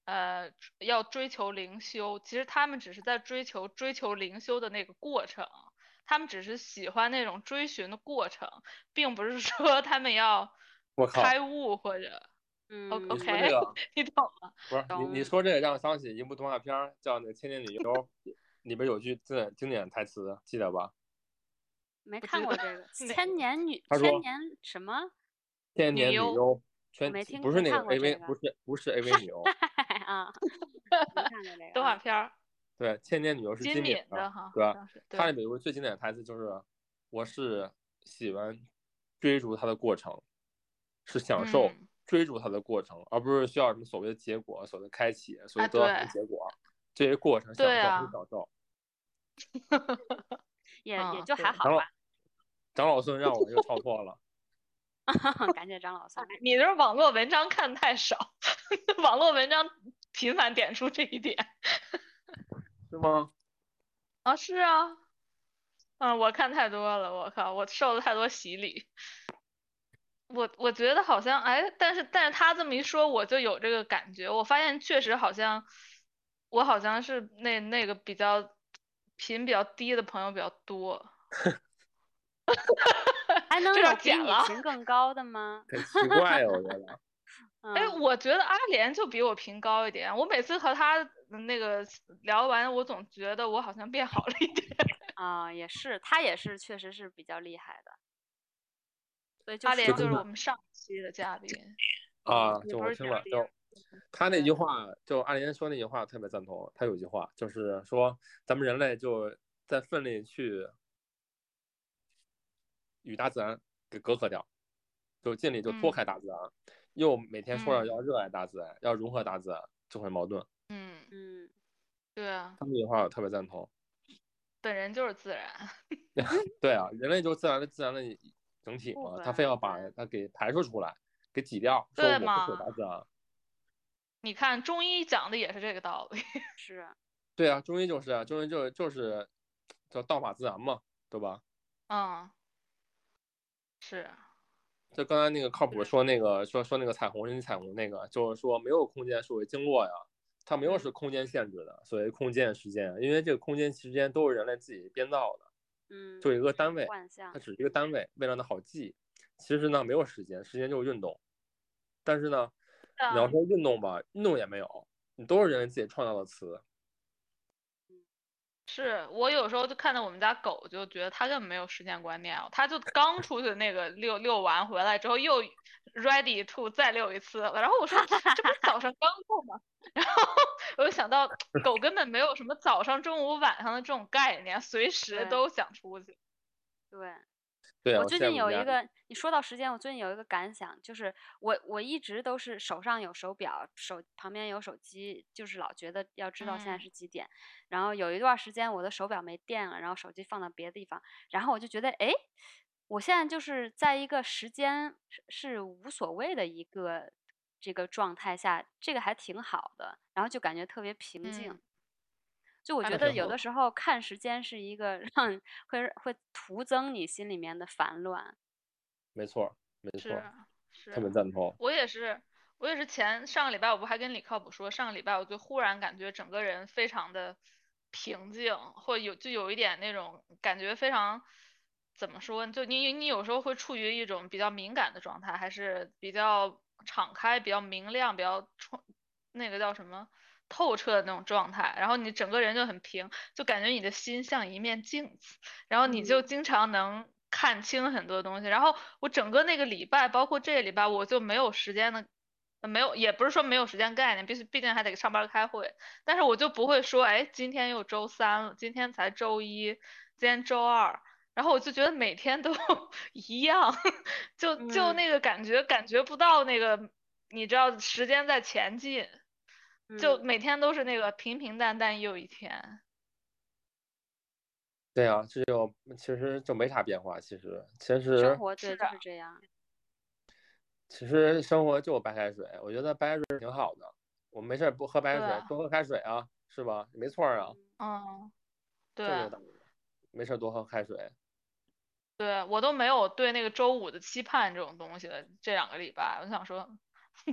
[SPEAKER 2] 呃，要追求灵修，其实他们只是在追求追求灵修的那个过程，他们只是喜欢那种追寻的过程，并不是说他们要
[SPEAKER 1] 我靠，
[SPEAKER 2] 开悟或者
[SPEAKER 3] 嗯
[SPEAKER 2] O
[SPEAKER 1] 你说
[SPEAKER 2] OK
[SPEAKER 1] 这个
[SPEAKER 2] 你懂吗？
[SPEAKER 1] 不是你你
[SPEAKER 3] 懂
[SPEAKER 1] 说这个让我想起一部动画片儿叫那《千年女优》，里边有句经典经典台词，记得吧？
[SPEAKER 3] 没
[SPEAKER 2] 不
[SPEAKER 3] 看
[SPEAKER 2] 知
[SPEAKER 3] 过
[SPEAKER 2] 道
[SPEAKER 3] 这个
[SPEAKER 2] 哪
[SPEAKER 3] 千年女
[SPEAKER 1] 他
[SPEAKER 3] 千
[SPEAKER 1] 说
[SPEAKER 3] 年什么？
[SPEAKER 1] 千年女
[SPEAKER 2] 优
[SPEAKER 1] 优，全
[SPEAKER 3] 没听
[SPEAKER 1] 不是
[SPEAKER 3] 没
[SPEAKER 1] 那个
[SPEAKER 3] 看过
[SPEAKER 1] AV，、
[SPEAKER 3] 这个
[SPEAKER 1] 不是不是 AV 女优，
[SPEAKER 3] 啊，没看过这个
[SPEAKER 2] 动画
[SPEAKER 3] 啊
[SPEAKER 2] 片儿，
[SPEAKER 1] 对，千年女优是
[SPEAKER 2] 金
[SPEAKER 1] 敏
[SPEAKER 2] 敏的哈，
[SPEAKER 1] 对吧啊
[SPEAKER 2] 好像是对
[SPEAKER 1] 它里面有个最经典的台词就是：“我是喜欢追逐它的过程，是享受
[SPEAKER 2] 嗯
[SPEAKER 1] 追逐它的过程，而不是需要什么所谓的结果、所谓的开启、所
[SPEAKER 2] 啊
[SPEAKER 1] 谓得到什么
[SPEAKER 2] 对
[SPEAKER 1] 结果。这些过程享
[SPEAKER 2] 对
[SPEAKER 1] 受
[SPEAKER 2] 啊
[SPEAKER 1] 不享受。
[SPEAKER 3] 也也
[SPEAKER 2] 嗯
[SPEAKER 3] 就还
[SPEAKER 2] 对
[SPEAKER 1] 长
[SPEAKER 3] 好
[SPEAKER 1] 老
[SPEAKER 3] 吧，
[SPEAKER 1] 长老孙让我又超脱了，
[SPEAKER 3] 感谢张老师。
[SPEAKER 2] 你这网络文章看太少， 网络文章频繁点出这一点
[SPEAKER 1] 是吗？
[SPEAKER 2] 啊，是啊，嗯，我看太多了，我靠，我受了太多洗礼，我我觉得好像哎，但是但是他这么一说，我就有这个感觉，我发现确实好像我好像是那那个比较频比较低的朋友比较多，
[SPEAKER 3] 还 能
[SPEAKER 2] 这
[SPEAKER 3] 有
[SPEAKER 2] 段
[SPEAKER 3] 比
[SPEAKER 2] 剪
[SPEAKER 3] 你
[SPEAKER 2] 了
[SPEAKER 3] 频更高的吗？
[SPEAKER 1] 很奇怪哦呀、我觉 得。
[SPEAKER 2] 哎，
[SPEAKER 3] 嗯
[SPEAKER 2] 我觉得阿莲就比我频高一点。我每次和她那个聊完，我总觉得我好像变好了一点。
[SPEAKER 3] 啊，也是，他也是，确实是比较厉害的。所以就
[SPEAKER 2] 阿
[SPEAKER 3] 是
[SPEAKER 2] 莲
[SPEAKER 1] 就
[SPEAKER 2] 就是
[SPEAKER 1] 跟
[SPEAKER 2] 我们上期的嘉宾，嗯
[SPEAKER 1] 啊，
[SPEAKER 2] 也
[SPEAKER 1] 就
[SPEAKER 2] 不
[SPEAKER 1] 我
[SPEAKER 2] 是
[SPEAKER 1] 听
[SPEAKER 2] 家
[SPEAKER 1] 了，
[SPEAKER 2] 里
[SPEAKER 1] 就
[SPEAKER 2] 人
[SPEAKER 1] 他那
[SPEAKER 2] 对
[SPEAKER 1] 句话，就阿莲说那句话，我特别赞同。他有一句话，就是说咱们人类就在奋力去与大自然给隔阂掉，就尽力就脱开
[SPEAKER 2] 嗯
[SPEAKER 1] 大自然，又每天说着
[SPEAKER 2] 嗯
[SPEAKER 1] 要热爱大自然，要融合大自然，就会矛盾。
[SPEAKER 2] 嗯，
[SPEAKER 3] 嗯，
[SPEAKER 2] 对啊，
[SPEAKER 1] 他那句话我特别赞同。
[SPEAKER 2] 本人就是自然。
[SPEAKER 1] 对啊，人类就自然的自然的一整体
[SPEAKER 3] 部
[SPEAKER 1] 嘛，他
[SPEAKER 3] 分
[SPEAKER 1] 非要
[SPEAKER 3] 对
[SPEAKER 1] 把它给排除出来，给挤掉，说
[SPEAKER 2] 对
[SPEAKER 1] 我不属于
[SPEAKER 2] 嘛
[SPEAKER 1] 大自然。
[SPEAKER 2] 你看中医讲的也是这个道理。
[SPEAKER 3] 是，
[SPEAKER 1] 对啊，中医就是啊，中医就就是叫道法自然嘛，对吧？
[SPEAKER 2] 嗯，是，
[SPEAKER 1] 就刚才那个靠谱
[SPEAKER 2] 对
[SPEAKER 1] 说那个说说那个彩虹人体彩虹那个，就是说没有空间是为经络呀，它
[SPEAKER 2] 嗯
[SPEAKER 1] 没有是空间限制的，所谓空间时间，啊因为这个空间时间都是人类自己编造的，
[SPEAKER 3] 嗯，
[SPEAKER 1] 就有一个单位，
[SPEAKER 3] 幻象
[SPEAKER 1] 它，只是一个单位，为了让它好记，其实呢没有时间，时间就是运动。但是呢，
[SPEAKER 2] 啊
[SPEAKER 3] 嗯
[SPEAKER 1] 你要说运动吧，运动也没有，你都是人类自己创造的词。
[SPEAKER 2] 是我有时候就看到我们家狗，就觉得它根本没有时间观念啊，它就刚出去那个遛遛完回来之后又 ready to 再遛一次，然后我说这不是早上刚够吗？ 然后我就想到狗根本没有什么早上、中午、晚上的这种概念，随时
[SPEAKER 3] 对
[SPEAKER 2] 都想出去。
[SPEAKER 3] 对，
[SPEAKER 1] 对啊，
[SPEAKER 3] 我最近
[SPEAKER 1] 羡慕
[SPEAKER 3] 有
[SPEAKER 1] 你
[SPEAKER 3] 一
[SPEAKER 1] 家
[SPEAKER 3] 个，你说到时间，我最近有一个感想，就是我我一直都是手上有手表，手旁边有手机，就是老觉得要知道现在
[SPEAKER 2] 嗯
[SPEAKER 3] 是几点。然后有一段时间我的手表没电了，然后手机放到别的地方，然后我就觉得，哎，我现在就是在一个时间是是无所谓的一个这个状态下，这个还挺好的，然后就感觉特别平静。
[SPEAKER 2] 嗯
[SPEAKER 3] 就我
[SPEAKER 2] 还
[SPEAKER 3] 觉
[SPEAKER 1] 挺
[SPEAKER 3] 得有
[SPEAKER 1] 好
[SPEAKER 3] 的
[SPEAKER 1] 的
[SPEAKER 3] 时候看时间是一个 让会会徒增你心里面的烦乱。
[SPEAKER 1] 没错儿，没错
[SPEAKER 2] 是啊
[SPEAKER 1] 儿，
[SPEAKER 2] 是，
[SPEAKER 1] 特别赞同。
[SPEAKER 2] 我也是，我也是前上个礼拜我不还跟李靠谱说，上个礼拜我就忽然感觉整个人非常的平静，或有就有一点那种感觉非常怎么说呢，就你你有时候会处于一种比较敏感的状态，还是比较敞开、比较明亮、比较冲那个叫什么透彻的那种状态，然后你整个人就很平，就感觉你的心像一面镜子。然后你就
[SPEAKER 3] 嗯
[SPEAKER 2] 经常能看清很多东西。然后我整个那个礼拜，包括这个礼拜，我就没有时间的，呃没有，也不是说没有时间概念，毕竟毕竟还得上班儿开会。但是我就不会说，哎，今天又周三了，今天才周一，今天周二。然后我就觉得每天都 一样，就就
[SPEAKER 3] 嗯
[SPEAKER 2] 那个感觉，感觉不到那个，你知道时间在前进，就
[SPEAKER 3] 嗯
[SPEAKER 2] 每天都是那个平平淡淡又一天。
[SPEAKER 1] 对啊，这就其实就没啥变化。其实，其实
[SPEAKER 3] 生活对
[SPEAKER 2] 是
[SPEAKER 3] 就
[SPEAKER 2] 的
[SPEAKER 3] 是这 样，，
[SPEAKER 1] 其实生活就白开水，我觉得白开水挺好的。我们没事儿不喝白开
[SPEAKER 2] 对
[SPEAKER 1] 水，多喝开水啊，是吧？没错儿啊，
[SPEAKER 2] 嗯，对。
[SPEAKER 1] 这么有道理。没事儿多喝开水，
[SPEAKER 2] 对，我都没有对那个周五的期盼这种东西了。这两个礼拜，我想说，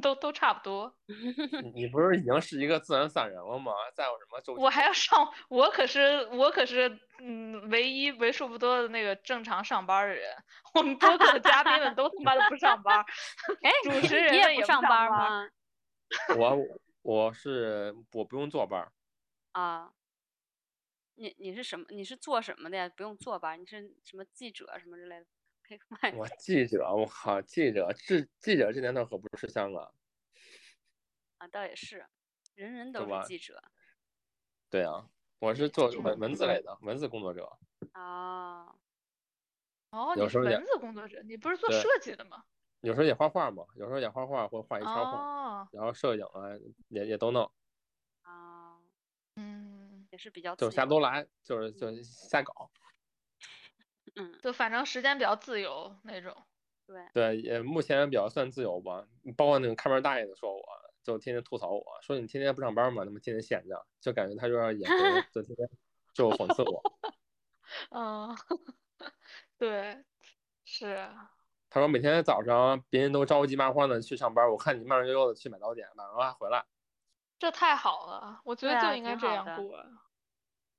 [SPEAKER 2] 都都差不多。
[SPEAKER 1] 你你不是已经是一个自然散人了吗？再有什么周期？
[SPEAKER 2] 我还要上，我可是我可是嗯，唯一为数不多的那个正常上班儿的人。我们播客的嘉宾们都他妈的不 上班儿
[SPEAKER 3] 哎
[SPEAKER 2] 主
[SPEAKER 3] 你
[SPEAKER 2] 持人
[SPEAKER 3] 你
[SPEAKER 2] 们也
[SPEAKER 3] 也不
[SPEAKER 2] 不
[SPEAKER 3] 上
[SPEAKER 2] 班
[SPEAKER 3] 班
[SPEAKER 2] 儿
[SPEAKER 3] 儿？吗？
[SPEAKER 1] 我我是我不用坐班儿，
[SPEAKER 3] 啊，你你是什么？你是做什么的呀？不用坐班儿，你是什么记者什么之类的？可以卖
[SPEAKER 1] 我记者，我靠，记者这记者这年头可不是香港。
[SPEAKER 3] 啊，倒也是，人人
[SPEAKER 1] 对
[SPEAKER 3] 都
[SPEAKER 1] 吧
[SPEAKER 3] 是记者
[SPEAKER 1] 对啊，我是做文
[SPEAKER 2] 嗯
[SPEAKER 1] 文字类的，文字工作者。
[SPEAKER 3] 啊。
[SPEAKER 2] 哦，
[SPEAKER 1] 有时
[SPEAKER 2] 你是
[SPEAKER 1] 候也
[SPEAKER 2] 文字工作者，你不是做
[SPEAKER 1] 对
[SPEAKER 2] 设计的吗？
[SPEAKER 1] 有时候也画画嘛，有时候也画画或画一插画，
[SPEAKER 2] 哦，
[SPEAKER 1] 然后摄影啊也也都弄，
[SPEAKER 3] 啊，
[SPEAKER 2] 嗯，
[SPEAKER 3] 也是比较
[SPEAKER 1] 就
[SPEAKER 3] 自
[SPEAKER 1] 瞎
[SPEAKER 3] 由
[SPEAKER 1] 都来，就是就是瞎搞。
[SPEAKER 3] 嗯，
[SPEAKER 2] 就反正时间比较自由那种。
[SPEAKER 3] 对，
[SPEAKER 1] 对，也目前比较算自由吧。包括那个看门大爷的说我，就天天吐槽我说你天天不上班嘛，那么天天闲着，就感觉他有点眼红，就天天就讽刺我。
[SPEAKER 2] 嗯， 对，是。
[SPEAKER 1] 他说每天早上别人都着急忙慌的去上班，我看你慢慢悠悠的去买早点，买完了还回来。
[SPEAKER 2] 这太好了，我觉
[SPEAKER 3] 对
[SPEAKER 2] 得就
[SPEAKER 3] 啊
[SPEAKER 2] 应该
[SPEAKER 3] 挺
[SPEAKER 2] 这
[SPEAKER 3] 好
[SPEAKER 2] 样
[SPEAKER 3] 的
[SPEAKER 2] 过。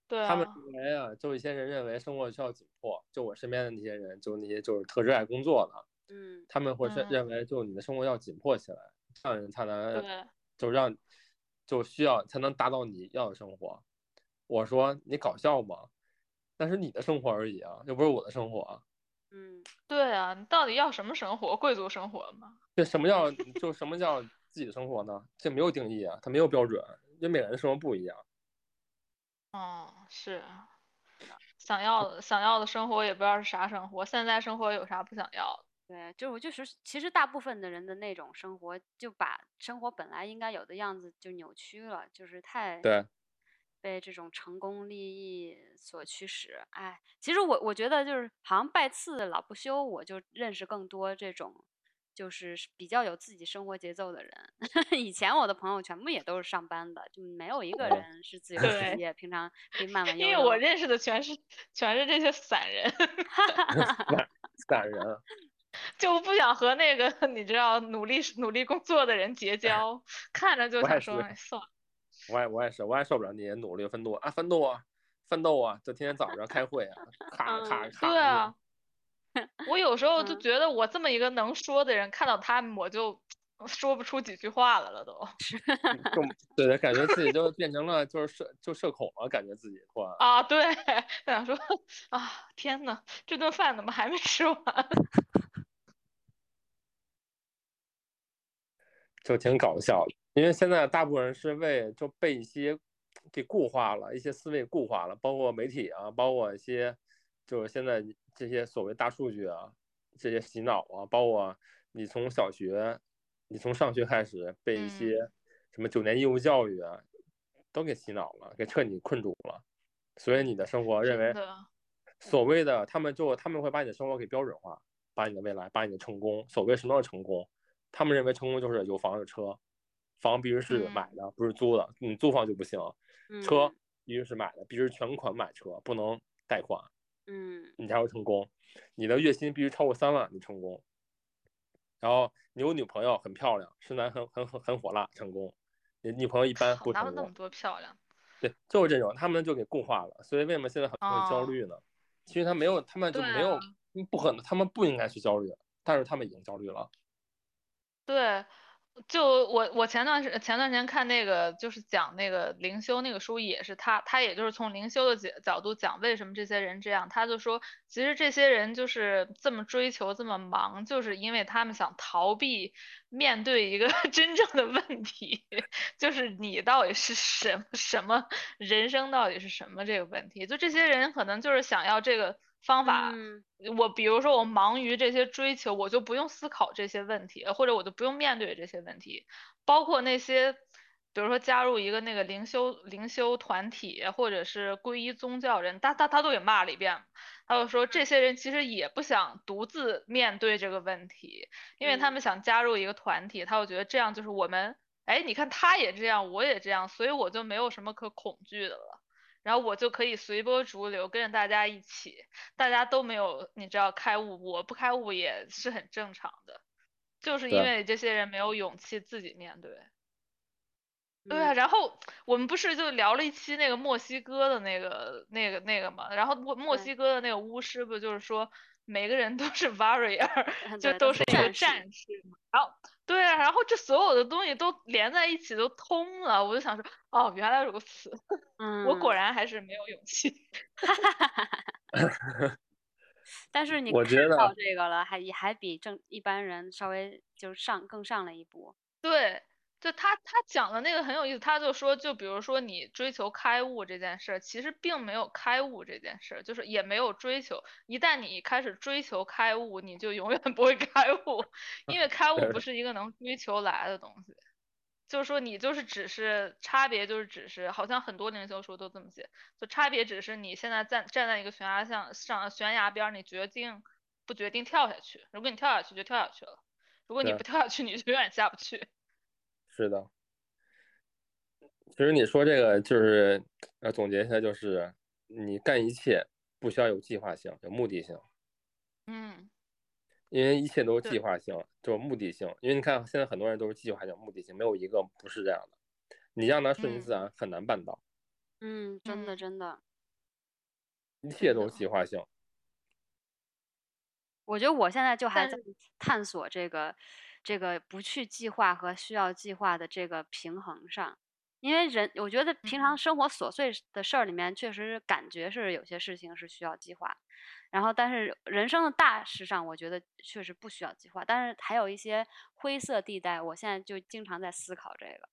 [SPEAKER 2] 对
[SPEAKER 1] 他们
[SPEAKER 2] 啊，
[SPEAKER 1] 认为啊，就一些人认为生活需要紧迫，就我身边的那些人，就那些就是特热爱工作的，
[SPEAKER 3] 嗯
[SPEAKER 1] 他们会是
[SPEAKER 2] 嗯
[SPEAKER 1] 认为就你的生活要紧迫起来，这样才能
[SPEAKER 2] 对，
[SPEAKER 1] 就让就需要才能达到你要的生活。我说你搞笑吗？那是你的生活而已啊，又不是我的生活啊。
[SPEAKER 3] 嗯，
[SPEAKER 2] 对啊，你到底要什么生活？贵族生活吗？
[SPEAKER 1] 这什么叫就什么叫自己的生活呢？这没有定义啊，它没有标准，因为每个人的生活不一样。
[SPEAKER 2] 嗯，是。想要的想要的生活也不知道是啥生活，现在生活有啥不想要的？
[SPEAKER 3] 对，就我就是其实大部分的人的那种生活，就把生活本来应该有的样子就扭曲了，就是太
[SPEAKER 1] 对，
[SPEAKER 3] 被这种成功利益所驱使。哎，其实我我觉得就是好像拜次老不休，我就认识更多这种就是是比较有自己生活节奏的人。 以前我的朋友全部也都是上班的，就没有一个
[SPEAKER 1] 哦
[SPEAKER 3] 人 是自由职
[SPEAKER 2] 对
[SPEAKER 3] 业，平常 可以慢慢悠
[SPEAKER 2] 因
[SPEAKER 3] 悠。
[SPEAKER 2] 为我认识的全是全是这些散人，
[SPEAKER 1] 感人啊。
[SPEAKER 2] 就不想和那个 你知道努力努力工作的人结交，看着就
[SPEAKER 1] 我也
[SPEAKER 2] 想说，
[SPEAKER 1] 是
[SPEAKER 2] 哎，算了。
[SPEAKER 1] 我也我也是，我也受不了那些努力奋斗啊，奋斗啊，奋斗啊，就天天早上开会啊，咔咔
[SPEAKER 3] 嗯
[SPEAKER 1] 咔。
[SPEAKER 2] 对啊， 我有时候就
[SPEAKER 3] 嗯
[SPEAKER 2] 觉得我这么一个能说的人，看到他们我就呃说不出几句话来了都。
[SPEAKER 1] 更对的，感觉自己就变成了就是社就社恐了，感觉自己突然。
[SPEAKER 2] 啊，对，想说啊，天呐，这顿饭怎么还没吃完？
[SPEAKER 1] 就挺搞笑的，因为现在大部分人是为就被一些给固化了，一些思维固化了，包括媒体啊，包括一些就是现在这些所谓大数据啊，这些洗脑啊，包括你从小学，你从上学开始被一
[SPEAKER 2] 嗯
[SPEAKER 1] 些什么九年义务教育啊，都给洗脑了，给彻底困住了，所以你的生活认
[SPEAKER 2] 真
[SPEAKER 1] 为
[SPEAKER 2] 的，嗯
[SPEAKER 1] 所谓的他们就他们会把你的生活给标准化，把你的未来，把你的成功，所谓什么叫成功？他们认为成功就是有房有车，房必须是
[SPEAKER 2] 嗯
[SPEAKER 1] 买的，不是租的，你租房就不行，
[SPEAKER 3] 嗯
[SPEAKER 1] 车必须是买的，必须是全款买车，不能贷款，
[SPEAKER 3] 嗯
[SPEAKER 1] 你才会成功。你的月薪必须超过三万，你成功。然后你有女朋友很漂亮，身材很很很很火辣，成功。你女朋友一般
[SPEAKER 2] 靠
[SPEAKER 1] 不
[SPEAKER 2] 哪有
[SPEAKER 1] 成
[SPEAKER 2] 那
[SPEAKER 1] 功
[SPEAKER 2] 么。多漂亮？
[SPEAKER 1] 对，就是这种，他们就给固化了。所以为什么现在很多人焦
[SPEAKER 2] 哦
[SPEAKER 1] 虑呢？其实他没有，他们就
[SPEAKER 2] 对
[SPEAKER 1] 没有嗯
[SPEAKER 2] 啊，
[SPEAKER 1] 不可能，他们不应该去焦虑，但是他们已经焦虑了。
[SPEAKER 2] 对，就我我前段时前段时间看那个就是讲那个灵修那个书也是他他也就是从灵修的角角度讲为什么这些人这样，他就说其实这些人就是这么追求这么忙，就是因为他们想逃避面对一个 真正的问题，就是你到底是什么什么人生到底是什么这个问题，就这些人可能就是想要这个方法。
[SPEAKER 3] 嗯
[SPEAKER 2] 我比如说我忙于这些追求，我就不用思考这些问题，呃或者我就不用面对这些问题，包括那些，比如说加入一个那个灵修灵修团体，或者是皈依宗教人，他他他都给骂了一遍，他就说这些人其实也不想独自面对这个问题，因为他
[SPEAKER 3] 嗯
[SPEAKER 2] 们想加入一个团体，他就觉得这样就是我们，哎，你看他也这样，我也这样，所以我就没有什么可恐惧的了。然后我就可以随波逐流，跟着大家一起，大家都没有，你知道开悟，我不开悟也是很正常的，就是
[SPEAKER 1] 对
[SPEAKER 2] 因为这些人没有勇气自己面对。对啊，
[SPEAKER 3] 嗯
[SPEAKER 2] 然后我们不是就聊了一期那个墨西哥的那个、那个、那个嘛，然后墨墨
[SPEAKER 3] 对
[SPEAKER 2] 西哥的那个巫师不就是说每个人都是 warrior，就
[SPEAKER 3] 对
[SPEAKER 2] 都
[SPEAKER 3] 是
[SPEAKER 2] 是一个
[SPEAKER 3] 战士
[SPEAKER 2] 战士嘛。然后对啊，然后这所有的东西都连在一起都通了，我就想说，哦，原来如此，我果
[SPEAKER 3] 嗯
[SPEAKER 2] 然还是没有勇气。
[SPEAKER 3] 但是你
[SPEAKER 1] 我觉
[SPEAKER 3] 看
[SPEAKER 1] 得
[SPEAKER 3] 到这个了，还也还比正一般人稍微就是上更上了一步。
[SPEAKER 2] 对，就他他讲的那个很有意思，他就说，就比如说你追求开悟这件事儿，其实并没有开悟这件事儿，就是也没有追求。一旦你开始追求开悟，你就永远不会开悟，因为开悟不是一个能追求来的东西。就是说，你就是只是差别，就是只是，好像很多灵修书都这么写，就差别只是你现在站站在一个悬崖上上悬崖边儿，你决定不决定跳下去？如果你跳下去，就跳下去了；如果你
[SPEAKER 1] 对
[SPEAKER 2] 不跳下去，你就永远下不去。
[SPEAKER 1] 是的。其实你说这个就是，呃，总结一下就是，你干一切不需要有计划性，有目的性，
[SPEAKER 2] 嗯，
[SPEAKER 1] 因为一切都是
[SPEAKER 2] 对
[SPEAKER 1] 计划性，就是目的性。因为你看现在很多人都是计划性、目的性，没有一个不是这样的。你让它顺其自然很难办到，
[SPEAKER 3] 嗯，真的
[SPEAKER 2] 嗯
[SPEAKER 3] 真的，
[SPEAKER 1] 一切
[SPEAKER 2] 真
[SPEAKER 1] 都
[SPEAKER 2] 的
[SPEAKER 1] 是计划性。
[SPEAKER 3] 嗯我觉得我现在就还
[SPEAKER 2] 但
[SPEAKER 3] 在探索这个这个不去计划和需要计划的这个平衡上，因为人我觉得平常
[SPEAKER 2] 嗯
[SPEAKER 3] 生活琐碎的事儿里面，确实感觉是有些事情是需要计划，然后但是人生的大事上，我觉得确实不需要计划，但是还有一些灰色地带，我现在就经常在思考这个，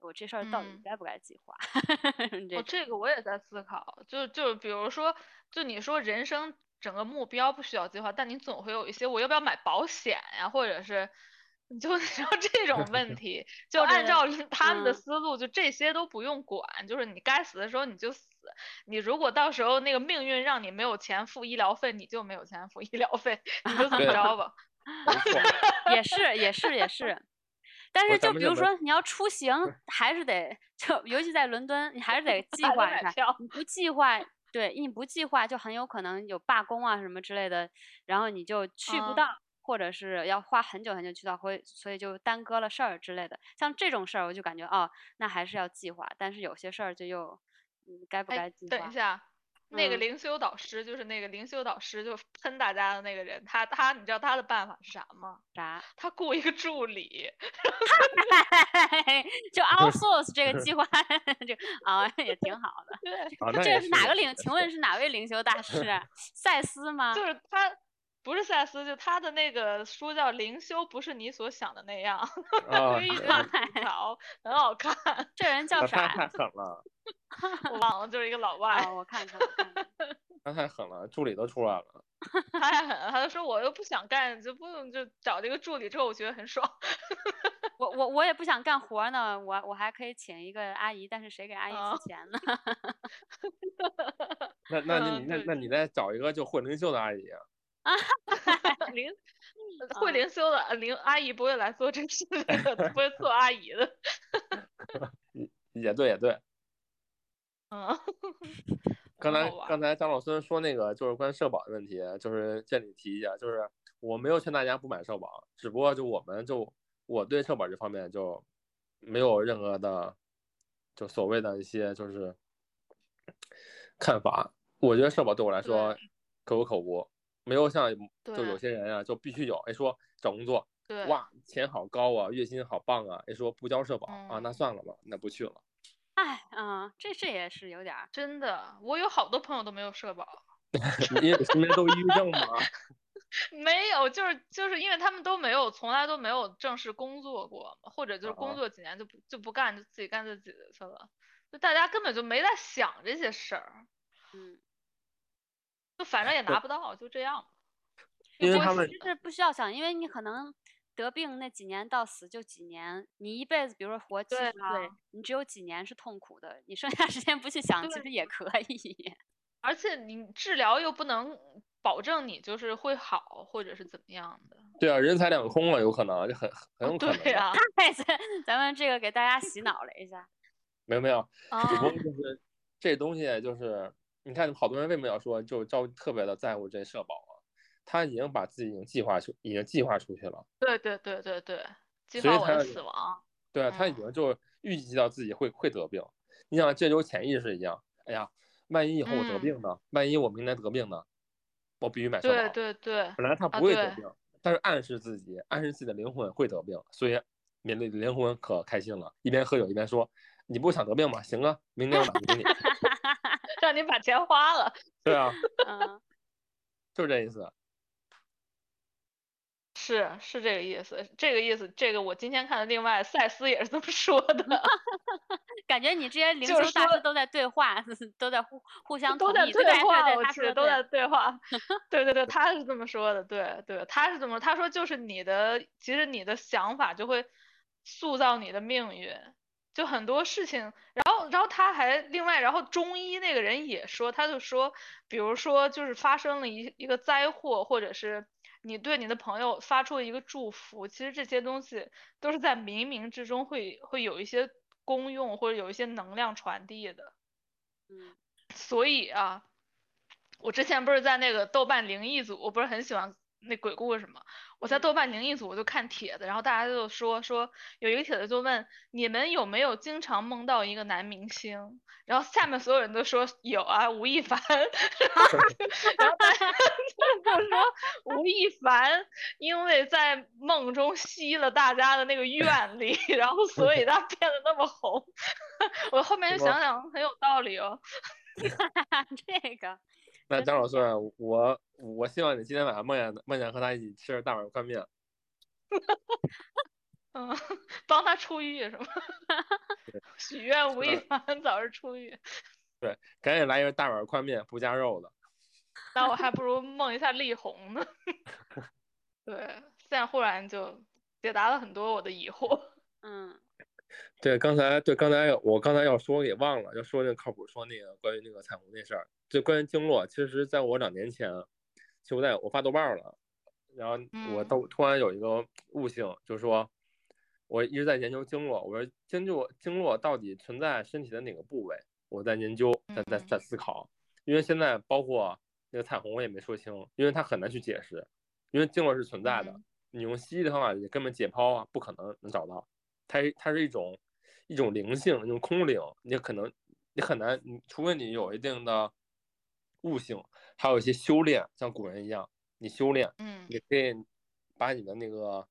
[SPEAKER 3] 我这事儿到底
[SPEAKER 2] 嗯
[SPEAKER 3] 该不该计划？ 这
[SPEAKER 2] 哦，
[SPEAKER 3] 种
[SPEAKER 2] 这个我也在思考，就就比如说，就你说人生整个目标不需要计划，但你总会有一些我要不要买保险呀、或者是你就 然后这种 问题，就
[SPEAKER 3] 或
[SPEAKER 2] 按
[SPEAKER 3] 者
[SPEAKER 2] 照他们的
[SPEAKER 3] 嗯
[SPEAKER 2] 思路，就这些都不用管，就是你该死的时候你就死，你如果到时候那个命运让你没有钱付医疗费，你就没有钱付医疗费，你就怎么
[SPEAKER 1] 对
[SPEAKER 2] 着吧。
[SPEAKER 1] 没错，
[SPEAKER 3] 也是也是也是，但
[SPEAKER 1] 我
[SPEAKER 3] 是
[SPEAKER 1] 咱
[SPEAKER 3] 就
[SPEAKER 1] 们
[SPEAKER 3] 比
[SPEAKER 1] 这
[SPEAKER 3] 如
[SPEAKER 1] 门
[SPEAKER 3] 说你要出行，还是得就尤其在伦敦，你还是得 计
[SPEAKER 2] 还得
[SPEAKER 3] 划
[SPEAKER 2] 买
[SPEAKER 3] 一下。
[SPEAKER 2] 票
[SPEAKER 3] 你不计划，对你不计划，就很有可能有罢工啊什么之类的，然后你就去不
[SPEAKER 2] 嗯
[SPEAKER 3] 到，或者是要花很久很久去到，会所以就耽搁了事儿之类的。像这种事儿，我就感觉哦，那还是要计划，但是有些事儿就又嗯该不
[SPEAKER 2] 哎
[SPEAKER 3] 该计划？
[SPEAKER 2] 等一下，那个
[SPEAKER 3] 嗯
[SPEAKER 2] 灵修导师就是那个灵修导师，就喷大家的那个人，他他，你知道他的办法是啥吗？
[SPEAKER 3] 啥？
[SPEAKER 2] 他雇一个助理，
[SPEAKER 3] 就 outsource 这个计划， 这个啊、也挺好的。
[SPEAKER 2] 对，
[SPEAKER 1] 啊，那
[SPEAKER 3] 这
[SPEAKER 1] 也
[SPEAKER 3] 是哪个
[SPEAKER 1] 也
[SPEAKER 3] 领？请问是哪位灵修大师 啊？赛斯 吗？
[SPEAKER 2] 就是他不是赛斯，就他的那个书叫《灵修不是你所想的那样》，
[SPEAKER 1] 啊
[SPEAKER 2] 就，一直在吐槽，很好看，
[SPEAKER 3] 这人叫
[SPEAKER 1] 那
[SPEAKER 3] 啥
[SPEAKER 1] 啊他
[SPEAKER 3] 呀？
[SPEAKER 1] 太狠了，
[SPEAKER 2] 我忘了，就是一个老外
[SPEAKER 3] 啊，，我看看，我看看。
[SPEAKER 1] 他太狠了，助理都出来了，
[SPEAKER 2] 他还很，他就说我又不想干，就不用就找这个助理之后，我觉得很爽，
[SPEAKER 3] 我我我也不想干活儿呢，我我还可以请一个阿姨，但是谁给阿
[SPEAKER 2] 啊
[SPEAKER 1] 哦
[SPEAKER 3] 姨付钱呢？
[SPEAKER 1] 那那你
[SPEAKER 2] 嗯
[SPEAKER 1] 那
[SPEAKER 2] 对
[SPEAKER 1] 那你再找一个就混灵秀的阿姨啊，
[SPEAKER 2] 灵会
[SPEAKER 3] 嗯
[SPEAKER 2] 灵修的呃灵阿姨不会来做这个事情的，不会做阿姨的。
[SPEAKER 1] 也对也对。
[SPEAKER 2] 嗯，
[SPEAKER 1] 刚
[SPEAKER 2] 很
[SPEAKER 1] 才
[SPEAKER 2] 好玩
[SPEAKER 1] 刚才张老师说那个就是关于社保的问题，就是这里提一下，就是我没有劝大家不买社保，只不过就我们就我对社保这方面就没有任何的就所谓的一些就是看法。我觉得社保对我来说可有可无，没有像就有
[SPEAKER 2] 对
[SPEAKER 1] 些人啊就必须有，哎说找工作
[SPEAKER 2] 对，
[SPEAKER 1] 哇钱好高啊，月薪好棒啊，哎说不交社保啊
[SPEAKER 2] 嗯
[SPEAKER 1] 那算了吧，那不去了。
[SPEAKER 3] 哎，嗯，这这也是有点儿。
[SPEAKER 2] 真的，我有好多朋友都没有社保，
[SPEAKER 1] 因为身边都抑郁症嘛，
[SPEAKER 2] 没有，就是就是因为他们都没有，从来都没有正式工作过嘛，或者就是
[SPEAKER 1] 啊
[SPEAKER 2] 工作几年就不就不干，就自己干自己的去了，就大家根本就没在想这些事儿，
[SPEAKER 3] 嗯，
[SPEAKER 2] 就反正也
[SPEAKER 1] 哎对
[SPEAKER 2] 拿不到，就这样吧。
[SPEAKER 1] 因为
[SPEAKER 3] 我
[SPEAKER 1] 他们
[SPEAKER 3] 其实不需要想，因为你可能得病那几年到死就几年，你一辈子比如说活七
[SPEAKER 2] 对
[SPEAKER 3] 十岁
[SPEAKER 2] 啊，
[SPEAKER 3] 你只有几年是痛苦的，你剩下时间不去想，其
[SPEAKER 2] 对
[SPEAKER 3] 实也可以。
[SPEAKER 2] 而且你治疗又不能保证你就是会好，或者是怎么样的。
[SPEAKER 1] 对啊，人财两空了，有可能就很很 有可能的。
[SPEAKER 2] 对呀、
[SPEAKER 3] 哎，这咱们这个给大家洗脑了一下，
[SPEAKER 1] 没有没有，
[SPEAKER 2] 啊，
[SPEAKER 1] 只不过就是这东西就是，你看好多人为什么要说就招特别的在乎这社保啊？他已经把自己已经计划出，已经计划出去了，
[SPEAKER 2] 对对对对对，计
[SPEAKER 1] 所以
[SPEAKER 2] 划我
[SPEAKER 1] 才
[SPEAKER 2] 的
[SPEAKER 1] 要
[SPEAKER 2] 死
[SPEAKER 1] 有
[SPEAKER 2] 亡。
[SPEAKER 1] 对啊，他已
[SPEAKER 2] 嗯
[SPEAKER 1] 经就预计到自己会会得病。你想，这就潜意识一样，哎呀，万一以后我得
[SPEAKER 2] 嗯
[SPEAKER 1] 病呢？万一我明年得病呢？我必须买社保。啊
[SPEAKER 2] 对对对，
[SPEAKER 1] 本来他
[SPEAKER 2] 啊
[SPEAKER 1] 不会得
[SPEAKER 2] 对
[SPEAKER 1] 病，但是暗示自己，暗示自己的灵魂会得病，所以你的灵魂可开心了，一边喝酒一边说：“你不想得病吗？行啊，明年我打 给你。
[SPEAKER 2] 让你把钱花了。”
[SPEAKER 1] 对啊，
[SPEAKER 3] 嗯，
[SPEAKER 1] 就是这意思。
[SPEAKER 2] 是是这个意思，这个意思，这个我今天看的另外赛斯也是这么说的，
[SPEAKER 3] 感觉你这些灵
[SPEAKER 2] 就是
[SPEAKER 3] 修大师
[SPEAKER 2] 说
[SPEAKER 3] 都在对话， 都在互互相
[SPEAKER 2] 都
[SPEAKER 3] 同
[SPEAKER 2] 在
[SPEAKER 3] 意，
[SPEAKER 2] 对
[SPEAKER 3] 对
[SPEAKER 2] 话，
[SPEAKER 3] 对对，
[SPEAKER 2] 我
[SPEAKER 3] 他说
[SPEAKER 2] 去，
[SPEAKER 3] 的
[SPEAKER 2] 都
[SPEAKER 3] 对
[SPEAKER 2] 在对话，对对对，他是这么说的，对对，他是这么说，他说就是你的，其实你的想法就会塑造你的命运，就很多事情，然后然后他还另外，然后中医那个人也说，他就说，比如说就是发生了一一个灾祸，或者是。你对你的朋友发出一个祝福，其实这些东西都是在冥冥之中会会有一些功用或者有一些能量传递的。
[SPEAKER 3] 嗯
[SPEAKER 2] 所以啊，我之前不是在那个豆瓣灵异组，我不是很喜欢那鬼故事嘛，我在
[SPEAKER 3] 嗯
[SPEAKER 2] 豆瓣灵异组我就看帖子，然后大家就说说有一个帖子就问你们有没有经常梦到一个男明星，然后下面所有人都说有啊，吴亦 凡， 然后然后大家就说吴亦凡因为在梦中吸了大家的那个愿力，然后所以他变得那么红， 我后面就
[SPEAKER 1] 什么
[SPEAKER 2] 想想很有道理哦。
[SPEAKER 3] 这个，
[SPEAKER 1] 那
[SPEAKER 3] 真
[SPEAKER 1] 张老师啊，我我希望你今天晚上梦见梦见和他一起吃大碗宽面，
[SPEAKER 2] 嗯， 帮他出狱是吗？ 许愿吴
[SPEAKER 1] 是
[SPEAKER 2] 亦
[SPEAKER 1] 的
[SPEAKER 2] 凡早日出狱，
[SPEAKER 1] 赶紧来一个大碗宽面不加肉的。
[SPEAKER 2] 那我还不如梦一下力 宏呢。对，现在忽然就解答了很多我的疑惑。
[SPEAKER 3] 嗯
[SPEAKER 1] 对，刚才对刚才我刚才要说给忘了，要说那个靠谱，说那个关于那个彩虹那事儿，就关于经络。其实，在我两年前，就在我发豆瓣儿了，然后我
[SPEAKER 2] 嗯
[SPEAKER 1] 都突然有一个悟性，就是说我一直在研究经络，我说经络经络到底存在身体的哪个部位，我在研究， 在在
[SPEAKER 2] 嗯
[SPEAKER 1] 在思考，因为现在包括那个彩虹我也没说清，因为它很难去解释，因为经络是存在的，
[SPEAKER 2] 嗯
[SPEAKER 1] 你用西医的方法也根本解剖啊，不可能能找到。它是它是一种一种灵性，一种空灵，你可能你很难，你除非你有一定的悟性，还有一些修炼，像古人一样，你修炼，
[SPEAKER 2] 嗯
[SPEAKER 1] 你可以把你的那个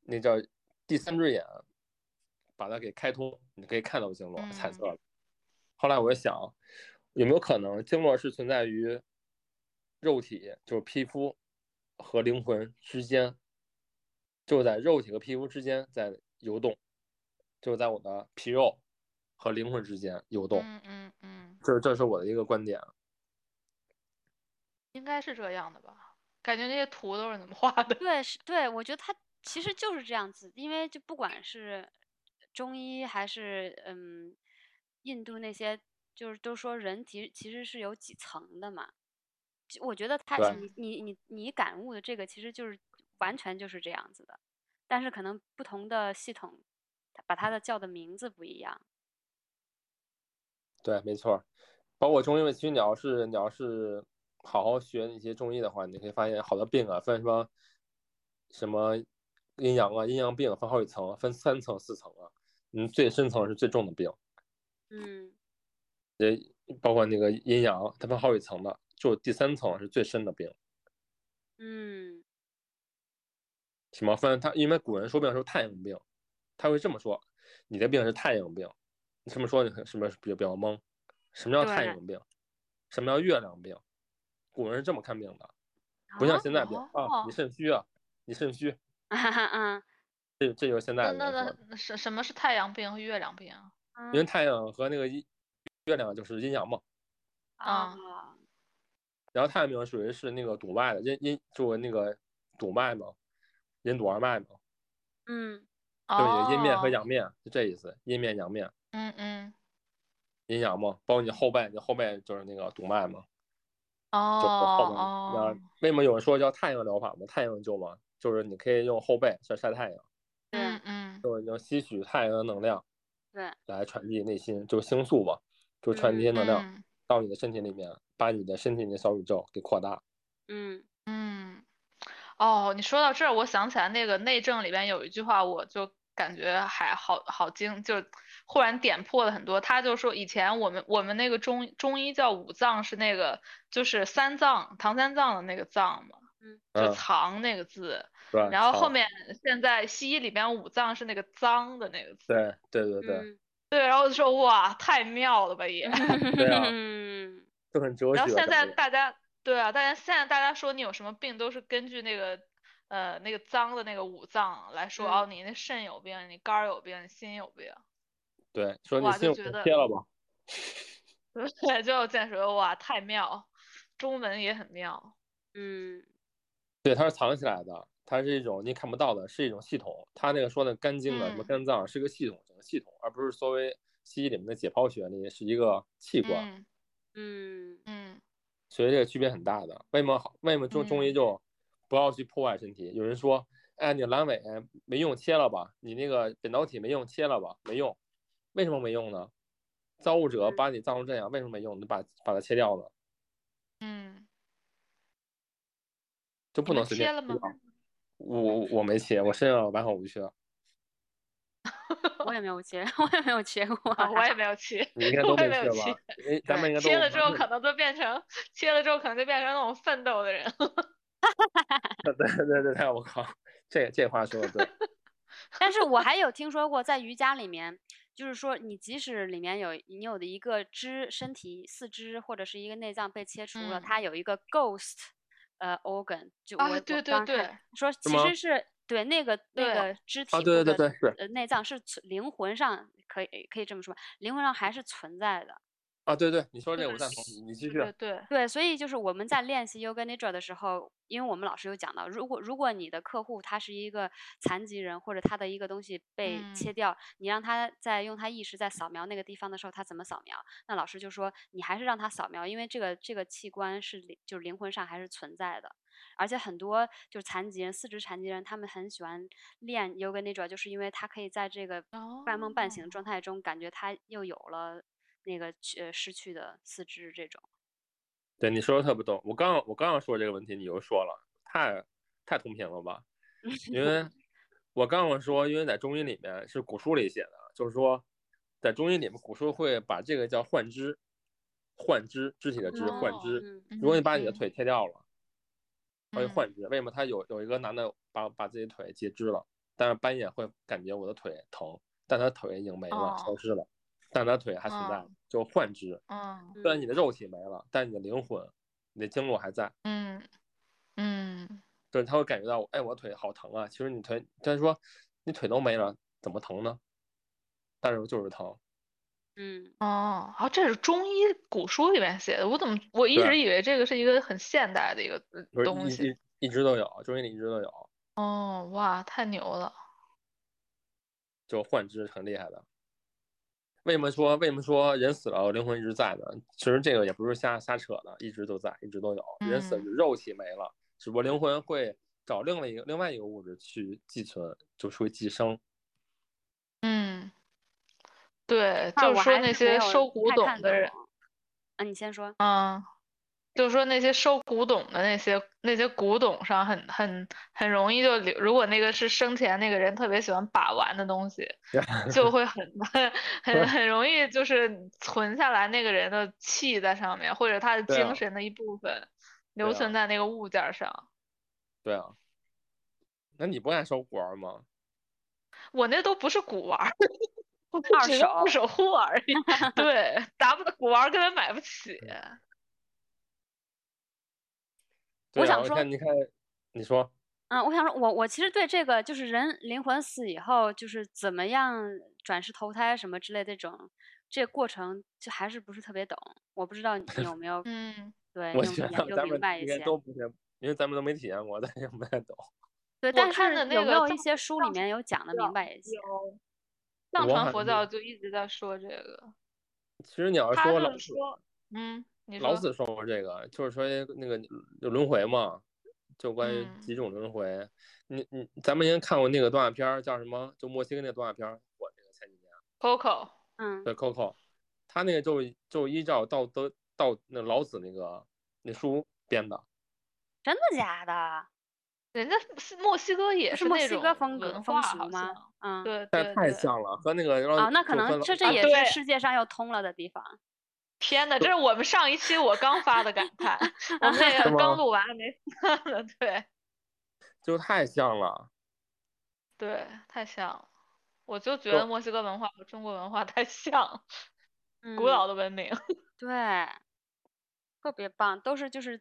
[SPEAKER 1] 那叫第三只眼，把它给开通，你可以看到经络彩色的。后来我就想，有没有可能经络是存在于肉体，就是皮肤和灵魂之间，就在肉体和皮肤之间在游动，就在我的皮肉和灵魂之间游动。
[SPEAKER 2] 嗯嗯嗯，
[SPEAKER 1] 这这是我的一个观点。
[SPEAKER 2] 应该是这样的吧？感觉这些图都是怎么画的？
[SPEAKER 3] 对，是对，我觉得它其实就是这样子，因为就不管是中医还是嗯印度那些，就是都说人体其实是有几层的嘛。就我觉得他
[SPEAKER 1] 对
[SPEAKER 3] 你你你你感悟的这个其实就是完全就是这样子的，但是可能不同的系统，它把它的叫的名字不一样。
[SPEAKER 1] 对，没错儿，包括中医，其实你要是你要是好好学一些中医的话，你可以发现好多病啊，分什么什么阴阳啊，阴阳病分好几层，分三层四层啊。嗯，最深层是最重的病，
[SPEAKER 3] 嗯
[SPEAKER 1] 包括那个阴阳，它分好几层的，就第三层是最深的病。
[SPEAKER 3] 嗯
[SPEAKER 1] 什么分它，因为古人说病的时候太阳病，他会这么说：你的病是太阳病。你这么说，你很什么比较比较懵？什么叫太
[SPEAKER 3] 对
[SPEAKER 1] 阳病？什么叫月亮病？古人是这么看病的。不像
[SPEAKER 2] 啊
[SPEAKER 1] 现在比较啊，你肾虚啊，你肾虚，
[SPEAKER 3] 嗯
[SPEAKER 1] 这这就是现在的
[SPEAKER 2] 那那
[SPEAKER 1] 人说
[SPEAKER 2] 那那什什么是太阳病和月亮病啊？
[SPEAKER 3] 嗯，
[SPEAKER 1] 因为太阳和那个阴月亮就是阴阳嘛，
[SPEAKER 3] 啊
[SPEAKER 1] 然后太阳病属于是那个堵脉的，阴阴就是那个堵脉嘛，阴堵二脉嘛，
[SPEAKER 3] 嗯
[SPEAKER 1] 就是阴面和
[SPEAKER 2] 哦
[SPEAKER 1] 阳面，就这意思，阴面阳面，
[SPEAKER 2] 嗯嗯，
[SPEAKER 1] 阴阳嘛，包括你后背，你后背就是那个堵脉嘛，就
[SPEAKER 2] 哦
[SPEAKER 1] 是后面那
[SPEAKER 2] 哦，
[SPEAKER 1] 为什么有人说叫太阳疗法嘛，太阳灸嘛，就是你可以用后背去晒太阳，
[SPEAKER 3] 对
[SPEAKER 2] 嗯嗯
[SPEAKER 1] 就是能吸取太阳的能量
[SPEAKER 3] 对，
[SPEAKER 1] 来传递内心，就是星宿嘛，就是传递一些能量。
[SPEAKER 2] 嗯
[SPEAKER 1] 到你的身体里面，把你的身体里的小宇宙给扩大。
[SPEAKER 3] 嗯
[SPEAKER 2] 嗯，哦，你说到这儿，我想起来那个内政里边有一句话，我就感觉还好好惊，就忽然点破了很多。他就说以前我们我们那个中中医叫五脏是那个就是三藏唐三藏的那个藏嘛，就
[SPEAKER 1] 嗯，啊
[SPEAKER 2] 藏那个字，
[SPEAKER 1] 对吧。
[SPEAKER 2] 然后后
[SPEAKER 1] 好
[SPEAKER 2] 面现在西医里边五脏是那个脏的那个字，
[SPEAKER 1] 对对对对，
[SPEAKER 3] 嗯
[SPEAKER 2] 对，然后我就说哇，太妙了吧也。
[SPEAKER 1] 对啊
[SPEAKER 3] 嗯
[SPEAKER 1] 就很哲学。
[SPEAKER 2] 然后现
[SPEAKER 1] 感
[SPEAKER 2] 在
[SPEAKER 1] 觉
[SPEAKER 2] 大家对啊，大家现在大家说你有什么病，都是根据那个呃那个脏的那个五脏来说，哦，你那肾有病，你肝儿有病，你心有病，
[SPEAKER 1] 对，说你
[SPEAKER 2] 哇
[SPEAKER 1] 信
[SPEAKER 2] 就
[SPEAKER 1] 我
[SPEAKER 2] 觉
[SPEAKER 1] 就
[SPEAKER 2] 得
[SPEAKER 1] 贴了吧。
[SPEAKER 2] 对，就见识到哇，太妙，中文也很妙，
[SPEAKER 3] 嗯
[SPEAKER 1] 对，它是藏起来的，它是一种你看不到的，是一种系统。它那个说的肝经啊，什么
[SPEAKER 2] 嗯
[SPEAKER 1] 肝脏是个系统，整个系统，而不是所谓西医里面的解剖学里是一个器官，
[SPEAKER 2] 嗯
[SPEAKER 3] 嗯
[SPEAKER 2] 嗯
[SPEAKER 1] 所以这个区别很大的。为什么好？为什么中中医
[SPEAKER 2] 嗯
[SPEAKER 1] 就不要去破坏身体？有人说，哎，你阑尾没用，切了吧；你那个扁桃体没用，切了吧，没用。为什么没用呢？造物者
[SPEAKER 3] 嗯
[SPEAKER 1] 把你造成这样，为什么没用？你把把它切掉了，
[SPEAKER 2] 嗯，
[SPEAKER 1] 就
[SPEAKER 2] 你
[SPEAKER 1] 不
[SPEAKER 2] 们
[SPEAKER 1] 能随便
[SPEAKER 2] 切了吗
[SPEAKER 1] 掉我我没切，我身上有完好无缺。
[SPEAKER 3] 我也没有切， 我哦也没有切过。
[SPEAKER 2] 啊 我也没有切，
[SPEAKER 1] 你应该
[SPEAKER 2] 我
[SPEAKER 1] 都
[SPEAKER 2] 也
[SPEAKER 1] 没
[SPEAKER 2] 没
[SPEAKER 1] 切
[SPEAKER 2] 有
[SPEAKER 1] 吧
[SPEAKER 2] 切，？
[SPEAKER 1] 哎，咱 们应该都
[SPEAKER 2] 切了之后
[SPEAKER 1] 完
[SPEAKER 2] 可能就变成切了之后可能就变成那种奋斗的人了，
[SPEAKER 1] 对对对对，我靠，这这话说的 对，哦
[SPEAKER 3] 但是我还有听说过，在瑜伽里面，就是说你即使里面有你有的一个肢、身体、四肢或者是一个内脏被切除了，
[SPEAKER 2] 嗯
[SPEAKER 3] 它有一个 ghost 呃 organ，就我、
[SPEAKER 2] 啊
[SPEAKER 3] 我
[SPEAKER 2] 对对
[SPEAKER 3] 刚看
[SPEAKER 2] 对
[SPEAKER 3] 说其
[SPEAKER 1] 吗
[SPEAKER 3] 实是对那个那
[SPEAKER 2] 对
[SPEAKER 3] 个肢体
[SPEAKER 1] 啊
[SPEAKER 3] 或
[SPEAKER 1] 对
[SPEAKER 3] 者
[SPEAKER 1] 对对对是
[SPEAKER 3] 呃内脏是存灵魂上可以可以这么说，灵魂上还是存在的。
[SPEAKER 1] 啊对对，你说
[SPEAKER 2] 就
[SPEAKER 1] 这个我
[SPEAKER 2] 是
[SPEAKER 1] 赞同，你你继续
[SPEAKER 2] 对对，
[SPEAKER 3] 对，所以就是我们在练习 Yoga Nidra 的时候，因为我们老师有讲到，如果如果你的客户他是一个残疾人，或者他的一个东西被切
[SPEAKER 2] 嗯
[SPEAKER 3] 掉，你让他在用他意识在扫描那个地方的时候，他怎么扫描？那老师就说，你还是让他扫描，因为这个这个器官是灵就是灵魂上还是存在的。而且很多就是残疾人，四肢残疾人，他们很喜欢练 Yoga Nidra，就是因为他可以在这个半梦半醒的
[SPEAKER 2] 哦
[SPEAKER 3] 状态中，感觉他又有了那个去呃失去的四肢这种。
[SPEAKER 1] 对你说的特别懂，我刚我刚要说这个问题，你又说了，太太同频了 吧？因为我刚刚说，因为在中医里面是古书里写的，就是说在中医里面，古书会把这个叫幻肢，换肢，肢体的肢换
[SPEAKER 3] 哦
[SPEAKER 1] 肢。
[SPEAKER 3] 嗯
[SPEAKER 2] 嗯
[SPEAKER 1] 如果你把你的
[SPEAKER 2] 嗯
[SPEAKER 1] 腿贴掉了，他会
[SPEAKER 2] 嗯
[SPEAKER 1] 换肢。为什么他有有一个男的把把自己腿截肢了，但是半夜会感觉我的腿疼，但他腿已经没了，
[SPEAKER 2] 哦
[SPEAKER 1] 消失了，但他腿还存在
[SPEAKER 2] 哦，
[SPEAKER 1] 就换肢。
[SPEAKER 2] 嗯
[SPEAKER 1] 虽然你的肉体没了，但你的灵魂、你的经络还在。
[SPEAKER 2] 嗯嗯
[SPEAKER 1] 对，他会感觉到，哎，我腿好疼啊！其实你腿，他说你腿都没了，怎么疼呢？但是就是疼。
[SPEAKER 3] 嗯，
[SPEAKER 2] 哦，啊，这是中医古书里面写的，我怎么我一
[SPEAKER 1] 对啊
[SPEAKER 2] 直以为这个是一个很现代的一个呃
[SPEAKER 1] 不是
[SPEAKER 2] 东
[SPEAKER 1] 一
[SPEAKER 2] 西？
[SPEAKER 1] 一一直都有，中医里一直都有，
[SPEAKER 2] 哦，哇，太牛了！
[SPEAKER 1] 就幻肢很厉害的。为什么说为什么说人死了灵魂一直在呢？其实这个也不是瞎瞎扯的，一直都在，一直都有。人死了
[SPEAKER 2] 嗯
[SPEAKER 1] 只是肉体没了，只不过灵魂会找另外一个另外一个物质去寄存，就属于寄生。
[SPEAKER 2] 嗯，对，
[SPEAKER 3] 那
[SPEAKER 2] 就
[SPEAKER 3] 我
[SPEAKER 2] 说
[SPEAKER 3] 还
[SPEAKER 2] 那
[SPEAKER 3] 没
[SPEAKER 2] 些
[SPEAKER 3] 有
[SPEAKER 2] 收古
[SPEAKER 3] 太
[SPEAKER 2] 董
[SPEAKER 3] 看
[SPEAKER 2] 的
[SPEAKER 3] 懂
[SPEAKER 2] 人，
[SPEAKER 3] 啊，你先说。
[SPEAKER 2] 嗯，就说那些收古董的那些那些古董上很很很容易就留，如果那个是生前那个人特别喜欢把玩的东西，就会很 很 很很容易就是存下来那个人的气在上面，或者他的
[SPEAKER 1] 对啊
[SPEAKER 2] 精神的一部分留
[SPEAKER 1] 对啊
[SPEAKER 2] 存在那个物件儿上。
[SPEAKER 1] 对啊，那你不爱收古玩吗？
[SPEAKER 2] 我那都不是古 玩儿，我
[SPEAKER 3] 二
[SPEAKER 2] 只是二手
[SPEAKER 3] 手
[SPEAKER 2] 货而已。 对，咱们的古玩儿根本买不起。
[SPEAKER 1] 对
[SPEAKER 3] 我
[SPEAKER 1] 啊
[SPEAKER 3] 想
[SPEAKER 1] 你
[SPEAKER 3] 说
[SPEAKER 1] 看你看，你说
[SPEAKER 3] 嗯，我想说，我我其实对这个就是人灵魂死以后，就是怎么样转世投胎什么之类这种，这个过程就还是不是特别懂。我不知道你有没有
[SPEAKER 2] 嗯，
[SPEAKER 3] 对
[SPEAKER 1] 我
[SPEAKER 3] 有
[SPEAKER 1] 觉
[SPEAKER 3] 研
[SPEAKER 1] 得
[SPEAKER 3] 究
[SPEAKER 1] 咱
[SPEAKER 3] 明
[SPEAKER 1] 们
[SPEAKER 3] 白一
[SPEAKER 1] 应该
[SPEAKER 3] 些。
[SPEAKER 1] 都不太，因为咱们都没体验过，咱也不太懂。
[SPEAKER 3] 对，
[SPEAKER 2] 我
[SPEAKER 3] 但
[SPEAKER 2] 看
[SPEAKER 3] 是
[SPEAKER 2] 的那
[SPEAKER 3] 有没
[SPEAKER 2] 个
[SPEAKER 3] 有
[SPEAKER 2] 藏
[SPEAKER 3] 一些书里
[SPEAKER 2] 藏
[SPEAKER 3] 面有讲的
[SPEAKER 2] 教
[SPEAKER 3] 明白一些？
[SPEAKER 2] 有藏
[SPEAKER 1] 我
[SPEAKER 2] 传
[SPEAKER 1] 好
[SPEAKER 2] 佛
[SPEAKER 1] 像
[SPEAKER 2] 教就一直在说这个，
[SPEAKER 1] 其实你要是
[SPEAKER 2] 他
[SPEAKER 1] 说
[SPEAKER 2] 就
[SPEAKER 1] 老
[SPEAKER 2] 是
[SPEAKER 1] 鼠
[SPEAKER 2] 说，嗯，你
[SPEAKER 1] 老
[SPEAKER 2] 说，
[SPEAKER 1] 子说过这个，就是说那个有轮回嘛，就关于
[SPEAKER 2] 嗯
[SPEAKER 1] 几种轮回。你你咱们应该看过那个动画片儿叫什么？就墨西哥那动画片儿，我那个前几年
[SPEAKER 2] Coco，
[SPEAKER 3] 嗯
[SPEAKER 1] 对 Coco，他那个就就依照道德道那老子那个那书编的，
[SPEAKER 3] 真的假的？
[SPEAKER 2] 人家是墨西哥也
[SPEAKER 3] 不是墨
[SPEAKER 2] 那
[SPEAKER 3] 西
[SPEAKER 2] 种
[SPEAKER 3] 哥风格
[SPEAKER 2] 文
[SPEAKER 3] 风
[SPEAKER 2] 化，
[SPEAKER 3] 俗
[SPEAKER 2] 好
[SPEAKER 3] 吗
[SPEAKER 2] 像，
[SPEAKER 3] 嗯，
[SPEAKER 2] 对
[SPEAKER 1] 但
[SPEAKER 2] 对
[SPEAKER 1] 是太
[SPEAKER 2] 对，哦
[SPEAKER 1] 像了，和那个老
[SPEAKER 3] 啊，那可
[SPEAKER 1] 就和
[SPEAKER 3] 能
[SPEAKER 1] 老
[SPEAKER 3] 这这
[SPEAKER 2] 啊
[SPEAKER 3] 也
[SPEAKER 2] 对
[SPEAKER 3] 是世界上要通了的地方。
[SPEAKER 2] 天呐，这是我们上一期我刚发的感 叹，我们那
[SPEAKER 1] 是
[SPEAKER 2] 个
[SPEAKER 1] 吗
[SPEAKER 2] 刚录完还没发呢，对
[SPEAKER 1] 就太像了。
[SPEAKER 2] 对，太像了，我就觉
[SPEAKER 1] 就
[SPEAKER 2] 得墨西哥文化和中国文化太像了，古
[SPEAKER 3] 嗯
[SPEAKER 2] 老的文明，
[SPEAKER 3] 对，特别棒，都是就是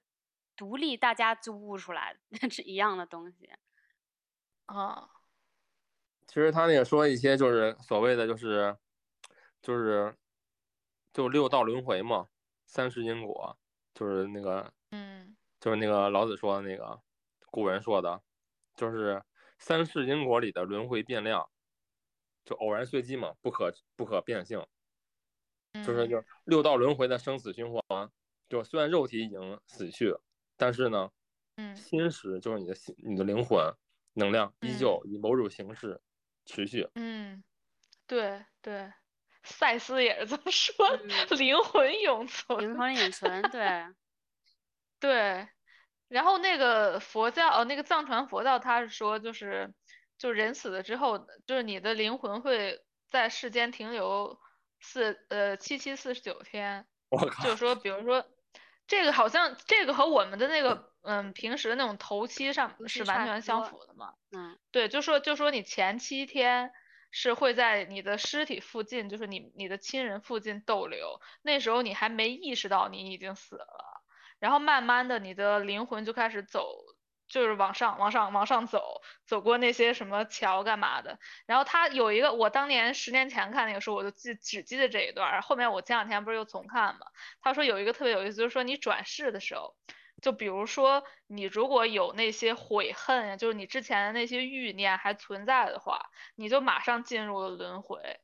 [SPEAKER 3] 独立大家就悟出来的 是一样的东西。
[SPEAKER 2] 啊，
[SPEAKER 1] 其实他那个说一些就是所谓的就是就是就六道轮回嘛，三世因果，就是那个
[SPEAKER 2] 嗯
[SPEAKER 1] 就是那个老子说的那个古人说的，就是三世因果里的轮回变量，就偶然随机嘛，不可不可变性，就是
[SPEAKER 2] 嗯
[SPEAKER 1] 就是六道轮回的生死循环，就虽然肉体已经死去，但是呢，
[SPEAKER 2] 嗯
[SPEAKER 1] 心识就是你的心，你的灵魂能量依
[SPEAKER 2] 嗯
[SPEAKER 1] 旧以某种形式持续。
[SPEAKER 2] 嗯，对对，赛斯也是这么说的，
[SPEAKER 3] 嗯
[SPEAKER 2] 灵魂永
[SPEAKER 3] 灵
[SPEAKER 2] 存。
[SPEAKER 3] 魂永存，对，
[SPEAKER 2] 对，然后那个佛教，呃，那个藏传佛教，他是说就是，就人死了之后，就是你的灵魂会在世间停留四呃七七四十九天，
[SPEAKER 1] 我
[SPEAKER 2] 就
[SPEAKER 1] 靠，
[SPEAKER 2] 是说，比如说，这个好像这个和我们的那个嗯平时的那种头七上
[SPEAKER 3] 头
[SPEAKER 2] 是
[SPEAKER 3] 七
[SPEAKER 2] 完
[SPEAKER 3] 差
[SPEAKER 2] 全
[SPEAKER 3] 不
[SPEAKER 2] 相
[SPEAKER 3] 多
[SPEAKER 2] 符的嘛。
[SPEAKER 3] 嗯
[SPEAKER 2] 对，就说就说你前七天是会在你的尸体附近，就是你你的亲人附近逗留，那时候你还没意识到你已经死了，然后慢慢的你的灵魂就开始走，就是往上往上往上走，走过那些什么桥干嘛的。然后他有一个，我当年十年前看那个时候，我就记只记得这一段儿，后面我前两天不是又重看嘛，他说有一个特别有意思，就是说你转世的时候。就比如说，你如果有那些悔恨呀，就是你之前的那些欲念还存在的话，你就马上进入了轮回，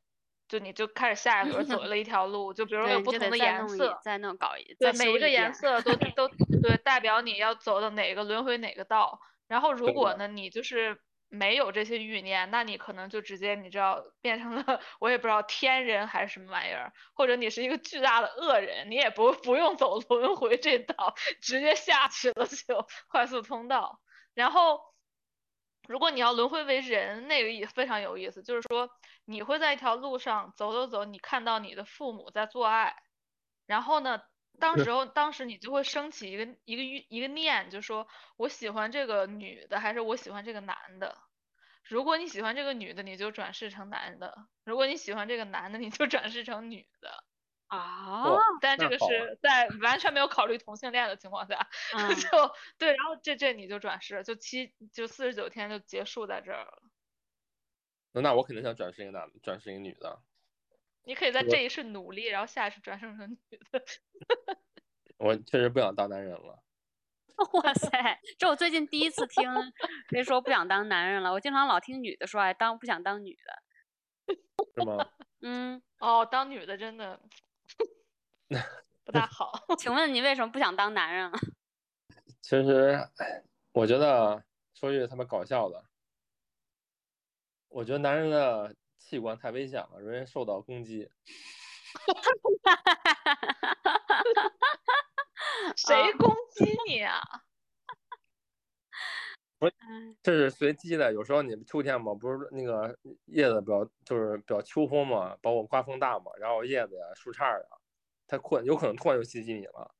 [SPEAKER 2] 就你就开始下一轮 走了一条路。就比如说
[SPEAKER 3] 对，
[SPEAKER 2] 有
[SPEAKER 3] 你
[SPEAKER 2] 不
[SPEAKER 3] 就
[SPEAKER 2] 同的
[SPEAKER 3] 得再
[SPEAKER 2] 颜
[SPEAKER 3] 弄一
[SPEAKER 2] 色，
[SPEAKER 3] 再弄搞一，
[SPEAKER 2] 对
[SPEAKER 3] 再
[SPEAKER 2] 每
[SPEAKER 3] 修
[SPEAKER 2] 一个
[SPEAKER 3] 一
[SPEAKER 2] 颜
[SPEAKER 3] 遍
[SPEAKER 2] 色都都对代表你要走到哪个轮回哪个道。然后如
[SPEAKER 1] 对
[SPEAKER 2] 果
[SPEAKER 1] 的
[SPEAKER 2] 呢，你就是没有这些欲念，那你可能就直接你知道变成了我也不知道天人还是什么玩意儿，或者你是一个巨大的恶人，你也不不用走轮回这道，直接下去了就快速通道。然后，如果你要轮回为人，那个也非常有意思，就是说你会在一条路上走走走，你看到你的父母在做爱，然后呢，当时候，当时你就会升起一个一个欲一个念，就说我喜欢这个女的，还是我喜欢这个男的。如果你喜欢这个女的，你就转世成男的；如果你喜欢这个男的，你就转世成女的。
[SPEAKER 3] 啊，
[SPEAKER 1] 哇
[SPEAKER 2] 但
[SPEAKER 1] 那
[SPEAKER 2] 这个
[SPEAKER 1] 好
[SPEAKER 2] 是在完全没有考虑同性恋的情况下，
[SPEAKER 3] 嗯
[SPEAKER 2] 就对，然后这这你就转世，就七就四十九天就结束在这儿了。
[SPEAKER 1] 那那我肯定想转世一个男的，转世一个女的。
[SPEAKER 2] 你可以在
[SPEAKER 1] 我
[SPEAKER 2] 这一世努力，然后下一世转生成女的。
[SPEAKER 1] 我确实不想当男人了。
[SPEAKER 3] 哇塞，这我最近第一次听谁说不想当男人了。我经常老听女的说，哎，当不想当女的。
[SPEAKER 1] 是吗？
[SPEAKER 3] 嗯，
[SPEAKER 2] 哦，当女的真的 不大
[SPEAKER 1] 啊
[SPEAKER 2] 好。
[SPEAKER 3] 请问你为什么不想当男人了？
[SPEAKER 1] 其实我觉得说句他妈搞笑的，我觉得男人的器官太危险了，容易受到攻击。
[SPEAKER 2] 谁攻击你啊？
[SPEAKER 1] 这是随机的，有时候你秋天嘛，不是那个叶子比较就是比较秋风嘛，包括刮风大嘛，然后叶子呀、树杈呀，它困有可能突然就袭击你了。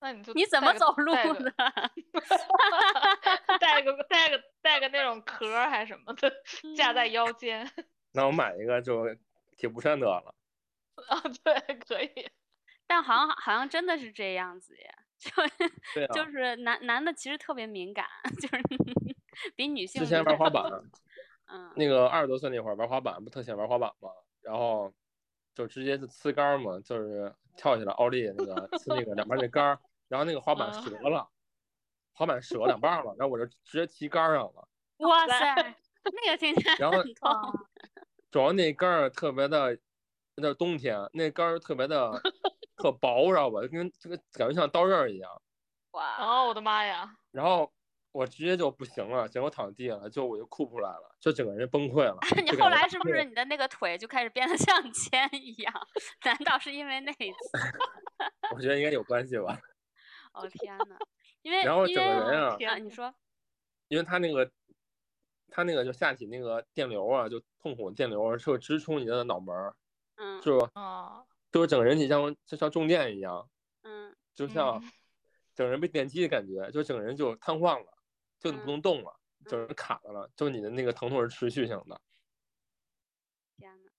[SPEAKER 2] 那你就
[SPEAKER 3] 你怎么
[SPEAKER 2] 带个
[SPEAKER 3] 走路
[SPEAKER 2] 带个
[SPEAKER 3] 的？
[SPEAKER 2] 带个带个带个那种壳儿还是什么的，架
[SPEAKER 3] 嗯
[SPEAKER 2] 在腰间
[SPEAKER 1] 那我买一个就铁布衫得了。
[SPEAKER 2] 啊，对，可以。
[SPEAKER 3] 但好像好像真的是这样子耶， 就
[SPEAKER 1] 对啊，
[SPEAKER 3] 就是男男的其实特别敏感， 就是比女性
[SPEAKER 1] 之前
[SPEAKER 3] 就
[SPEAKER 1] 玩
[SPEAKER 3] 是
[SPEAKER 1] 滑板，啊
[SPEAKER 3] 嗯
[SPEAKER 1] 那个二十多岁那会儿玩滑板，不特喜欢玩滑板嘛，然后就直接就呲杆儿嘛，就是跳起来奥利那个呲那个两边那杆儿，然后那个滑板
[SPEAKER 2] 啊
[SPEAKER 1] 折了，滑板折两半儿了，然后我就直接骑杆儿上了，
[SPEAKER 3] 哇塞
[SPEAKER 2] 塞，
[SPEAKER 3] 那个听起来
[SPEAKER 1] 然后
[SPEAKER 3] 很
[SPEAKER 2] 哦
[SPEAKER 3] 痛。
[SPEAKER 1] 主要那杆儿特别的，那冬天那杆儿特别的 特薄，知道吧？就跟这个感觉像刀刃儿一样。
[SPEAKER 3] 哇，。
[SPEAKER 2] 哦，我的妈呀！
[SPEAKER 1] 然后我直接就不行了，结果躺地上了，就我就哭不出来了，就整个人崩溃了
[SPEAKER 3] 啊你
[SPEAKER 1] 就感
[SPEAKER 3] 后
[SPEAKER 1] 觉
[SPEAKER 3] 来是不
[SPEAKER 1] 对
[SPEAKER 3] 是你的那个腿就开始变得像 铅一样？难道是因为那一次？
[SPEAKER 1] 我觉得应该有关系吧？
[SPEAKER 3] 哦天呐，因为
[SPEAKER 1] 然后
[SPEAKER 3] 因
[SPEAKER 1] 整
[SPEAKER 3] 为
[SPEAKER 1] 个人啊
[SPEAKER 2] 天
[SPEAKER 3] 啊，
[SPEAKER 2] 呐
[SPEAKER 3] 你说
[SPEAKER 1] 因为他那个，他那个就下体那个电流啊，就痛苦的电流啊，是会直冲你的脑门儿，
[SPEAKER 3] 嗯
[SPEAKER 2] 啊，
[SPEAKER 1] 就是整个人体像就像中电一样，
[SPEAKER 3] 嗯
[SPEAKER 1] 就像
[SPEAKER 2] 嗯
[SPEAKER 1] 整个人被电击的感觉，就整个人就瘫痪了，就你不
[SPEAKER 3] 嗯
[SPEAKER 1] 能动了，整个人卡着了，就你的那个疼痛是持续性的。
[SPEAKER 3] 天呐，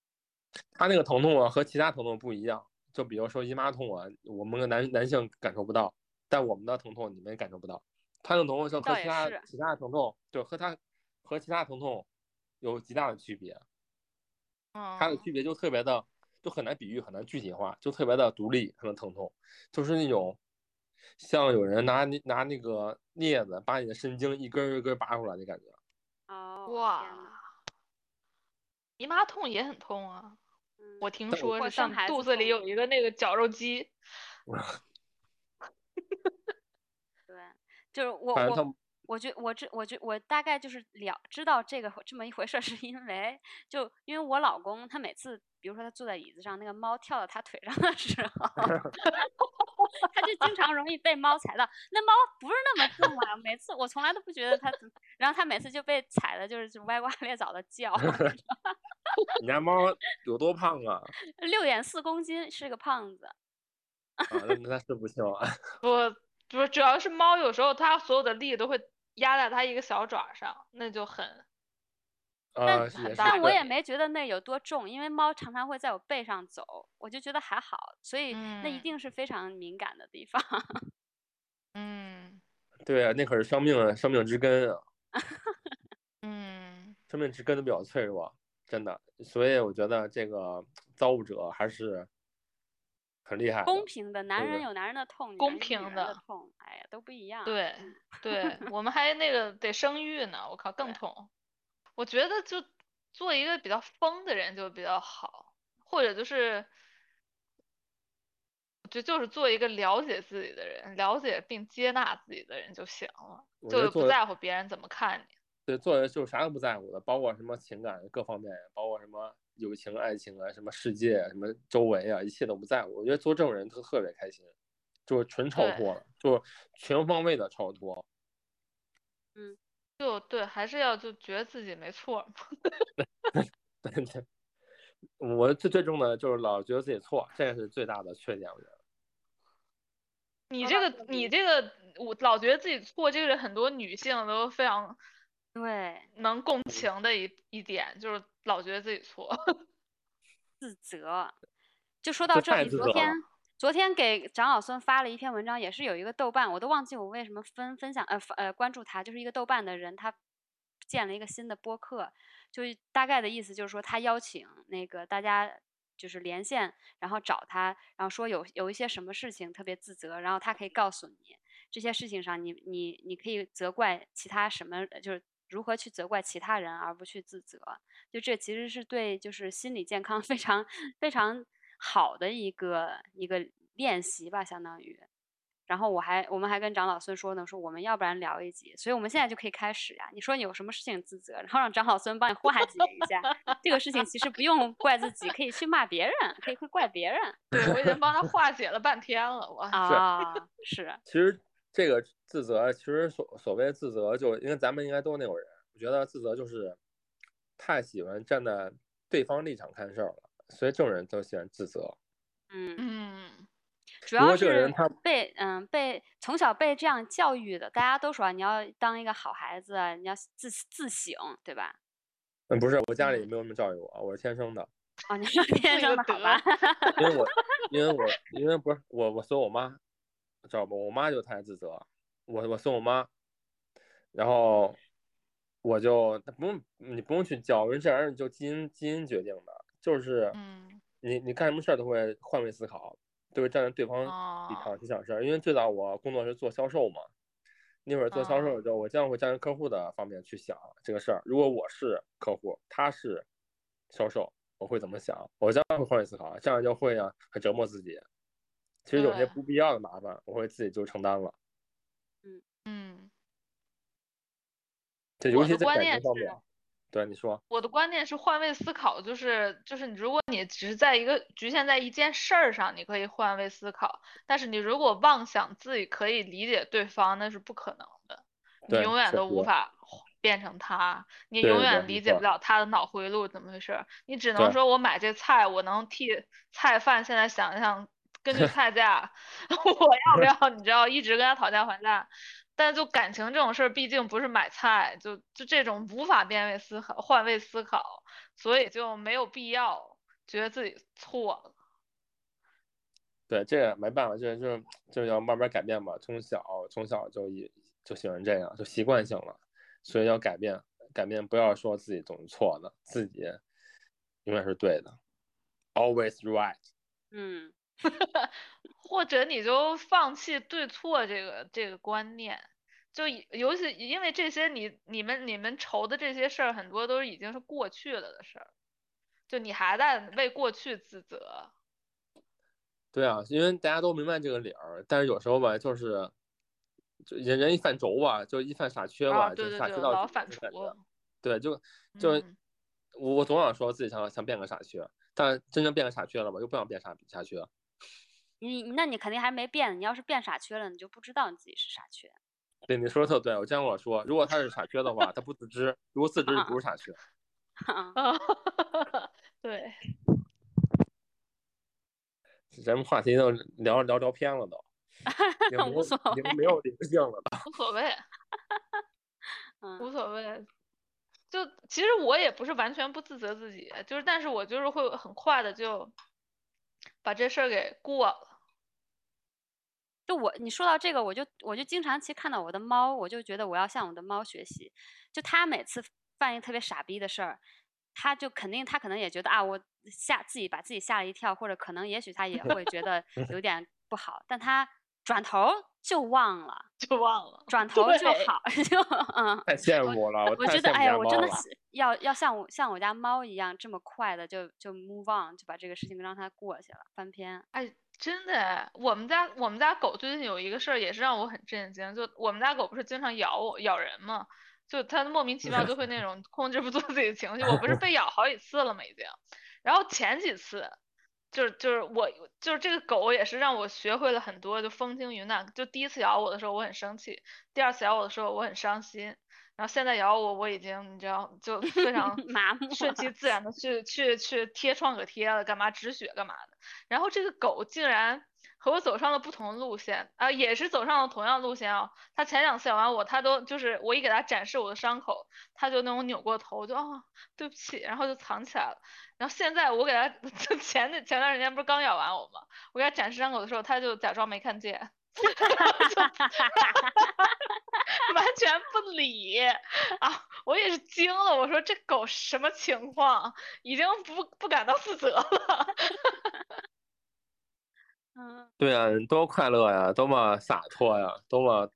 [SPEAKER 1] 他那个疼痛啊和其他疼痛不一样，就比如说姨妈痛啊，我们个男男性感受不到，但我们的疼痛你们也感受不到。他那个疼痛是和
[SPEAKER 3] 倒
[SPEAKER 1] 其
[SPEAKER 3] 也
[SPEAKER 1] 他
[SPEAKER 3] 是
[SPEAKER 1] 其他的疼痛，对，和他和其他疼痛有极大的区别，它的
[SPEAKER 2] 嗯
[SPEAKER 1] 区别就特别的就很难比喻，很难具体化，就特别的独立，它的疼痛就是那种像有人拿那拿那个镊子把你的神经一根儿一根儿拔出来的感觉。
[SPEAKER 3] 哦
[SPEAKER 2] 哇
[SPEAKER 3] 天呐，
[SPEAKER 2] 姨妈痛也很痛啊。
[SPEAKER 3] 嗯
[SPEAKER 2] 我听
[SPEAKER 1] 但我
[SPEAKER 2] 说
[SPEAKER 3] 或
[SPEAKER 2] 是
[SPEAKER 3] 生
[SPEAKER 2] 像
[SPEAKER 3] 孩
[SPEAKER 2] 肚
[SPEAKER 3] 子
[SPEAKER 2] 子里
[SPEAKER 3] 痛
[SPEAKER 2] 有一个那个绞肉机，
[SPEAKER 3] 对，就是我
[SPEAKER 1] 反正
[SPEAKER 3] 我
[SPEAKER 1] 他
[SPEAKER 3] 我觉我这我觉我大概就是了知道这个这么一回事儿，是因为就因为我老公他每次，比如说他坐在椅子上，那个猫跳到他腿上的时候， 他就经常容易被猫踩到。那猫不是那么重啊，每次我从来都不觉得它怎么，然后它每次就被踩的就是就歪瓜裂枣的叫，
[SPEAKER 1] 你家猫有多胖啊？
[SPEAKER 3] 六点四公斤是个胖子。
[SPEAKER 1] 啊，那那是不 轻啊。
[SPEAKER 2] 不不，主要是猫有时候它所有的力都会压在它一个小爪上，那就很
[SPEAKER 1] 啊，
[SPEAKER 2] 很
[SPEAKER 1] 也是
[SPEAKER 2] 大
[SPEAKER 3] 但我
[SPEAKER 1] 对
[SPEAKER 3] 也没觉得那有多重，因为猫常常会在我背上走，我就觉得还好，所以那一
[SPEAKER 2] 嗯
[SPEAKER 3] 定是非常敏感的地方。
[SPEAKER 2] 嗯
[SPEAKER 1] 对啊，那可是生命啊，生命之根啊，
[SPEAKER 2] 嗯
[SPEAKER 1] 生命之根都比较脆弱，真的。所以我觉得这个造物者还是很厉害的。
[SPEAKER 3] 公平的，男
[SPEAKER 1] 对
[SPEAKER 3] 人
[SPEAKER 1] 的
[SPEAKER 3] 有男人的痛，女
[SPEAKER 2] 公
[SPEAKER 3] 人有女
[SPEAKER 2] 平
[SPEAKER 3] 人
[SPEAKER 2] 的
[SPEAKER 3] 痛，哎呀，都不一样。
[SPEAKER 2] 对
[SPEAKER 3] 嗯
[SPEAKER 2] 对，我们还那个得生育呢，我靠，更
[SPEAKER 3] 对
[SPEAKER 2] 痛。我觉得就做一个比较疯的人就比较好，或者就是，我觉得就是做一个了解自己的人，了解并接纳自己的人就行了，
[SPEAKER 1] 我觉得
[SPEAKER 2] 就是不
[SPEAKER 1] 做
[SPEAKER 2] 在乎别人怎么看你。
[SPEAKER 1] 对做人就啥都不在乎的，包括什么情感各方面呀，包括什么友情、爱情啊，什么世界啊、什么周围啊，一切都不在乎。我觉得做这种人特特别开心，就是纯超
[SPEAKER 2] 对
[SPEAKER 1] 脱了，就是全方位的超脱。
[SPEAKER 2] 就对，还是要就觉得自己没错儿嘛。
[SPEAKER 1] 对对，我最最重的就是老觉得自己错，这个是最大的缺点，我觉得。
[SPEAKER 2] 你
[SPEAKER 1] 啊
[SPEAKER 3] 说
[SPEAKER 2] 这
[SPEAKER 3] 到
[SPEAKER 2] 个
[SPEAKER 3] 这
[SPEAKER 2] 你
[SPEAKER 3] 里
[SPEAKER 2] 这个，我老觉得自己错，这个是很多女性都非常
[SPEAKER 3] 对，
[SPEAKER 2] 能共情的一一点，就是老觉得自己错。
[SPEAKER 3] 自责。就说到
[SPEAKER 1] 这
[SPEAKER 3] 这
[SPEAKER 1] 太
[SPEAKER 3] 里，
[SPEAKER 1] 自
[SPEAKER 3] 昨
[SPEAKER 1] 责了
[SPEAKER 3] 天昨天给长老孙发了一篇文章，也是有一个豆瓣，我都忘记我为什么分分享呃发呃关注他，就是一个豆瓣的人，他建了一个新的播客，就大概的意思就是说他邀请那个大家。就是连线，然后找他，然后说有有一些什么事情特别自责，然后他可以告诉你这些事情上你，你你可以责怪其他什么，就是如何去责怪其他人，而不去自责。就这其实是对就是心理健康非 常非常好的一个一个练习吧，相当于。然后我还我们还跟长老孙说呢，说我们要不然聊一集，所以我们现在就可以开始呀、你说你有什么事情自责，然后让长老孙帮你化解 一下。这个事情其实不用怪自己，可以去骂别人，可以会怪别 人
[SPEAKER 2] 对我已经帮他化解了半天了，我
[SPEAKER 3] 啊。是，
[SPEAKER 1] 其实这个自责，其实所所谓自责就，因为咱们应该都是那种人，我觉得自责就是太喜欢站在对方立场看事儿了，所以这种人都喜欢自责。
[SPEAKER 3] 嗯，
[SPEAKER 2] 嗯，
[SPEAKER 3] 主
[SPEAKER 1] 如
[SPEAKER 3] 要
[SPEAKER 1] 果这个人
[SPEAKER 3] 是
[SPEAKER 1] 他
[SPEAKER 3] 被嗯被从小被这样教育的，大家都说啊你要当一个好孩子啊，你要自自省，对吧？
[SPEAKER 1] 嗯不是我家里没有这么教育我，我是天生的，
[SPEAKER 3] 哦，你 说天
[SPEAKER 2] 一
[SPEAKER 3] 生
[SPEAKER 2] 个
[SPEAKER 3] 的好
[SPEAKER 2] 德
[SPEAKER 3] 吧？
[SPEAKER 1] 因为我因为我因为不是我我随我妈，知道不？我妈就太自责，我我随我妈，然后我就不用你不用去教，因为这玩意儿就基因基因决定的，就是
[SPEAKER 2] 嗯
[SPEAKER 1] 你你干什么事儿都会换位思考，都会站在对方立
[SPEAKER 2] 哦
[SPEAKER 1] 场去想事儿。因为最早我工作是做销售嘛，那会儿做
[SPEAKER 2] 哦
[SPEAKER 1] 销售的时候，我经常会站在客户的方面去想这个事儿。如果我是客户，他是销售，我会怎么想？我这样会换位思考，这样就会啊很折磨自己。其实有些
[SPEAKER 2] 对
[SPEAKER 1] 不必要的麻烦，我会自己就承担了。
[SPEAKER 2] 嗯，
[SPEAKER 1] 这
[SPEAKER 2] 我
[SPEAKER 1] 尤其
[SPEAKER 2] 的
[SPEAKER 1] 在
[SPEAKER 2] 观
[SPEAKER 1] 感
[SPEAKER 2] 念
[SPEAKER 1] 情方
[SPEAKER 2] 是
[SPEAKER 1] 面，对你说，
[SPEAKER 2] 我的观念是换位思考，就是就是你如果你只是在一个局限在一件事儿上，你可以换位思考，但是你如果妄想自己可以理解对方，那是不可能的，你
[SPEAKER 1] 对
[SPEAKER 2] 永远
[SPEAKER 1] 是
[SPEAKER 2] 都无
[SPEAKER 1] 的
[SPEAKER 2] 法变成他，你
[SPEAKER 1] 对
[SPEAKER 2] 永
[SPEAKER 1] 对
[SPEAKER 2] 远
[SPEAKER 1] 没
[SPEAKER 2] 理解不
[SPEAKER 1] 错
[SPEAKER 2] 了他的脑回路怎么回事儿，你只能
[SPEAKER 1] 对
[SPEAKER 2] 说我买这菜，我能替菜贩现在想一想，根据菜价， 我要不要你知道一直跟他讨价还价。但就感情这种事儿，毕竟不是买菜，就就这种无法变位思考、换位思考，所以就没有必要觉得自己错了。
[SPEAKER 1] 对，这个没办法，这就是就是要慢慢改变吧。从小从小就一就喜欢这样，就习惯性了，所以要改变，改变不要说自己总是错的，自己永远是对的，always right。
[SPEAKER 3] 嗯，
[SPEAKER 2] 或者你就放弃对错这个这个观念，就以尤其因为这些你你们你们愁的这些事儿，很多都已经是过去了的事儿，就你还在为过去自责。
[SPEAKER 1] 对啊，因为大家都明白这个理儿，但是有时候吧，就是就人人一犯轴吧，就一犯傻缺吧，
[SPEAKER 2] 啊，对
[SPEAKER 1] 就
[SPEAKER 2] 对
[SPEAKER 1] 傻
[SPEAKER 2] 对，
[SPEAKER 1] 缺到
[SPEAKER 2] 老
[SPEAKER 1] 底
[SPEAKER 2] 反
[SPEAKER 1] 就
[SPEAKER 2] 刍
[SPEAKER 1] 感觉。对，就就
[SPEAKER 2] 嗯
[SPEAKER 1] 我我总想说自己想想变个傻缺，但真正变个傻缺了吧，又不想变傻傻缺。
[SPEAKER 3] 你那你肯定还没变，你要是变傻缺了，你就不知道你自己是傻缺。
[SPEAKER 1] 对，你说的特对，我见过我说，如果他是傻缺的话，他不自知；如果自知，就不是傻缺。
[SPEAKER 3] 哦
[SPEAKER 2] 啊， 对，
[SPEAKER 1] 咱们话题都聊聊聊偏了 都，已经没
[SPEAKER 3] 无
[SPEAKER 1] 有
[SPEAKER 3] 所
[SPEAKER 1] 已经没有灵性了都。
[SPEAKER 2] 无所谓。无
[SPEAKER 3] 嗯
[SPEAKER 2] 所谓。就其实我也不是完全不自责自己，就是但是我就是会很快的就把这事儿给过了。
[SPEAKER 3] 就我你说到这个，我就我就经常其实看到我的猫，我就觉得我要向我的猫学习。就它每次犯一个特别傻逼的事儿，它就肯定它可能也觉得啊，我吓自己把自己吓了一跳，或者可能也许它 也会觉得有点不好，但它转头就忘 了，
[SPEAKER 2] 就忘了，
[SPEAKER 3] 转头就
[SPEAKER 2] 对
[SPEAKER 3] 好， 就嗯。
[SPEAKER 1] 太羡慕了，
[SPEAKER 3] 我
[SPEAKER 1] 太
[SPEAKER 3] 觉得，
[SPEAKER 1] 羡慕
[SPEAKER 3] 哎呀，
[SPEAKER 1] 家
[SPEAKER 3] 我真
[SPEAKER 1] 猫
[SPEAKER 3] 的
[SPEAKER 1] 了。
[SPEAKER 3] 是要要像我像我家猫一样这么快的就就 move on，就把这个事情让它过去了，翻篇。
[SPEAKER 2] 哎，真的哎，我们家我们家狗最近有一个事儿也是让我很震惊，就我们家狗不是经常咬我咬人嘛，就它莫名其妙就会那种控制不住自己的情绪，我不是被咬好几次了嘛已经，然后前几次就是就是我就是这个狗也是让我学会了很多，就风轻云淡。就第一次咬我的时候我很生气，第二次咬我的时候我很伤心，然后现在咬我我已经你知道就非常
[SPEAKER 3] 麻木
[SPEAKER 2] 顺其
[SPEAKER 3] 了
[SPEAKER 2] 自然的 去去去贴创可贴啊了，干嘛止血干嘛的。然后这个狗竟然和我走上了不同的路线啊、也是走上了同样的路线啊。它前两次咬完我，它都就是我一给它展示我的伤口，它就那种扭过头就啊、对不起，然后就藏起来了。然后现在我给它 就前那前段时间不是刚咬完我吗？我给它展示伤口的时候，它就假装没看见， 完全不理啊！我也是惊了，我说这狗什么情况？已经不不感到自责了。
[SPEAKER 3] 嗯，
[SPEAKER 1] 对啊，多快乐呀，多么洒脱呀，多么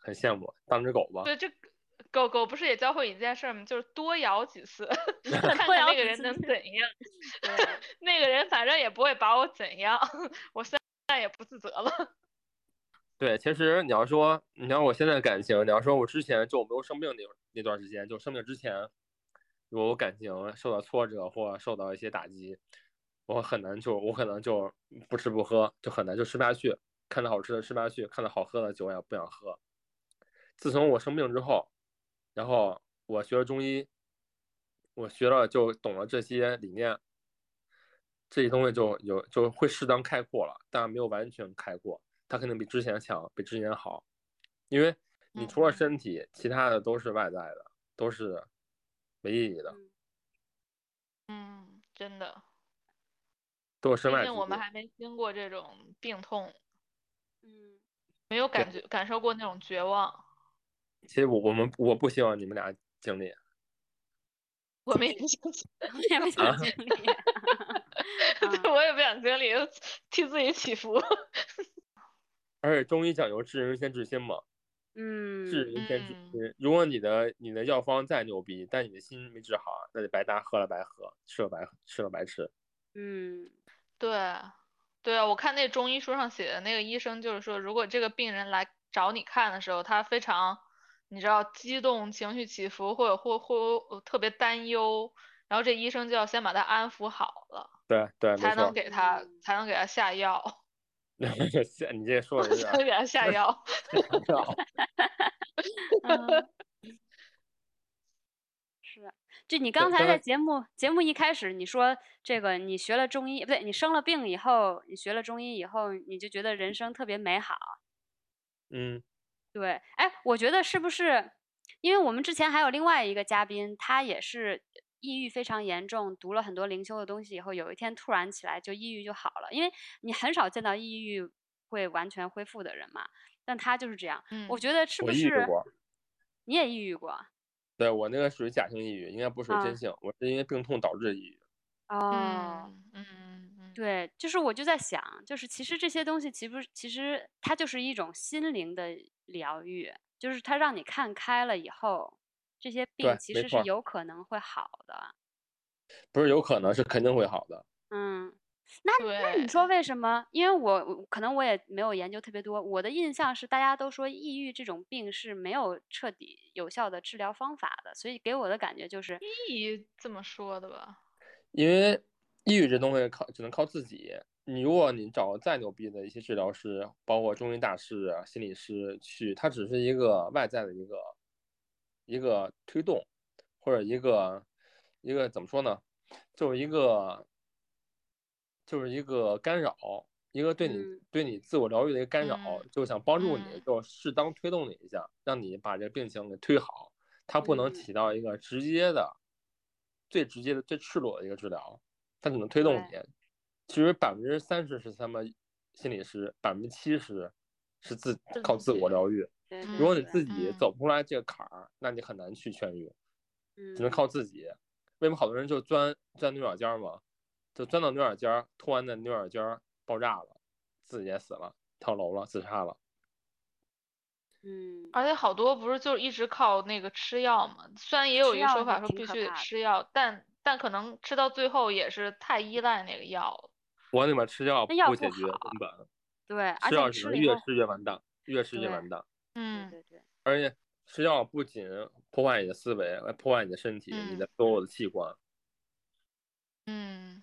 [SPEAKER 1] 很羡慕。当只狗吧，
[SPEAKER 2] 对，这狗狗不是也教会一件事儿吗？就是多咬几次， 看看
[SPEAKER 3] 多咬
[SPEAKER 2] 那
[SPEAKER 3] 几
[SPEAKER 2] 个人
[SPEAKER 3] 次
[SPEAKER 2] 能怎样。
[SPEAKER 3] 对，
[SPEAKER 2] 那个人反正也不会把我怎样， 我现在也不自责了。
[SPEAKER 1] 对，其实你要说，你要我现在感情，你要说我之前就我没有生病那会儿那段时间，就生病之前，如果我感情受到挫折或受到一些打击，我很难就我可能就不吃不喝，就很难就吃不下去，看到好吃的吃不下去，看到好喝的酒也不想喝。自从我生病之后，然后我学了中医，我学了就懂了这些理念，这些东西就有就会适当开阔了，但没有完全开阔。它肯定比之前强，比之前好，因为你除了
[SPEAKER 2] 嗯
[SPEAKER 1] 身体，其他的都是外在的，都是没意义的，
[SPEAKER 3] 嗯
[SPEAKER 2] 嗯，真的，
[SPEAKER 1] 都是身
[SPEAKER 2] 毕
[SPEAKER 1] 外之
[SPEAKER 2] 竟我们
[SPEAKER 1] 物
[SPEAKER 2] 还没经过这种病痛，
[SPEAKER 3] 嗯，
[SPEAKER 2] 没有
[SPEAKER 1] 对
[SPEAKER 2] 感觉感受过那种绝望。
[SPEAKER 1] 其实我我们我不希望你们俩经历，
[SPEAKER 2] 我们也不想经历，
[SPEAKER 3] 也没想
[SPEAKER 1] 啊
[SPEAKER 3] 经历。
[SPEAKER 2] 对 我也不想经历，就替自己祈福。
[SPEAKER 1] 而且中医讲究治人先治心嘛，治
[SPEAKER 3] 嗯，
[SPEAKER 1] 人先治
[SPEAKER 2] 嗯
[SPEAKER 1] 心。如果你的你的药方再牛逼，但你的心没治好，那就白搭，喝了白喝，吃了白吃了白吃。
[SPEAKER 3] 嗯，
[SPEAKER 2] 对，对啊，我看那中医书上写的那个医生就是说，如果这个病人来找你看的时候，他非常，你知道，激动、情绪起伏，或者或或呃特别担忧，然后这医生就要先把他安抚好了，
[SPEAKER 1] 对对，没
[SPEAKER 2] 才能
[SPEAKER 1] 错。
[SPEAKER 2] 给他
[SPEAKER 3] 嗯
[SPEAKER 2] 才能给他下药，
[SPEAKER 1] 你这说的有点
[SPEAKER 2] 才能给他 下药。
[SPEAKER 1] 儿
[SPEAKER 3] 嗯是的，就你刚
[SPEAKER 1] 对
[SPEAKER 3] 才
[SPEAKER 1] 刚
[SPEAKER 3] 在
[SPEAKER 1] 才
[SPEAKER 3] 节目节目一开始，你说这个你学了中医，不对，你生了病以后，你学了中医以后，你就觉得人生特别美好。
[SPEAKER 1] 嗯
[SPEAKER 3] 对，哎，我觉得是不是？因为我们之前还有另外一个嘉宾，他也是抑郁非常严重，读了很多灵修的东西以后，有一天突然起来就抑郁就好了。因为你很少见到抑郁会完全恢复的人嘛，但他就是这样。
[SPEAKER 2] 嗯
[SPEAKER 3] 我觉得是
[SPEAKER 1] 我
[SPEAKER 3] 不
[SPEAKER 1] 抑郁
[SPEAKER 3] 是？
[SPEAKER 1] 过
[SPEAKER 3] 你也抑郁过？
[SPEAKER 1] 对我那个属于假性抑郁，应该不属于
[SPEAKER 3] 啊
[SPEAKER 1] 真性，我是因为病痛导致抑郁。
[SPEAKER 3] 哦，
[SPEAKER 2] 嗯嗯嗯嗯，
[SPEAKER 3] 对，就是我就在想，就是其实这些东西，其不其实它就是一种心灵的疗愈，就是它让你看开了以后，这些病
[SPEAKER 1] 对
[SPEAKER 3] 其
[SPEAKER 1] 没错
[SPEAKER 3] 实是
[SPEAKER 1] 儿
[SPEAKER 3] 有可能会好的。
[SPEAKER 1] 不是有可能是肯定会好的。
[SPEAKER 3] 嗯，那那你
[SPEAKER 2] 对，
[SPEAKER 1] 嗯
[SPEAKER 3] 说为什么？因为我我可能我也没有研究特别多，我的印象是大家都说抑郁这种病是没有彻底有效的治疗方法的，所以给我的感觉就是，
[SPEAKER 2] 意这么说的吧？
[SPEAKER 1] 因为抑郁这东西靠只能靠自己。你如果你找再牛逼的一些治疗师，包括中医大师啊、心理师去，它只是一个外在的一个一个推动，或者一个一个怎么说呢，就是一个就是一个干扰，一个对你、
[SPEAKER 3] 嗯
[SPEAKER 1] 对你自我疗愈的一个干扰，
[SPEAKER 2] 嗯
[SPEAKER 1] 就想帮助你，
[SPEAKER 2] 嗯
[SPEAKER 1] 就适当推动你一下，让你把这个病情给推好。它不能
[SPEAKER 3] 嗯
[SPEAKER 1] 起到一个直接的、最直接的、最赤裸的一个治疗，它只能推动你。其实百分之三十是他们心理师，百分之七十是自
[SPEAKER 2] 是
[SPEAKER 1] 靠自
[SPEAKER 2] 自
[SPEAKER 1] 我
[SPEAKER 2] 己
[SPEAKER 1] 疗愈。
[SPEAKER 3] 对
[SPEAKER 2] 嗯
[SPEAKER 1] 如果
[SPEAKER 3] 对
[SPEAKER 1] 你
[SPEAKER 3] 对，
[SPEAKER 1] 自己走不出来这个坎儿，那你很难去痊愈，只能
[SPEAKER 3] 嗯
[SPEAKER 1] 靠自己。为什么好多人就钻钻牛角尖儿嘛？就钻到牛角尖儿，突然的牛角尖儿爆炸了，自己也死了，跳楼了，自杀了。
[SPEAKER 3] 嗯，
[SPEAKER 2] 而且好多不是就一直靠那个吃药嘛，虽然也有
[SPEAKER 3] 吃
[SPEAKER 2] 一个
[SPEAKER 3] 药
[SPEAKER 2] 说
[SPEAKER 3] 还
[SPEAKER 2] 法说
[SPEAKER 3] 挺
[SPEAKER 2] 必
[SPEAKER 3] 可
[SPEAKER 2] 须得
[SPEAKER 3] 怕的
[SPEAKER 2] 吃药，但但可能吃到最后也是太依赖那个药了。
[SPEAKER 1] 往里面吃药
[SPEAKER 3] 那药
[SPEAKER 1] 不
[SPEAKER 3] 不
[SPEAKER 1] 解决
[SPEAKER 3] 好
[SPEAKER 1] 根本，
[SPEAKER 3] 对，
[SPEAKER 1] 吃
[SPEAKER 3] 而且
[SPEAKER 1] 药
[SPEAKER 3] 你
[SPEAKER 1] 只
[SPEAKER 3] 吃
[SPEAKER 1] 能
[SPEAKER 3] 了以
[SPEAKER 1] 越
[SPEAKER 3] 后，
[SPEAKER 1] 吃越完蛋，越吃越
[SPEAKER 3] 对
[SPEAKER 1] 完蛋。
[SPEAKER 3] 对
[SPEAKER 2] 嗯
[SPEAKER 3] 对对，
[SPEAKER 1] 而且吃药不仅破坏你的思维，
[SPEAKER 2] 嗯
[SPEAKER 1] 还破坏你的身体，你的所有的器官。
[SPEAKER 2] 嗯，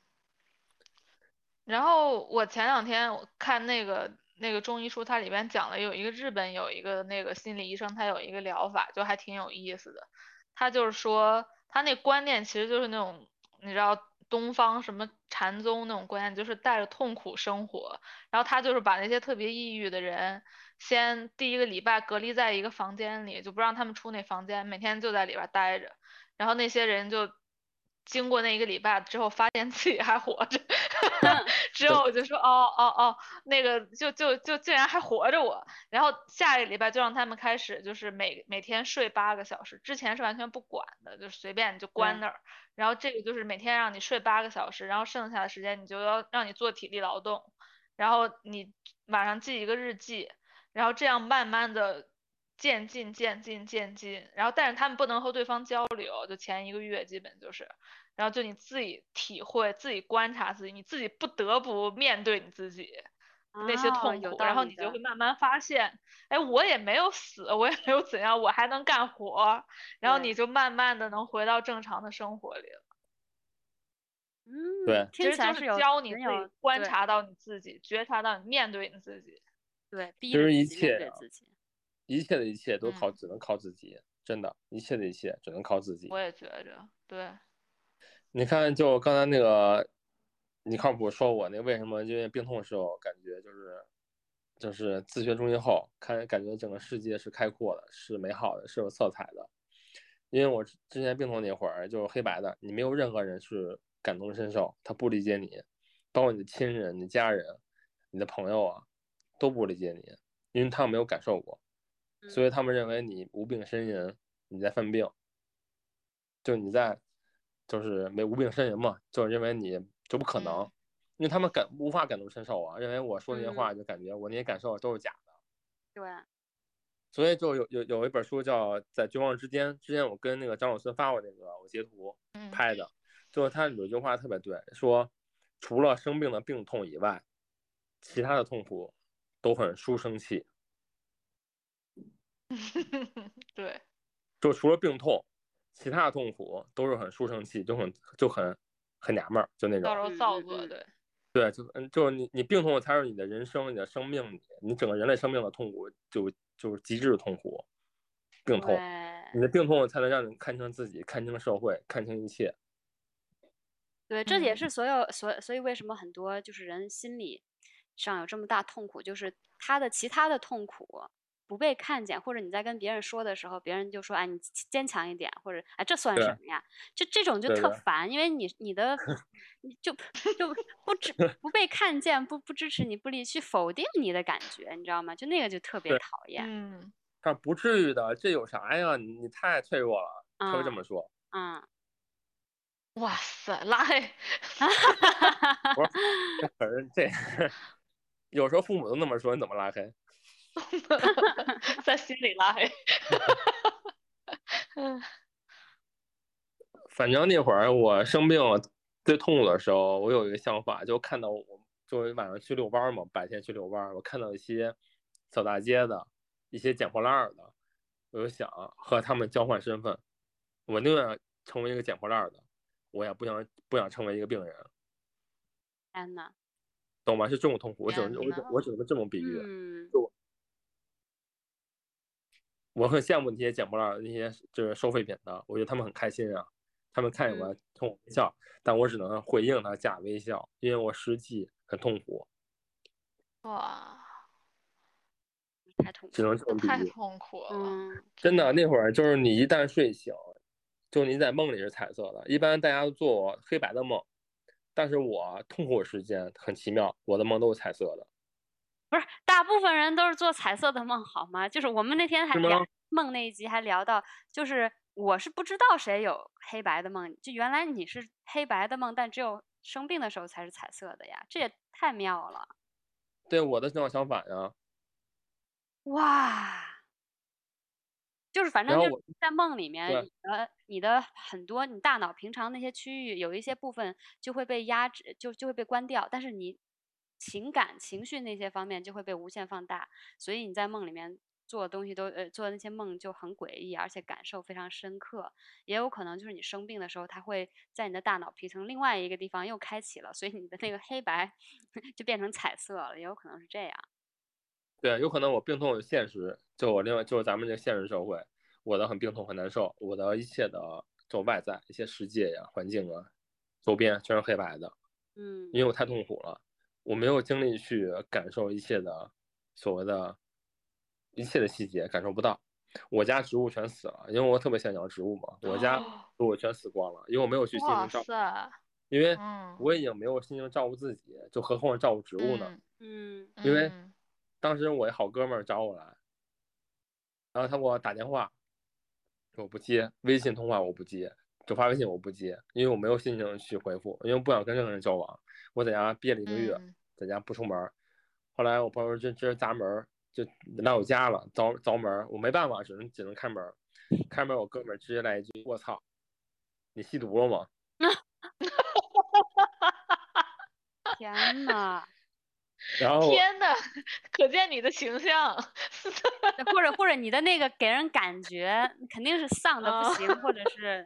[SPEAKER 2] 然后我前两天我看那个那个中医书，它里边讲了有一个日本有一个那个心理医生，他有一个疗法，就还挺有意思的。他就是说，他那观念其实就是那种你知道东方什么禅宗那种观念，就是带着痛苦生活。然后他就是把那些特别抑郁的人，先第一个礼拜隔离在一个房间里，就不让他们出那房间，每天就在里边待着。然后那些人就经过那一个礼拜之后，发现自己还活着 之后我就说哦哦哦，那个就就就竟然还活着我。然后下一个礼拜就让他们开始就是每每天睡八个小时，之前是完全不管的，就是随便你就关那儿。然后这个就是每天让你睡八个小时，然后剩下的时间你就要让你做体力劳动，然后你晚上记一个日记，然后这样慢慢的。渐进，渐进，渐进，然后但是他们不能和对方交流，就前一个月基本就是，然后就你自己体会、自己观察自己，你自己不得不面对你自己那些
[SPEAKER 3] 哦
[SPEAKER 2] 痛
[SPEAKER 3] 有
[SPEAKER 2] 苦，
[SPEAKER 3] 道
[SPEAKER 2] 然后
[SPEAKER 3] 理
[SPEAKER 2] 你
[SPEAKER 3] 的
[SPEAKER 2] 就会慢慢发现，哎，我也没有死，我也没有怎样，我还能干活，然后
[SPEAKER 3] 对
[SPEAKER 2] 你就慢慢的能回到正常的生活里了。
[SPEAKER 3] 嗯，
[SPEAKER 1] 对
[SPEAKER 2] 其
[SPEAKER 3] 听
[SPEAKER 2] 实
[SPEAKER 3] 起来
[SPEAKER 2] 就是
[SPEAKER 3] 有
[SPEAKER 2] 教你
[SPEAKER 3] 很
[SPEAKER 2] 自
[SPEAKER 3] 有
[SPEAKER 2] 己观
[SPEAKER 3] 对
[SPEAKER 2] 察到你自己，觉察到你面对你自己。
[SPEAKER 3] 对，逼
[SPEAKER 1] 其
[SPEAKER 3] 着
[SPEAKER 1] 实
[SPEAKER 3] 自
[SPEAKER 1] 一
[SPEAKER 3] 己
[SPEAKER 1] 切
[SPEAKER 3] 面对
[SPEAKER 1] 啊
[SPEAKER 3] 自己。
[SPEAKER 1] 一切的一切都靠
[SPEAKER 2] 嗯
[SPEAKER 1] 只能靠自己，真的，一切的一切只能靠自己
[SPEAKER 2] 我。也觉着，对，
[SPEAKER 1] 你看，就刚才那个，你靠谱说我那为什么因为病痛的时候感觉就是，就是自学中医后，看感觉整个世界是开阔的，是美好的，是有色彩的。因为我之之前病痛那会儿就是黑白的，你没有任何人是感同身受，他不理解你，包括你的亲人、你家人、你的朋友啊，都不理解你，因为他们没有感受过，所以他们认为你无病呻吟，你在犯病。就你在，就是没无病呻吟嘛，就是认为你就不可能，
[SPEAKER 2] 嗯
[SPEAKER 1] 因为他们感无法感同身受啊，认为我说那些话就感觉我那些感受都是假的，
[SPEAKER 3] 对，
[SPEAKER 1] 所以就有有有一本书叫《在绝望之间》，之前我跟那个张老师发过那个我截图
[SPEAKER 2] 嗯，
[SPEAKER 1] 拍的，就是他有一句话特别对，说除了生病的病痛以外，其他的痛苦都很书生气，
[SPEAKER 2] 对，
[SPEAKER 1] 就除了病痛，其他的痛苦都是很书生气，就很就很很娘们儿，就那种
[SPEAKER 2] 到。时候
[SPEAKER 3] 嗯
[SPEAKER 2] 造
[SPEAKER 3] 嗯
[SPEAKER 2] 作，
[SPEAKER 3] 嗯
[SPEAKER 2] 对，
[SPEAKER 1] 对，就嗯，就是你，你病痛才是你的人生，你的生命，你你整个人类生命的痛苦，就就是极致的痛苦，病痛，你
[SPEAKER 3] 对，
[SPEAKER 1] 的病痛才能让你看清自己，看清社会，看清一切。
[SPEAKER 3] 对，这也
[SPEAKER 2] 嗯
[SPEAKER 3] 是所有所所以为什么很多就是人心理上有这么大痛苦，就是他的其他的痛苦不被看见，或者你在跟别人说的时候，别人就说哎你坚强一点，或者哎这算
[SPEAKER 1] 对
[SPEAKER 3] 什么呀？就这种就
[SPEAKER 1] 对
[SPEAKER 3] 特
[SPEAKER 1] 对
[SPEAKER 3] 烦，因为你你的你就就不支不被看见，不不支持你，不理去否定你的感觉，你知道吗？就那个就特别
[SPEAKER 1] 对
[SPEAKER 3] 讨厌。
[SPEAKER 2] 嗯，
[SPEAKER 1] 但不至于的，这有啥呀？你你太脆弱了，他会这
[SPEAKER 3] 嗯
[SPEAKER 1] 么说。
[SPEAKER 3] 嗯，
[SPEAKER 2] 哇塞，拉黑，
[SPEAKER 1] 可是这有时候父母都那么说，你怎么拉黑？
[SPEAKER 2] 在心里拉黑。嗯
[SPEAKER 1] 反正那会儿我生病最痛苦的时候，我有一个想法，就看到我就是晚上去遛弯儿嘛，白天去遛弯儿，我看到一些扫大街的、一些捡破烂儿的，我就想和他们交换身份，我宁愿成为一个捡破烂儿的，我也不想不想成为一个病人，
[SPEAKER 3] 天呐，
[SPEAKER 1] 懂吗？是这种痛苦，我只
[SPEAKER 2] 天
[SPEAKER 1] 能我只
[SPEAKER 2] 呐
[SPEAKER 1] 我只能这么比喻。
[SPEAKER 3] 嗯，
[SPEAKER 1] 我很羡慕那些捡破烂儿的那些就是收废品的，我觉得他们很开心啊。他们看见我冲我微笑，但我只能回应他假微笑，因为我实际很痛苦，
[SPEAKER 2] 哇，
[SPEAKER 3] 太痛
[SPEAKER 1] 只
[SPEAKER 3] 苦了。
[SPEAKER 1] 能这
[SPEAKER 2] 这
[SPEAKER 1] 么比
[SPEAKER 2] 太
[SPEAKER 1] 喻。
[SPEAKER 2] 痛苦了。
[SPEAKER 3] 嗯，
[SPEAKER 1] 真的，那会儿就是你一旦睡醒，就你在梦里是彩色的，一般大家都做黑白的梦，但是我痛苦时间很奇妙，我的梦都是彩色的。
[SPEAKER 3] 不是，大部分人都是做彩色的梦，好吗？就是我们那天还
[SPEAKER 1] 是
[SPEAKER 3] 聊
[SPEAKER 1] 吗
[SPEAKER 3] 梦那一集还聊到，就是我是不知道谁有黑白的梦，就原来你是黑白的梦，但只有生病的时候才是彩色的呀，这也太妙了！
[SPEAKER 1] 对我的正好相反啊呀、
[SPEAKER 3] 哇，就是反
[SPEAKER 1] 然
[SPEAKER 3] 正
[SPEAKER 1] 后
[SPEAKER 3] 就是
[SPEAKER 1] 我
[SPEAKER 3] 在梦里面，
[SPEAKER 1] 对
[SPEAKER 3] 你的你的很多你大脑平常那些区域有一些部分就会被压制，就就会被关掉，但是你情感情绪那些方面就会被无限放大，所以你在梦里面做的东西都呃做的那些梦就很诡异，而且感受非常深刻。也有可能就是你生病的时候，它会在你的大脑皮层另外一个地方又开启了，所以你的那个黑白 就变成彩色了，也有可能是这样。
[SPEAKER 1] 对，有可能我病痛有现实，就我另外就是咱们这个现实社会，我的很病痛很难受，我的一切的就外在一些世界呀、环境啊、周边全是黑白的，
[SPEAKER 3] 嗯，
[SPEAKER 1] 因为我太痛苦了，我没有精力去感受一切的所谓的一切的细节，感受不到。我家植物全死了，因为我特别想养植物嘛，我家
[SPEAKER 2] 哦
[SPEAKER 1] 植物全死光了，因为我没有去心
[SPEAKER 2] 哇
[SPEAKER 1] 情照顾，
[SPEAKER 2] 塞，
[SPEAKER 1] 因为
[SPEAKER 2] 嗯
[SPEAKER 1] 我已经没有心情照顾自己，就何况是照顾植物呢？
[SPEAKER 2] 嗯
[SPEAKER 3] 嗯
[SPEAKER 1] 因为
[SPEAKER 2] 嗯
[SPEAKER 1] 当时我一好哥们儿找我来，然后他给我打电话，我不接，微信通话我不接，就发微信我不接，因为我没有心情去回复，因为不想跟任何人交往。我在家憋了一个月，
[SPEAKER 2] 嗯
[SPEAKER 1] 在家不出门儿。后来我朋友这这砸门儿，就来我家了，凿凿门儿，我没办法，只能只能开门儿。开门儿，我哥们儿直接来一句：“我操，你吸毒了吗？”
[SPEAKER 3] 天呐，
[SPEAKER 1] 然后我
[SPEAKER 2] 天呐，可见你的形象。
[SPEAKER 3] 对或者或者你的那个给人感觉肯定是丧的不
[SPEAKER 1] 哦
[SPEAKER 2] 啊
[SPEAKER 3] 行，或 者是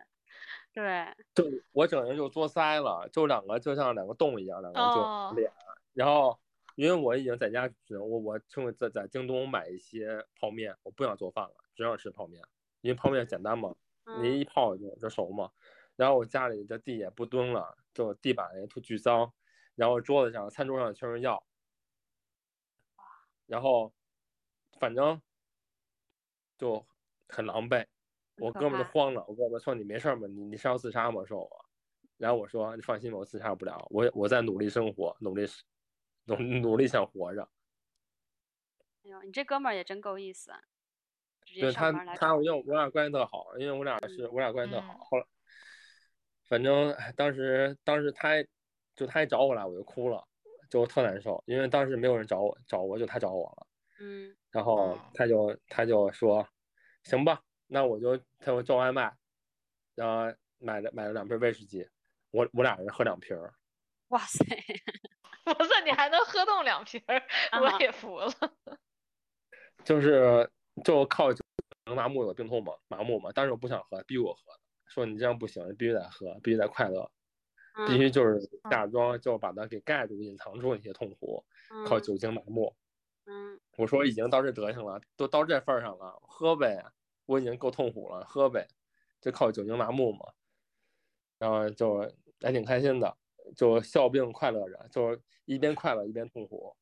[SPEAKER 3] 对，
[SPEAKER 1] 就我整个人就作腮了，就两个就像两个洞一样，两个人
[SPEAKER 2] 哦
[SPEAKER 1] 就脸。然后因为我已经在家只能我我就在在京东买一些泡面，我不想做饭了，只想吃泡面，因为泡面简单嘛，你一
[SPEAKER 3] 嗯
[SPEAKER 1] 泡就就熟嘛。然后我家里的地也不蹲了，就地板也特巨脏，然后桌子上餐桌上全是药，然后反正就很狼狈。
[SPEAKER 3] 很
[SPEAKER 1] 我
[SPEAKER 3] 可
[SPEAKER 1] 哥们儿就
[SPEAKER 3] 怕
[SPEAKER 1] 慌了，我哥们儿说：“你没事儿吗？你你是要自杀吗？”说我，然后我说：“你放心吧，我自杀不了，我我在努力生活，努力努努力想活着。
[SPEAKER 3] 哎呦，你这哥们儿也真够意思，直”接
[SPEAKER 1] 对
[SPEAKER 3] 上
[SPEAKER 1] 他
[SPEAKER 3] 门儿来
[SPEAKER 1] 他，因为我俩关系特好，因为我俩
[SPEAKER 3] 嗯
[SPEAKER 1] 是我俩关系特好。后来，反正哎当时当时他就他一找我来，我就哭了，就特难受，因为当时没有人找我找我，就他找我了。
[SPEAKER 3] 嗯
[SPEAKER 1] 然后
[SPEAKER 2] 嗯
[SPEAKER 1] 他就他就说，行吧，那我就他就叫外卖，然后买了买了两瓶威士忌，我我俩人喝两瓶儿，
[SPEAKER 3] 哇塞，
[SPEAKER 2] 不是，你还能喝动两瓶儿，
[SPEAKER 3] 啊
[SPEAKER 2] 我也服了。
[SPEAKER 1] 就是就靠酒能麻木我病痛嘛，麻木嘛，但是我不想喝，逼我喝的，说你这样不行，必须得喝，必须得快乐，
[SPEAKER 3] 嗯
[SPEAKER 1] 必须就是假装就把它给盖住、隐藏住那些痛苦，靠
[SPEAKER 3] 嗯
[SPEAKER 1] 酒精麻木。
[SPEAKER 3] 嗯
[SPEAKER 1] 我说已经到这德行了，都到这份儿上了，喝呗，我已经够痛苦了，喝呗，就靠酒精麻木嘛。然后就还挺开心的，就笑并快乐着，就是一边快乐一边痛苦，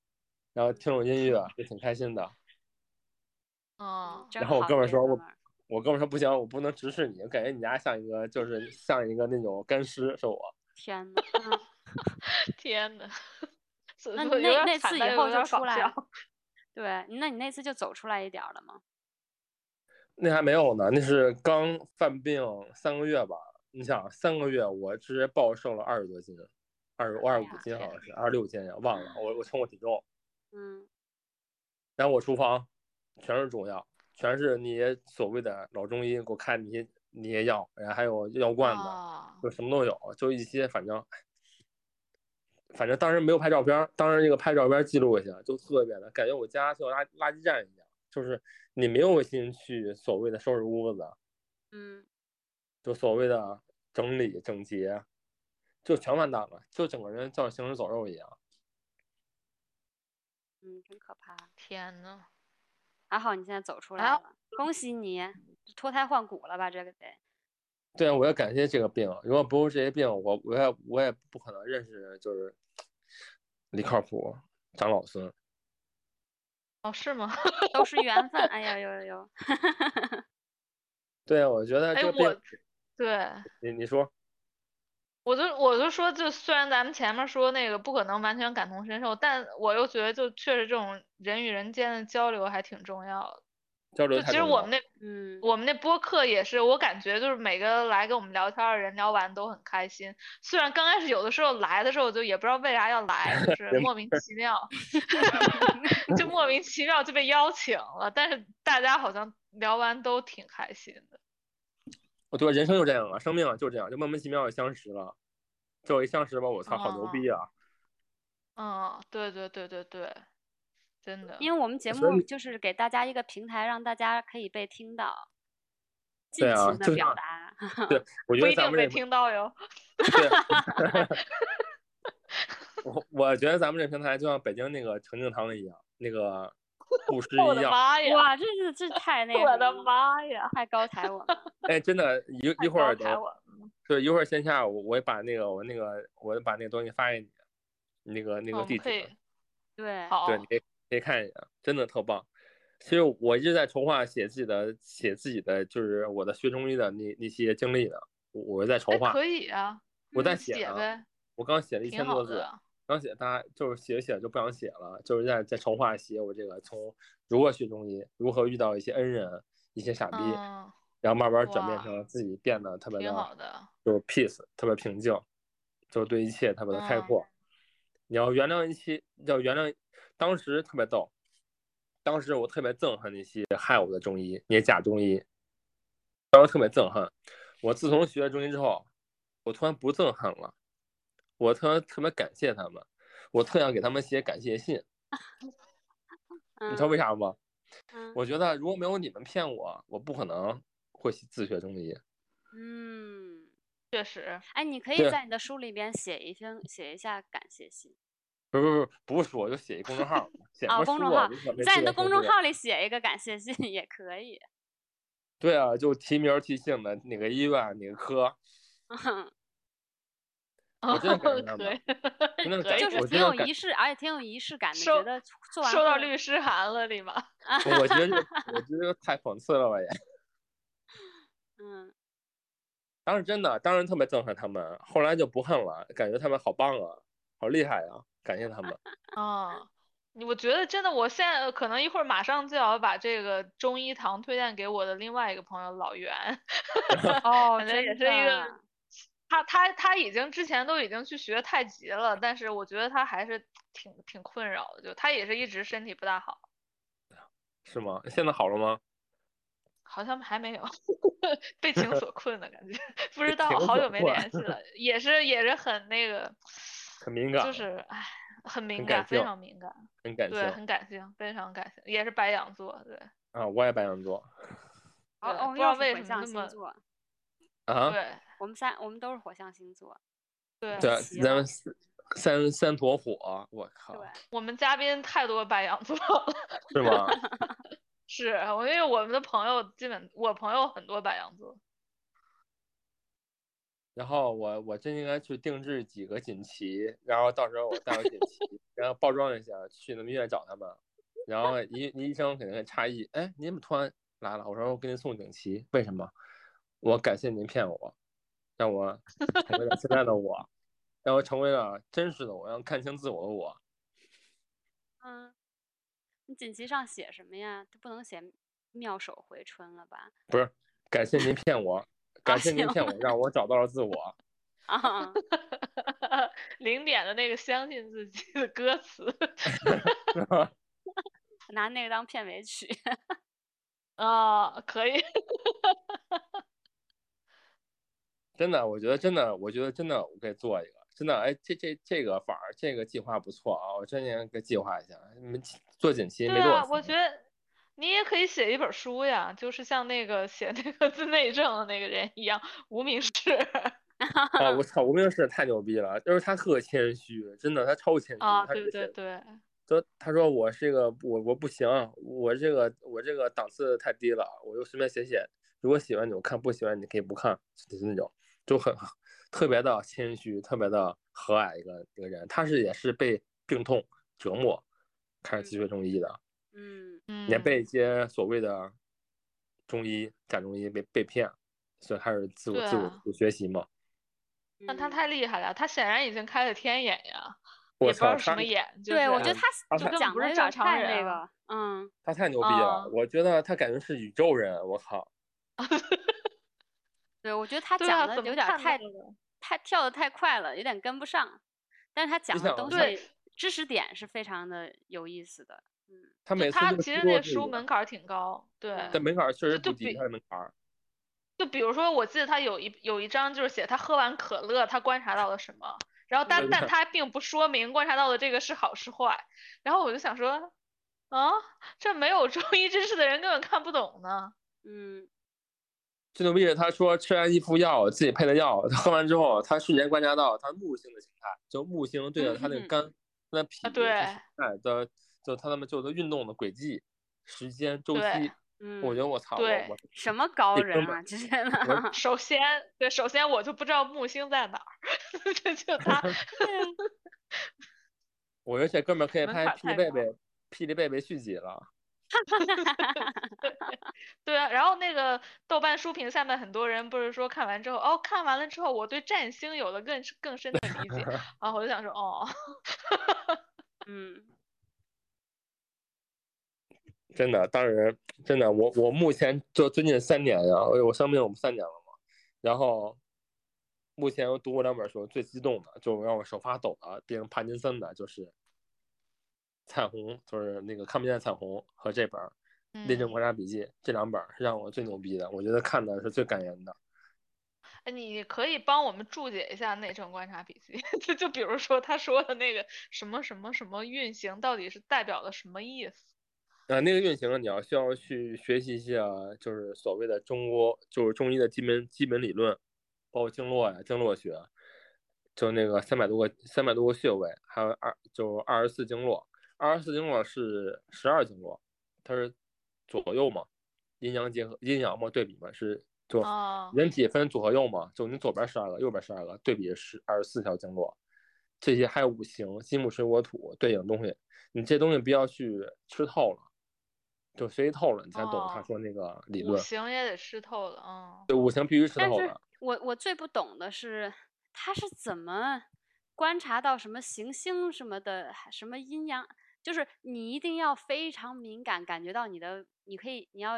[SPEAKER 1] 然后听着音乐也挺开心的。
[SPEAKER 2] 嗯，
[SPEAKER 3] 真
[SPEAKER 1] 然后我
[SPEAKER 3] 好
[SPEAKER 1] 哥们儿
[SPEAKER 3] 这
[SPEAKER 1] 说
[SPEAKER 3] 哥
[SPEAKER 1] 我
[SPEAKER 3] 们儿
[SPEAKER 1] 我哥们说不行，我不能直视你，感觉你家像一个就是像一个那种干尸，是我。
[SPEAKER 3] 天呐， 嗯
[SPEAKER 2] 天呐，所以
[SPEAKER 3] 那
[SPEAKER 2] 说有
[SPEAKER 3] 那
[SPEAKER 2] 点
[SPEAKER 3] 那
[SPEAKER 2] 惨
[SPEAKER 3] 次
[SPEAKER 2] 淡
[SPEAKER 3] 以
[SPEAKER 2] 又
[SPEAKER 3] 后
[SPEAKER 2] 有
[SPEAKER 3] 就
[SPEAKER 2] 点
[SPEAKER 3] 出
[SPEAKER 2] 搞
[SPEAKER 3] 来
[SPEAKER 2] 笑
[SPEAKER 3] 了， 对，那你那次就走出来一点儿了吗？
[SPEAKER 1] 那还没有呢，那是刚犯病三个月吧？你想三个月，我直接暴瘦了二十多斤，二二十五斤好像是，二十六斤呀，忘了。我我称过体重，
[SPEAKER 3] 嗯
[SPEAKER 1] 然后我厨房全是中药，全是那些所谓的老中医给我开那些那些药，然后还有药罐子，
[SPEAKER 2] 啊
[SPEAKER 1] 就什么都有，就一些反正，反正当时没有拍照片儿，当时这个拍照片儿记录一下，就特别的感觉我家就像垃垃圾站一样，就是你没有心去所谓的收拾屋子。
[SPEAKER 3] 嗯
[SPEAKER 1] 就所谓的整理整洁，就全完蛋了，就整个人像行尸走肉一样。
[SPEAKER 3] 嗯，真可怕。
[SPEAKER 2] 天呐，
[SPEAKER 3] 还好你现在走出来
[SPEAKER 2] 啊
[SPEAKER 3] 了，恭喜你，这脱胎换骨了吧？这个得，
[SPEAKER 1] 对啊，我要感谢这个病，如果不是这些病，我我也我也不可能认识就是李靠谱长老孙。
[SPEAKER 2] 哦是吗？
[SPEAKER 3] 都是缘分。哎呀呦呦呦，
[SPEAKER 1] 对啊，我觉得
[SPEAKER 2] 哎
[SPEAKER 1] 这个
[SPEAKER 2] 我
[SPEAKER 1] 病，，
[SPEAKER 2] 对，
[SPEAKER 1] 你你说，
[SPEAKER 2] 我就我就说，就虽然咱们前面说那个不可能完全感同身受，但我又觉得就确实这种人与人间的交流还挺重要的。
[SPEAKER 1] 交流
[SPEAKER 2] 就
[SPEAKER 1] 太
[SPEAKER 2] 其实
[SPEAKER 1] 重
[SPEAKER 2] 我
[SPEAKER 1] 要
[SPEAKER 2] 们那
[SPEAKER 3] 嗯，
[SPEAKER 2] 我们那播客也是，我感觉就是每个来跟我们聊天儿的人聊完都很开心。虽然刚开始有的时候来的时候我就也不知道为啥要来，就是 莫名其妙，就莫名其妙就被邀请了。但是大家好像聊完都挺开心的。
[SPEAKER 1] 我对人生就这样啊，生命啊就这样，就莫名其妙就相识了，
[SPEAKER 2] 哦
[SPEAKER 1] 就一相识吧，我操，好牛逼啊！
[SPEAKER 2] 嗯，对对对对对，真的。
[SPEAKER 3] 因为我们节
[SPEAKER 1] 所以
[SPEAKER 3] 目就是给大家一个平台，让大家可以被听到，尽
[SPEAKER 1] 对啊
[SPEAKER 3] 情的
[SPEAKER 1] 就
[SPEAKER 3] 表
[SPEAKER 1] 像
[SPEAKER 3] 达。
[SPEAKER 1] 对，我觉
[SPEAKER 2] 不
[SPEAKER 1] 得
[SPEAKER 2] 一
[SPEAKER 1] 咱
[SPEAKER 2] 定
[SPEAKER 1] 们
[SPEAKER 2] 被
[SPEAKER 1] 这
[SPEAKER 2] 听到哟。
[SPEAKER 1] 对，我我觉得咱们这平台就像北京那个情景堂一样，那 个布施
[SPEAKER 2] 我
[SPEAKER 1] 一
[SPEAKER 2] 的
[SPEAKER 1] 样。
[SPEAKER 2] 妈呀！
[SPEAKER 3] 哇，这是这太那个，
[SPEAKER 2] 啊 我的，妈呀！
[SPEAKER 3] 太高抬我 了。
[SPEAKER 1] 哎，真的，一一
[SPEAKER 2] 太
[SPEAKER 1] 会儿
[SPEAKER 2] 高抬
[SPEAKER 1] 等，
[SPEAKER 2] 我了
[SPEAKER 1] 对，一会儿线下我我把那个我那个我把那个东西发给你，那个那
[SPEAKER 2] 我
[SPEAKER 1] 个
[SPEAKER 2] 们
[SPEAKER 1] 地址，
[SPEAKER 2] 哦嗯可以哦
[SPEAKER 3] 对，
[SPEAKER 2] 好
[SPEAKER 1] 对，你可以可以看一眼，真的特棒。其实我一直在筹划写自己的写自己的，就是我的学中医的那那些经历的，我我在筹
[SPEAKER 2] 哎
[SPEAKER 1] 划，
[SPEAKER 2] 可以啊，
[SPEAKER 1] 我
[SPEAKER 2] 嗯
[SPEAKER 1] 在
[SPEAKER 2] 写
[SPEAKER 1] 写呢
[SPEAKER 2] 呗，
[SPEAKER 1] 我刚写了一
[SPEAKER 2] 挺
[SPEAKER 1] 千
[SPEAKER 2] 好
[SPEAKER 1] 多字。
[SPEAKER 2] 的。
[SPEAKER 1] 刚写大家就是写着写着就不想写了，就是在在筹划写我这个从如何学中医，如何遇到一些恩人、一些傻逼，
[SPEAKER 2] 嗯，
[SPEAKER 1] 然后慢慢转变
[SPEAKER 2] 哇
[SPEAKER 1] 成自己变得特别
[SPEAKER 2] 挺好
[SPEAKER 1] 的，
[SPEAKER 2] 的。
[SPEAKER 1] 就是 peace，特别平静，就是对一切特别的开
[SPEAKER 2] 嗯
[SPEAKER 1] 阔。你要原谅一些，要原谅，当时特别逗，当时我特别憎恨那些害我的中医，那些假中医，当时特别憎恨。我自从学了中医之后，我突然不憎恨了，我特特别感谢他们，我特想给他们写感谢信，你
[SPEAKER 3] 嗯
[SPEAKER 1] 知道为啥吗？
[SPEAKER 3] 嗯
[SPEAKER 1] 我觉得如果没有你们骗我，我不可能会自学中医。
[SPEAKER 3] 嗯，
[SPEAKER 2] 确实，
[SPEAKER 3] 哎，你可以
[SPEAKER 1] 对
[SPEAKER 3] 在你的书里边写一篇，写一下感谢信
[SPEAKER 1] 不是不是不是，我就写一公众号，写什
[SPEAKER 3] 啊，
[SPEAKER 1] 么
[SPEAKER 3] 公
[SPEAKER 1] 书
[SPEAKER 3] 众
[SPEAKER 1] 啊
[SPEAKER 3] 号
[SPEAKER 1] 无所，谓
[SPEAKER 3] 你在
[SPEAKER 1] 自
[SPEAKER 3] 你的
[SPEAKER 1] 由投
[SPEAKER 3] 公众
[SPEAKER 1] 资
[SPEAKER 3] 号里写一个感谢信 也可以。
[SPEAKER 1] 对啊，就提名儿提姓的哪个医院哪个 科， 我真的感谢他
[SPEAKER 2] 可
[SPEAKER 1] 们
[SPEAKER 2] 以，
[SPEAKER 1] 真的
[SPEAKER 2] 可
[SPEAKER 1] 感
[SPEAKER 2] 以
[SPEAKER 1] 谢哎
[SPEAKER 3] 就是
[SPEAKER 1] 我
[SPEAKER 3] 挺
[SPEAKER 1] 真的
[SPEAKER 3] 有
[SPEAKER 1] 感
[SPEAKER 3] 仪式，而且挺有仪式感的。
[SPEAKER 2] 收
[SPEAKER 3] 觉得做做完
[SPEAKER 2] 收到
[SPEAKER 3] 会
[SPEAKER 2] 律师函了，立马。
[SPEAKER 1] 我我觉得这个我觉得这个太讽刺了吧也。
[SPEAKER 3] 嗯
[SPEAKER 1] 当时真的，当时特别憎恨他们，后来就不恨了，感觉他们好棒啊，好厉害啊，感谢他们。
[SPEAKER 2] 啊，你我觉得真的，我现在可能一会儿马上就要把这个中医堂推荐给我的另外一个朋友老袁，
[SPEAKER 3] 哦，
[SPEAKER 2] 反正也是
[SPEAKER 3] 真
[SPEAKER 2] 一
[SPEAKER 3] 的
[SPEAKER 2] 个，他他他已经之前都已经去学太极了，但是我觉得他还是挺挺困扰的，就他也是一直身体不大好，
[SPEAKER 1] 是吗？现在好了吗？
[SPEAKER 2] 好像还没有 被情所困的感觉， 不知道，
[SPEAKER 1] 情
[SPEAKER 2] 好
[SPEAKER 1] 所
[SPEAKER 2] 久没
[SPEAKER 1] 困
[SPEAKER 2] 联系了，也是也是很那个，
[SPEAKER 1] 很敏感，
[SPEAKER 2] 就是唉，很敏
[SPEAKER 1] 啊感
[SPEAKER 2] 感，非
[SPEAKER 1] 性
[SPEAKER 2] 常敏感，
[SPEAKER 1] 很感
[SPEAKER 2] 对，
[SPEAKER 1] 性
[SPEAKER 2] 很感性，非常感性，也是白羊座，对。
[SPEAKER 1] 啊！我也白羊座
[SPEAKER 3] 哦
[SPEAKER 2] 对
[SPEAKER 3] 哦，
[SPEAKER 2] 不知
[SPEAKER 3] 又
[SPEAKER 2] 道
[SPEAKER 3] 是
[SPEAKER 2] 为
[SPEAKER 3] 火
[SPEAKER 2] 什么
[SPEAKER 3] 象
[SPEAKER 2] 那
[SPEAKER 3] 星
[SPEAKER 2] 么
[SPEAKER 3] 座，
[SPEAKER 1] 啊，
[SPEAKER 2] 对
[SPEAKER 3] 我们三我们都是火象星座。
[SPEAKER 2] 对
[SPEAKER 1] 对
[SPEAKER 3] 奇，
[SPEAKER 1] 咱
[SPEAKER 3] 了
[SPEAKER 1] 们三三三坨火，我靠
[SPEAKER 3] 对，，
[SPEAKER 2] 我们嘉宾太多白羊座了，
[SPEAKER 1] 是吗？
[SPEAKER 2] 是我因为我们的朋友基本我朋友很多白羊座，
[SPEAKER 1] 然后我我真应该去定制几个锦旗，然后到时候我带个锦旗，然后包装一下，去那们医院找他们。然后医医生肯定很诧异，哎，你怎么突然来了？我说我给您送锦旗，为什么？我感谢您骗我，让我成为了现在的我，让我成为了真实的我，让看清自我的我。
[SPEAKER 3] 嗯，你锦旗上写什么呀？这不能写妙手回春了吧？
[SPEAKER 1] 感谢您骗我，感谢您
[SPEAKER 3] 行
[SPEAKER 1] 骗我，让我找到了自我。
[SPEAKER 3] 啊，
[SPEAKER 2] 零点的那个相信自己的歌词
[SPEAKER 3] 拿那个当片尾曲。
[SPEAKER 2] 啊，可以，
[SPEAKER 1] 真的，我觉得真的，我觉得真的，我可以做一个，真的，哎，这这这个反而这个计划不错啊，我真应该计划一下。你们做锦旗
[SPEAKER 2] 对
[SPEAKER 1] 没多少
[SPEAKER 2] 啊，
[SPEAKER 1] 钱，
[SPEAKER 2] 我觉得你也可以写一本书呀，就是像那个写那个自内政的那个人一样，无名 氏
[SPEAKER 1] 啊，我操，无名氏太牛逼了，就是他特谦虚，真的，他超谦虚，
[SPEAKER 2] 啊，
[SPEAKER 1] 他
[SPEAKER 2] 对
[SPEAKER 1] 就
[SPEAKER 2] 对
[SPEAKER 1] 是
[SPEAKER 2] 对，
[SPEAKER 1] 说他说我这个我我不行，我这个我这个档次太低了，我就随便写写，如果喜欢你我看，不喜欢你可以不看，就是那种就很特别的谦虚，特别的和蔼一个一个人。他是也是被病痛折磨，开始自学中医的，
[SPEAKER 3] 嗯
[SPEAKER 1] 也
[SPEAKER 2] 嗯，
[SPEAKER 1] 被一些所谓的中医假中医被被骗，所以开始自我
[SPEAKER 2] 对
[SPEAKER 1] 自我
[SPEAKER 2] 啊
[SPEAKER 1] 自我学习嘛。
[SPEAKER 2] 但他
[SPEAKER 3] 嗯
[SPEAKER 2] 太厉害了，他显然已经开了天眼呀，
[SPEAKER 1] 我
[SPEAKER 2] 也不知道
[SPEAKER 1] 操
[SPEAKER 2] 是什
[SPEAKER 1] 他
[SPEAKER 2] 么眼，就
[SPEAKER 3] 对，我
[SPEAKER 2] 是
[SPEAKER 3] 觉得他
[SPEAKER 1] 啊
[SPEAKER 3] 就
[SPEAKER 1] 他
[SPEAKER 2] 根本
[SPEAKER 3] 讲
[SPEAKER 2] 不
[SPEAKER 3] 的
[SPEAKER 2] 是
[SPEAKER 3] 有
[SPEAKER 2] 正
[SPEAKER 3] 点
[SPEAKER 2] 常
[SPEAKER 3] 太
[SPEAKER 2] 人
[SPEAKER 3] 那
[SPEAKER 2] 啊
[SPEAKER 3] 个，嗯，
[SPEAKER 1] 他太牛逼了，
[SPEAKER 2] 啊
[SPEAKER 1] 我觉得他感觉是宇宙人，我靠。
[SPEAKER 3] 对，我觉得他
[SPEAKER 2] 对
[SPEAKER 3] 讲
[SPEAKER 2] 啊
[SPEAKER 3] 的
[SPEAKER 2] 怎
[SPEAKER 3] 有
[SPEAKER 2] 么
[SPEAKER 3] 点儿
[SPEAKER 2] 看
[SPEAKER 3] 太
[SPEAKER 2] 到的
[SPEAKER 3] 太跳的太快了，有点跟不上。但是他讲的
[SPEAKER 1] 想
[SPEAKER 3] 东
[SPEAKER 2] 对
[SPEAKER 3] 西知识点是非常的有意思的。嗯，
[SPEAKER 1] 他每
[SPEAKER 2] 就
[SPEAKER 1] 次
[SPEAKER 2] 他
[SPEAKER 1] 都
[SPEAKER 2] 其实
[SPEAKER 1] 突
[SPEAKER 2] 那
[SPEAKER 1] 破
[SPEAKER 2] 个
[SPEAKER 1] 自
[SPEAKER 2] 书
[SPEAKER 1] 己
[SPEAKER 2] 门槛儿挺高，对。
[SPEAKER 1] 但门槛儿确实
[SPEAKER 2] 就
[SPEAKER 1] 不低，
[SPEAKER 2] 比
[SPEAKER 1] 它的门槛儿
[SPEAKER 2] 就比如说，我记得他有一有一章就是写他喝完可乐，他观察到了什么，然后但
[SPEAKER 1] 对
[SPEAKER 2] 但
[SPEAKER 1] 对
[SPEAKER 2] 他并不说明观察到的这个是好是坏，然后我就想说，啊，这没有中医知识的人根本看不懂呢。
[SPEAKER 3] 嗯，
[SPEAKER 1] 最牛逼是他说吃完一副药自己配的药，他喝完之后，他瞬间观察到他木星的形态，就木星对着他那
[SPEAKER 3] 嗯
[SPEAKER 1] 个肝、他的脾、
[SPEAKER 2] 啊对
[SPEAKER 1] 他形态的，就他们就的运动的轨迹、时间周期。
[SPEAKER 2] 对
[SPEAKER 3] 嗯
[SPEAKER 1] 我觉得我操，我
[SPEAKER 2] 对
[SPEAKER 1] 我
[SPEAKER 3] 什么高
[SPEAKER 1] 这
[SPEAKER 3] 人
[SPEAKER 1] 根本
[SPEAKER 3] 啊，这真的。
[SPEAKER 1] 我
[SPEAKER 2] 首先，对，首先我就不知道木星在哪儿， 这就 他
[SPEAKER 1] 我觉得这哥们儿可以
[SPEAKER 2] 门
[SPEAKER 1] 拍《
[SPEAKER 2] 槛
[SPEAKER 1] 霹雳
[SPEAKER 2] 太
[SPEAKER 1] 贝
[SPEAKER 2] 高
[SPEAKER 1] 贝》《霹雳贝贝》续集了。
[SPEAKER 2] 对啊，然后那个豆瓣书评下面很多人不是说看完之后，哦，看完了之后我对占星有了更更深的 理解啊，我就想说，哦，
[SPEAKER 3] 嗯，
[SPEAKER 1] 真的，当时真的，我我目前就最近三年呀、哎我我生病我们三年了嘛，然后目前我读过两本书，最激动的就让我手发抖的，变成帕金森的，就是《彩虹》，就是那个看不见的彩虹和这本儿《列阵
[SPEAKER 2] 嗯
[SPEAKER 1] 观察笔记》这两本儿是让我最牛逼的，我觉得看的是最感人的。
[SPEAKER 2] 哎你可以帮我们注解一下内政观察笔记， 就就比如说他说的那个什么什么什么运行到底是代表了什么意思？
[SPEAKER 1] 呃，那个运行呢，你要需要去学习一下，就是所谓的中国，就是中医的基本基本理论，包括经络呀、经络学，就那个三百多个三百多个穴位，还有二就二十四经络，二十四经络是十二经络，它是左右嘛，阴阳结合，阴阳嘛对比嘛是就
[SPEAKER 2] 啊，
[SPEAKER 1] 人体分左和右嘛，就你左边十二个，右边十二个，对比是二十四条经络，这些还有五行、金木水火土对应的东西，你这东西不要去吃透了，就学习透了，你才懂他
[SPEAKER 2] 哦
[SPEAKER 1] 说那个理
[SPEAKER 2] 五
[SPEAKER 1] 论。
[SPEAKER 2] 行也得吃透了啊。
[SPEAKER 1] 对，五行必须吃
[SPEAKER 3] 但
[SPEAKER 1] 透
[SPEAKER 3] 是
[SPEAKER 1] 了。
[SPEAKER 3] 我我最不懂的是他是怎么观察到什么行星什么的，还什么阴阳，就是你一定要非常敏感，感觉到你的，你可以你要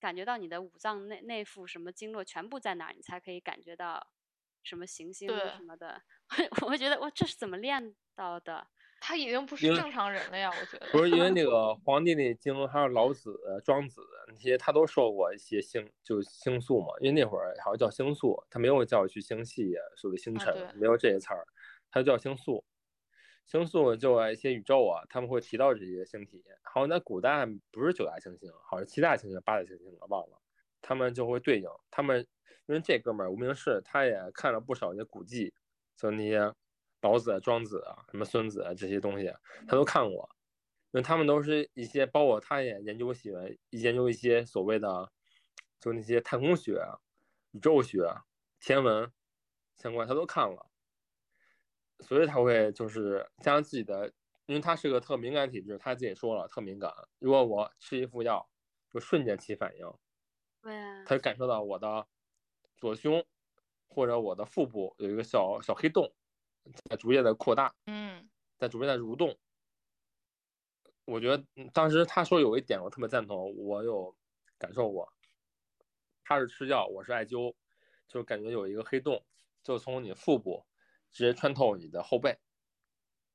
[SPEAKER 3] 感觉到你的五脏内内腑什么经络全部在哪儿，你才可以感觉到什么行星
[SPEAKER 2] 对
[SPEAKER 3] 什么的。 我我觉得我这是怎么练到的？
[SPEAKER 2] 他已经不是
[SPEAKER 1] 因为
[SPEAKER 2] 正常人了呀，我觉得。
[SPEAKER 1] 不是因为那个《黄帝内经》还有老子、庄子那些，他都受过一些星，就是星宿嘛。因为那会儿好像叫星宿，他没有叫去星系，所谓星
[SPEAKER 2] 啊
[SPEAKER 1] 辰，
[SPEAKER 2] 对
[SPEAKER 1] 没有这些词儿，他叫星宿。星宿就啊一些宇宙啊，他们会提到这些星体。好像在古代不是九大行星，好像七大行星、八大行星，我忘了。他们就会对应他们，因为这哥们儿无名氏，他也看了不少一些古籍，就那些老子啊、庄子啊、什么孙子啊这些东西，他都看过。因为他们都是一些，包括他也研究喜欢研究一些所谓的，就那些太空学、啊宇宙学、天文相关，他都看了，所以他会就是加上自己的，因为他是个特敏感体质，他自己说了特敏感。如果我吃一副药，就瞬间起反应，
[SPEAKER 3] 对啊，
[SPEAKER 1] 他就感受到我的左胸或者我的腹部有一个小小黑洞在逐渐的扩大，
[SPEAKER 2] 嗯，
[SPEAKER 1] 在逐渐在蠕动。我觉得嗯当时他说有一点我特别赞同，我有感受过。他是吃药，我是艾灸，就感觉有一个黑洞，就从你腹部直接穿透你的后背。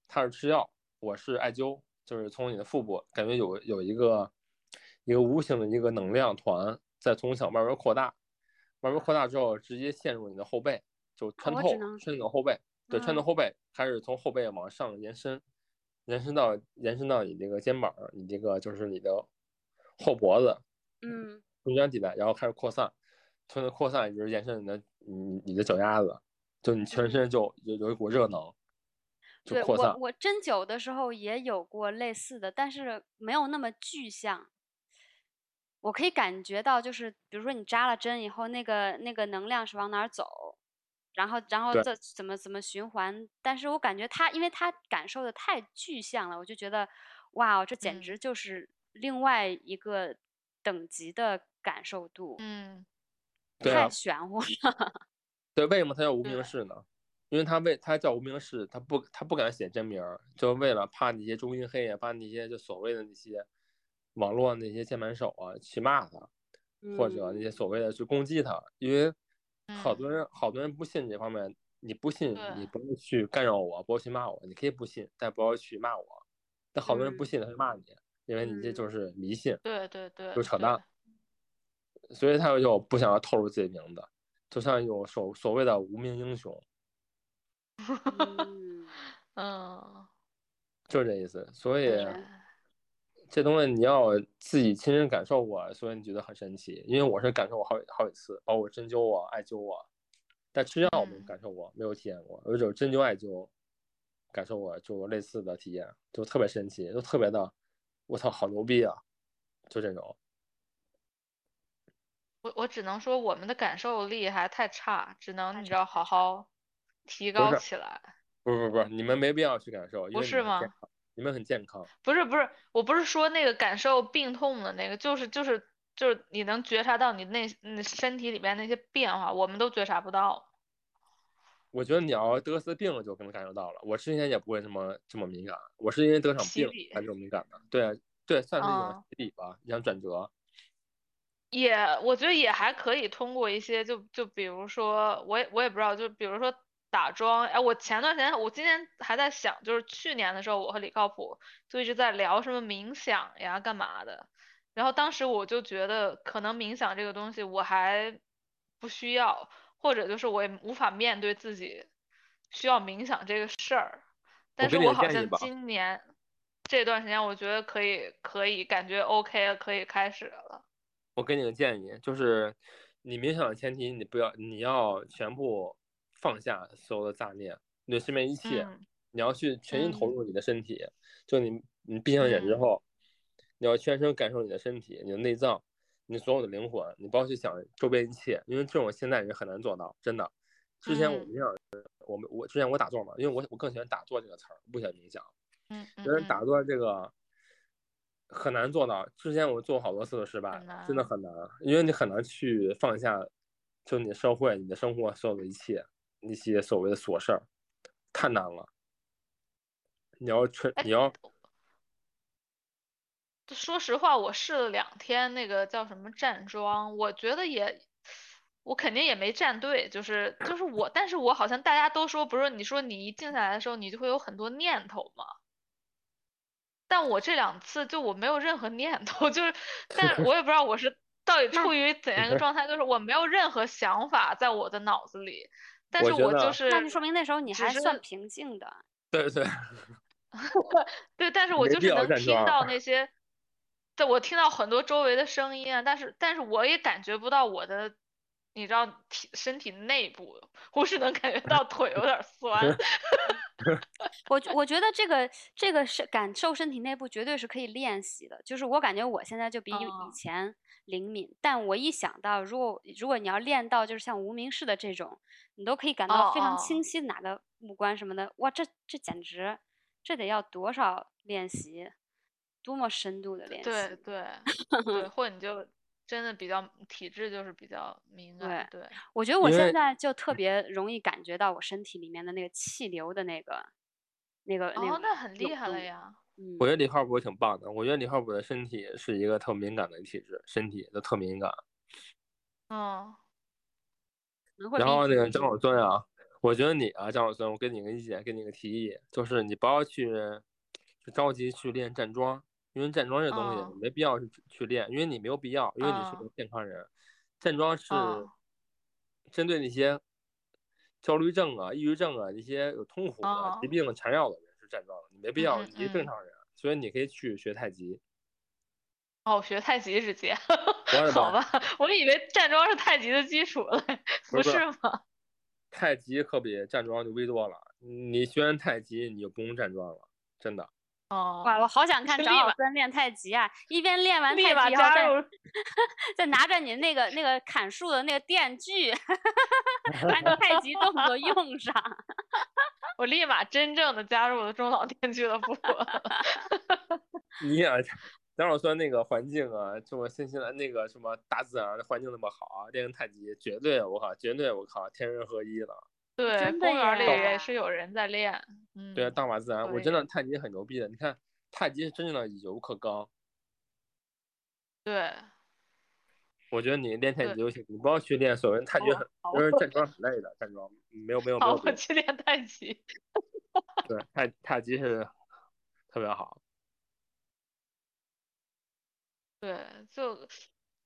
[SPEAKER 1] 他是吃药，我是艾灸，就是从你的腹部感觉有有一个一个无形的一个能量团在从小慢慢扩大，慢慢扩大之后直接陷入你的后背，就穿
[SPEAKER 3] 哦我
[SPEAKER 1] 透
[SPEAKER 3] 只能
[SPEAKER 1] 穿你的后背。对，穿到
[SPEAKER 3] 嗯
[SPEAKER 1] 后背开始从后背往上延伸，延伸到延伸到你这个肩膀儿，你这个就是你的后脖子
[SPEAKER 3] 嗯，
[SPEAKER 1] 中间地带，然后开始扩散，从那扩散一直延伸你的你你的脚丫子，就你全身就有有一股热能，就
[SPEAKER 3] 对
[SPEAKER 1] 扩
[SPEAKER 3] 我
[SPEAKER 1] 散。
[SPEAKER 3] 我针灸的时候也有过类似的，但是没有那么具象。我可以感觉到，就是比如说你扎了针以后，那个那个能量是往哪儿走，然后然后
[SPEAKER 1] 对
[SPEAKER 3] 这怎么怎么循环。但是我感觉他，因为他感受的太具象了，我就觉得哇，哦这简
[SPEAKER 2] 嗯
[SPEAKER 3] 直就是另外一个等级的感受度，
[SPEAKER 2] 嗯，
[SPEAKER 1] 对
[SPEAKER 3] 太
[SPEAKER 1] 啊
[SPEAKER 3] 玄乎了。
[SPEAKER 1] 对，为什么他叫无
[SPEAKER 2] 对
[SPEAKER 1] 名氏呢？因为他为他叫无名氏，他不他不敢写真名儿，就为了怕那些中心黑啊，怕那些就所谓的那些网络那些键盘手啊去骂他。 或
[SPEAKER 3] 嗯
[SPEAKER 1] 者那些所谓的去攻击他，因为好多人好多人不信这方面，你不信
[SPEAKER 2] 对
[SPEAKER 1] 你不要去干扰我，不要去骂我，你可以不信，但不要去骂我。但好多人不
[SPEAKER 3] 嗯
[SPEAKER 1] 信，他就骂你，因为你这
[SPEAKER 3] 嗯
[SPEAKER 1] 就是迷信，
[SPEAKER 2] 对对对，
[SPEAKER 1] 就扯
[SPEAKER 2] 对
[SPEAKER 1] 淡。所以他就不想要透露自己名字，就像有所所谓的无名英雄，
[SPEAKER 3] 嗯，嗯
[SPEAKER 2] 嗯，
[SPEAKER 1] 就是这意思。所以
[SPEAKER 2] 对，
[SPEAKER 1] 这东西你要自己亲身感受过，啊所以你觉得很神奇。因为我是感受过好几好几次，包括针灸啊、艾灸啊，但吃药我没
[SPEAKER 2] 嗯
[SPEAKER 1] 感受过，没有体验过，我只有针灸、艾灸感受过，就有类似的体验，就特别神奇，就特别的，我操，好牛逼啊！就这种，
[SPEAKER 2] 我我只能说我们的感受力还太差，只能
[SPEAKER 3] 太
[SPEAKER 2] 你知
[SPEAKER 3] 差
[SPEAKER 2] 道好好提
[SPEAKER 1] 不
[SPEAKER 2] 高
[SPEAKER 1] 是
[SPEAKER 2] 起来。
[SPEAKER 1] 不是不是，你们没必要去感受，因
[SPEAKER 2] 不
[SPEAKER 1] 为你
[SPEAKER 2] 是
[SPEAKER 1] 们很
[SPEAKER 2] 吗
[SPEAKER 1] 健康你们很健康，
[SPEAKER 2] 不是不是，我不是说那个感受病痛的那个，就是就是就是你能觉察到你内你身体里面那些变化，我们都觉察不到。
[SPEAKER 1] 我觉得你要得次病了就可能感受到了。我之前也不会这么这么敏感，我是因为得场
[SPEAKER 2] 洗
[SPEAKER 1] 病
[SPEAKER 2] 礼
[SPEAKER 1] 才这么敏感的。对啊对，算是一种
[SPEAKER 2] 啊
[SPEAKER 1] 洗礼吧，一种转折。
[SPEAKER 2] 也，我觉得也还可以通过一些，就就比如说，我也我也不知道，就比如说打桩。哎，我前段时间，我今天还在想，就是去年的时候，我和李靠谱就一直在聊什么冥想呀、干嘛的。然后当时我就觉得，可能冥想这个东西我还不需要，或者就是我也无法面对自己需要冥想这个事儿。但
[SPEAKER 1] 给
[SPEAKER 2] 是
[SPEAKER 1] 你
[SPEAKER 2] 我
[SPEAKER 1] 个
[SPEAKER 2] 好
[SPEAKER 1] 建议
[SPEAKER 2] 像
[SPEAKER 1] 吧
[SPEAKER 2] 今年这段时间，我觉得可以，可以，感觉 OK 了，可以开始了。
[SPEAKER 1] 我给你个建议，就是你冥想的前提，你不要你要全部放下所有的杂念，你的身边一切，
[SPEAKER 2] 嗯
[SPEAKER 1] 你要去全心投
[SPEAKER 2] 嗯
[SPEAKER 1] 入你的身体。就你你闭上眼之
[SPEAKER 2] 嗯
[SPEAKER 1] 后，你要全身感受你的身体、你的内脏、你所有的灵魂，你不要去想周边一切，因为这种现代人很难做到，真的。之前我
[SPEAKER 2] 嗯
[SPEAKER 1] 们想，我们我之前我打坐嘛，因为我我更喜欢打坐这个词儿，不喜欢冥想。
[SPEAKER 2] 嗯嗯
[SPEAKER 1] 觉得
[SPEAKER 2] 嗯
[SPEAKER 1] 打坐这个很难做到。之前我做好多次都失败
[SPEAKER 2] 很，
[SPEAKER 1] 真的
[SPEAKER 2] 难
[SPEAKER 1] 很难，因为你很难去放下，就你社会、你的生活所有的一切，那些所谓的琐事儿，太难了。你要全，你哦要
[SPEAKER 2] 就哎说实话，我试了两天那个叫什么站桩，我觉得也，我肯定也没站对，就是就是我，但是我好像大家都说，不是你说你一静下来的时候，你就会有很多念头嘛。但我这两次就我没有任何念头，就是，但我也不知道我是 到底处于怎样一个状态，就是我没有任何想法在我的脑子里，但
[SPEAKER 1] 我
[SPEAKER 2] 是
[SPEAKER 1] 觉
[SPEAKER 2] 我
[SPEAKER 1] 得
[SPEAKER 2] 就是，
[SPEAKER 3] 那就说明那时候你
[SPEAKER 2] 只
[SPEAKER 3] 还
[SPEAKER 2] 是
[SPEAKER 3] 算平静的。
[SPEAKER 1] 对对，
[SPEAKER 2] 对，但是我
[SPEAKER 1] 没
[SPEAKER 2] 就
[SPEAKER 1] 必
[SPEAKER 2] 是
[SPEAKER 1] 要
[SPEAKER 2] 能
[SPEAKER 1] 站桩
[SPEAKER 2] 听到 那些，对，我听到很多周围的声音啊，但是但是我也感觉不到我的，你知道体身体内部，我是能感觉到腿有点儿 酸，
[SPEAKER 3] 我觉我觉得这个这个是感受身体内部绝对是可以练习的，就是我感觉我现在就比以
[SPEAKER 2] 哦
[SPEAKER 3] 以前灵敏，但我一想到如果如果你要练到就是像无名氏的这种，你都可以感到非
[SPEAKER 2] 哦
[SPEAKER 3] 常
[SPEAKER 2] 哦
[SPEAKER 3] 清晰哪个五官什么的，哇，这这简直这得要多少练习，多么深度的练习，
[SPEAKER 2] 对 对对，或者你就真的比较体质就是比较敏感，对，
[SPEAKER 3] 我觉得我
[SPEAKER 1] 因
[SPEAKER 3] 现
[SPEAKER 1] 为
[SPEAKER 3] 在就特别容易感觉到我身体里面的那个气流的那个那个那
[SPEAKER 2] 哦
[SPEAKER 3] 个，
[SPEAKER 2] 那很厉
[SPEAKER 3] 涌
[SPEAKER 2] 害了
[SPEAKER 3] 动
[SPEAKER 2] 呀，
[SPEAKER 3] 嗯
[SPEAKER 1] 我觉得李靠谱挺棒的。我觉得李靠谱的身体是一个特敏感的体质，身体都特敏感。
[SPEAKER 2] 嗯，
[SPEAKER 3] 可能会
[SPEAKER 1] 然
[SPEAKER 3] 比以
[SPEAKER 1] 后那
[SPEAKER 3] 前
[SPEAKER 1] 个
[SPEAKER 3] 平
[SPEAKER 1] 张小孙啊，我觉得你啊，张小孙，我给你个意见，给你个提议，就是你不要去去着急去练站桩，因为站桩这个东西
[SPEAKER 2] 嗯
[SPEAKER 1] 你没必要去去练，因为你没有必要，因为你是
[SPEAKER 2] 嗯
[SPEAKER 1] 个健康人。站桩是
[SPEAKER 2] 嗯
[SPEAKER 1] 针对那些焦虑症啊、抑郁症啊、那些有痛苦的疾
[SPEAKER 2] 哦
[SPEAKER 1] 病缠绕的人是站桩的，你没必要，
[SPEAKER 2] 嗯
[SPEAKER 1] 你是正
[SPEAKER 2] 嗯
[SPEAKER 1] 常人，所以你可以去学太极。
[SPEAKER 2] 哦，学太极直接，
[SPEAKER 1] 玩儿
[SPEAKER 2] 好
[SPEAKER 1] 吧
[SPEAKER 2] 吧，我以为站桩是太极的基础了，
[SPEAKER 1] 不
[SPEAKER 2] 不
[SPEAKER 1] 是
[SPEAKER 2] 是吗？
[SPEAKER 1] 太极可比站桩牛逼多了，你学完太极你就不用站桩了，真的。
[SPEAKER 2] 哦，
[SPEAKER 3] 哇，我好想看
[SPEAKER 2] 是
[SPEAKER 3] 张
[SPEAKER 2] 立
[SPEAKER 3] 老
[SPEAKER 2] 马
[SPEAKER 3] 三练太极啊！一边练完
[SPEAKER 2] 立
[SPEAKER 3] 太
[SPEAKER 2] 马
[SPEAKER 3] 极，然后
[SPEAKER 2] 加
[SPEAKER 3] 再
[SPEAKER 2] 入
[SPEAKER 3] 再拿着你那个那个砍树的那个电锯， 把你太极动作用上。
[SPEAKER 2] 我立马真正的加入了中老年俱乐部。
[SPEAKER 1] 你想，张老说那个环境啊，这么新西兰那个什么大自然的环境那么好啊，练个太极绝对我靠，绝对我靠，天人合一了。
[SPEAKER 2] 对，
[SPEAKER 3] 真的
[SPEAKER 2] 公园里
[SPEAKER 3] 耶
[SPEAKER 2] 也是有人在练。嗯，
[SPEAKER 1] 对啊，大马自然，我真的
[SPEAKER 2] 对
[SPEAKER 1] 太极很牛逼的。你看太极是真正的以柔克刚，
[SPEAKER 2] 对
[SPEAKER 1] 我觉得你练太极
[SPEAKER 2] 对哦
[SPEAKER 1] 就行，你不要去练所谓太极很，
[SPEAKER 2] 好
[SPEAKER 1] 就是站桩很累的，站桩嗯没有没有没
[SPEAKER 2] 好，
[SPEAKER 1] 有
[SPEAKER 2] 我
[SPEAKER 1] 别的，
[SPEAKER 2] 去练太极。
[SPEAKER 1] 对太太极是特别好。
[SPEAKER 2] 对，就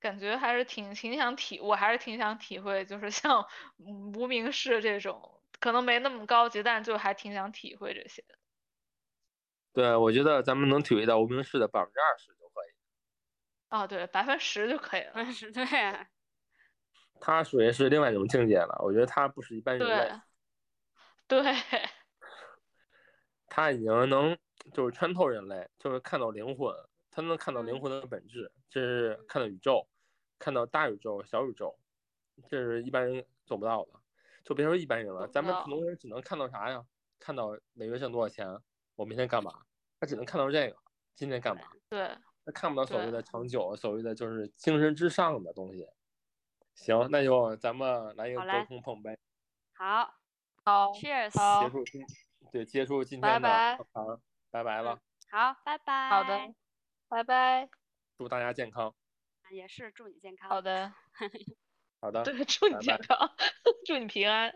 [SPEAKER 2] 感觉还是挺挺想体，我还是挺想体会，就是像嗯无名氏这种，可能没那么高级，但就还挺想体会这些。
[SPEAKER 1] 对，我觉得咱们能体会到无名氏的百分之二十就可以。
[SPEAKER 2] 哦，对，百分之十就可以了。
[SPEAKER 3] 我也是对，
[SPEAKER 1] 他属于是另外一种境界了，我觉得他不是一般人类
[SPEAKER 2] 对，，对，
[SPEAKER 1] 他已经能就是穿透人类，就是看到灵魂，他能看到灵
[SPEAKER 3] 嗯
[SPEAKER 1] 魂的本质，这是看到宇宙，看到大宇宙、小宇宙，这是一般人做不到的。就别说一般人了，
[SPEAKER 2] 做不
[SPEAKER 1] 咱们
[SPEAKER 2] 到
[SPEAKER 1] 普通人只能看到啥呀？看到每月挣多少钱，我明天干嘛？他只能看到这个，今天干嘛？
[SPEAKER 2] 对，
[SPEAKER 1] 他看不到所谓
[SPEAKER 2] 对
[SPEAKER 1] 的长久，所谓的就是精神之上的东西。行，那就咱们来一个
[SPEAKER 3] 好
[SPEAKER 1] 隔
[SPEAKER 3] 嘞
[SPEAKER 1] 空碰杯，
[SPEAKER 3] 好
[SPEAKER 2] 好，
[SPEAKER 3] ，Cheers，
[SPEAKER 2] 好
[SPEAKER 1] 结束今对结束今
[SPEAKER 2] 拜
[SPEAKER 1] 天的
[SPEAKER 2] 拜嗯
[SPEAKER 1] 课堂，拜拜了，
[SPEAKER 3] 好，拜拜。
[SPEAKER 2] 好的，拜拜。
[SPEAKER 1] 祝大家健康。
[SPEAKER 3] 也是祝你健康。
[SPEAKER 2] 好的，
[SPEAKER 1] 好的，
[SPEAKER 2] 对，祝你
[SPEAKER 1] 拜
[SPEAKER 2] 健
[SPEAKER 1] 拜
[SPEAKER 2] 康， 祝你平安。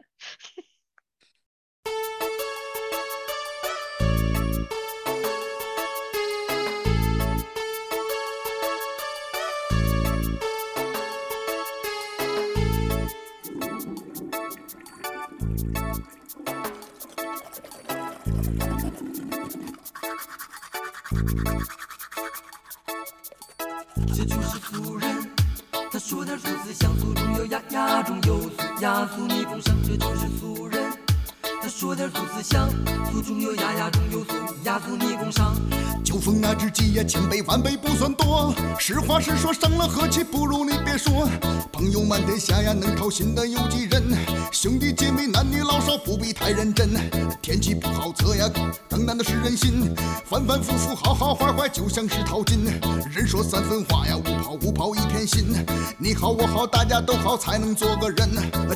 [SPEAKER 4] 这就是俗人。他说点俗词，乡俗中有雅，雅中有俗，雅俗逆风生，这就是俗人。他说点俗词，乡俗中有雅，雅中有俗，雅俗逆风生。
[SPEAKER 5] 酒逢那啊知己呀，千杯万杯不算多。实话实说，伤了和气，不如你别说。朋友满天下呀，能掏心的有几人？兄弟姐妹，男女老少，不必太认真。天气不好测呀，更难的是人心。反反复复，好好坏坏，就像是淘金。人说三分话呀，五跑五跑一片心。你好我好大家都好，才能做个人。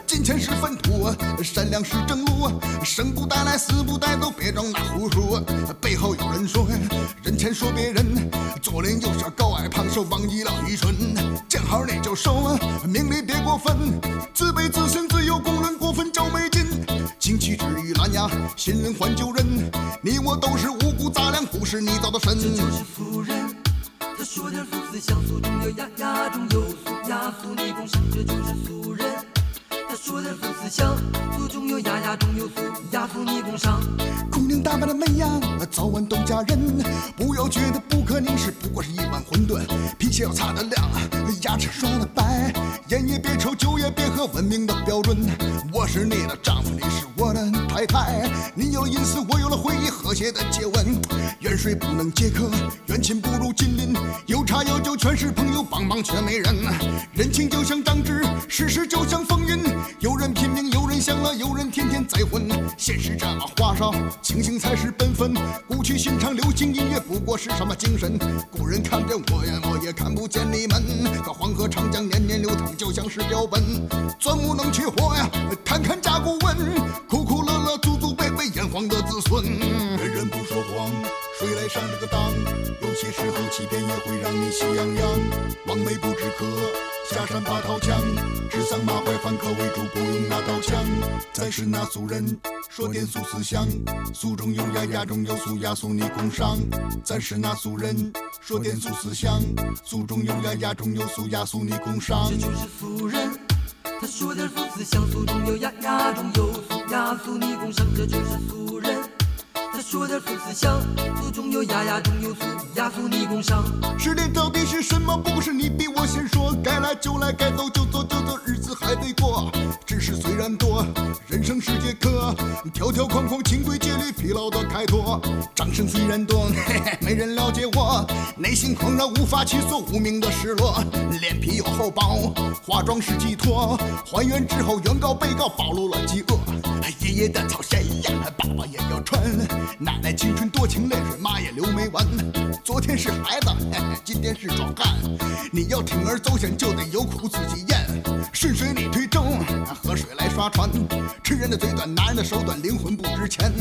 [SPEAKER 5] 金钱是粪土，善良是正路。生不带来，死不带走，别装那胡说。背后有人说，人前说别人，左邻右舍高矮胖瘦，忘记了愚蠢。见好你就收，名利别过分，自卑自信自有公论，过分较没劲。金旗止于蓝牙，新人换旧人，你我都是五谷杂粮，不是你造的神。
[SPEAKER 4] 这就是俗人。他说点俗词，乡俗中有雅，雅中有俗，雅俗逆风生，这就是俗人。他说点俗词，乡俗中有雅，雅中有俗，雅俗逆风生。
[SPEAKER 5] 姑娘打扮的美呀，早晚都嫁人。不要觉得不可凝视，不过是一碗馄饨。皮鞋要擦得亮，牙齿刷得白，烟也别抽，酒也别喝，文明的标准。我是你的丈夫，你是我的太太。你有了隐私，我有了回忆，和谐的接吻。远水不能解渴，远亲不如近邻。有茶有酒全是朋友，帮忙却没人。人情就像张纸，世事就像风云。有人拼命，有人享乐，有人天天再婚。现实这么花哨，清醒才是本分。古曲新唱，流行音乐不过是什么精神？古人看不见我呀，我也看不见你们。可黄河长江年年流淌，就像是标本。钻木能取火呀，看看甲骨文，苦苦乐乐，祖祖辈辈炎黄的子孙。人人不说谎，谁来上这个当？有些时候欺骗也会让你喜洋洋。望梅不止渴，下山拔桃枪。指桑骂槐反客为主，不用那刀枪。咱是那俗人，说点俗思想。俗中有雅，雅中有俗，雅俗你共赏。咱是那俗人，说点俗思想。俗中有雅，雅中有俗，雅俗你共赏
[SPEAKER 4] 这。就是俗人。他说点俗词，乡俗中有雅，雅中有俗，雅俗逆风生，这就是俗人。他说点俗词，乡俗中有雅，雅中有俗，雅俗逆风生。
[SPEAKER 5] 失恋到底是什么？不过是你比我先说，该来就来，该走就走就走，日子还得过。知识虽然多，人生是节课，条条框框、清规戒律，疲劳的开脱。掌声虽然多，嘿嘿，没人了解我，内心狂热无法去做，无名的失落。脸皮有厚薄，化妆是寄托，还原之后，原告被告暴露了饥饿。爷爷的草鞋呀，爸爸也要穿，奶奶青春多情泪水，妈也流没完。昨天是孩子，嘿嘿今天是壮汉。你要铤而走险，就得有苦自己咽。顺水你推舟，河水来刷船。吃人的嘴短，拿人的手短，灵魂不值钱。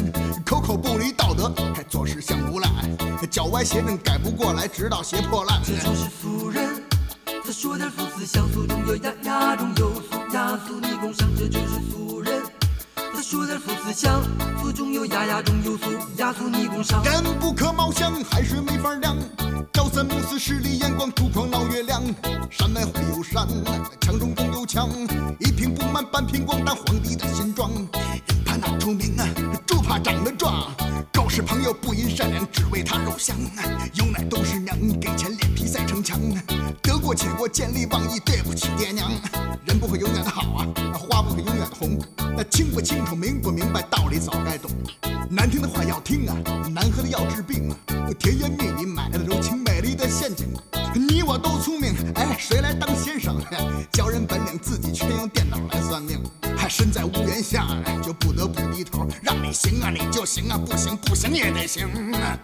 [SPEAKER 5] 口口不离道德，还做事像无赖。脚歪斜正改不过来，直到鞋破烂。
[SPEAKER 4] 这就是俗人。他说点俗词，乡俗中有雅，雅中有俗，雅俗逆风生，这就是俗人。他说点俗词，乡俗中有雅，雅中有俗，雅俗逆风生。
[SPEAKER 5] 人不可貌相，海水没法量。朝三暮四，势利眼光，粗犷闹月亮。山外会有山，墙中更有墙。一瓶不满半瓶光，当皇帝的新装。人怕哪出名啊，猪怕长得壮。高是朋友不因善良，只为他肉香。啊有奶都是娘，给钱脸皮赛城墙。啊得过且过，见利忘义，对不起爹娘。人不会永远的好啊，花不会永远的红。那清不清楚，明不明白，道理早该懂。难听的话要听啊，难喝的药治病啊。甜言蜜语买了柔情，美丽的陷阱。你我都聪明，哎，谁来当先生？教人本领，自己却用电脑来算命。还身在屋檐下，哎就不得不低头。让你行啊，你就行啊，不行不行也得行啊。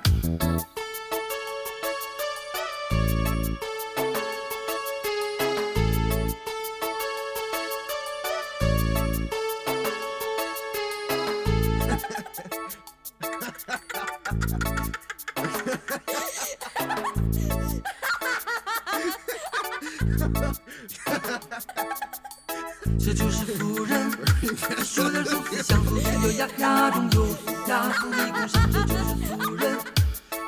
[SPEAKER 4] 这就是俗人，他说的如此像素，只有牙牙中有俗，牙俗立功深，这就是俗人。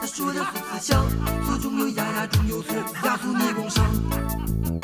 [SPEAKER 4] 他说的如此像素，中有牙牙中有俗，牙俗立功上。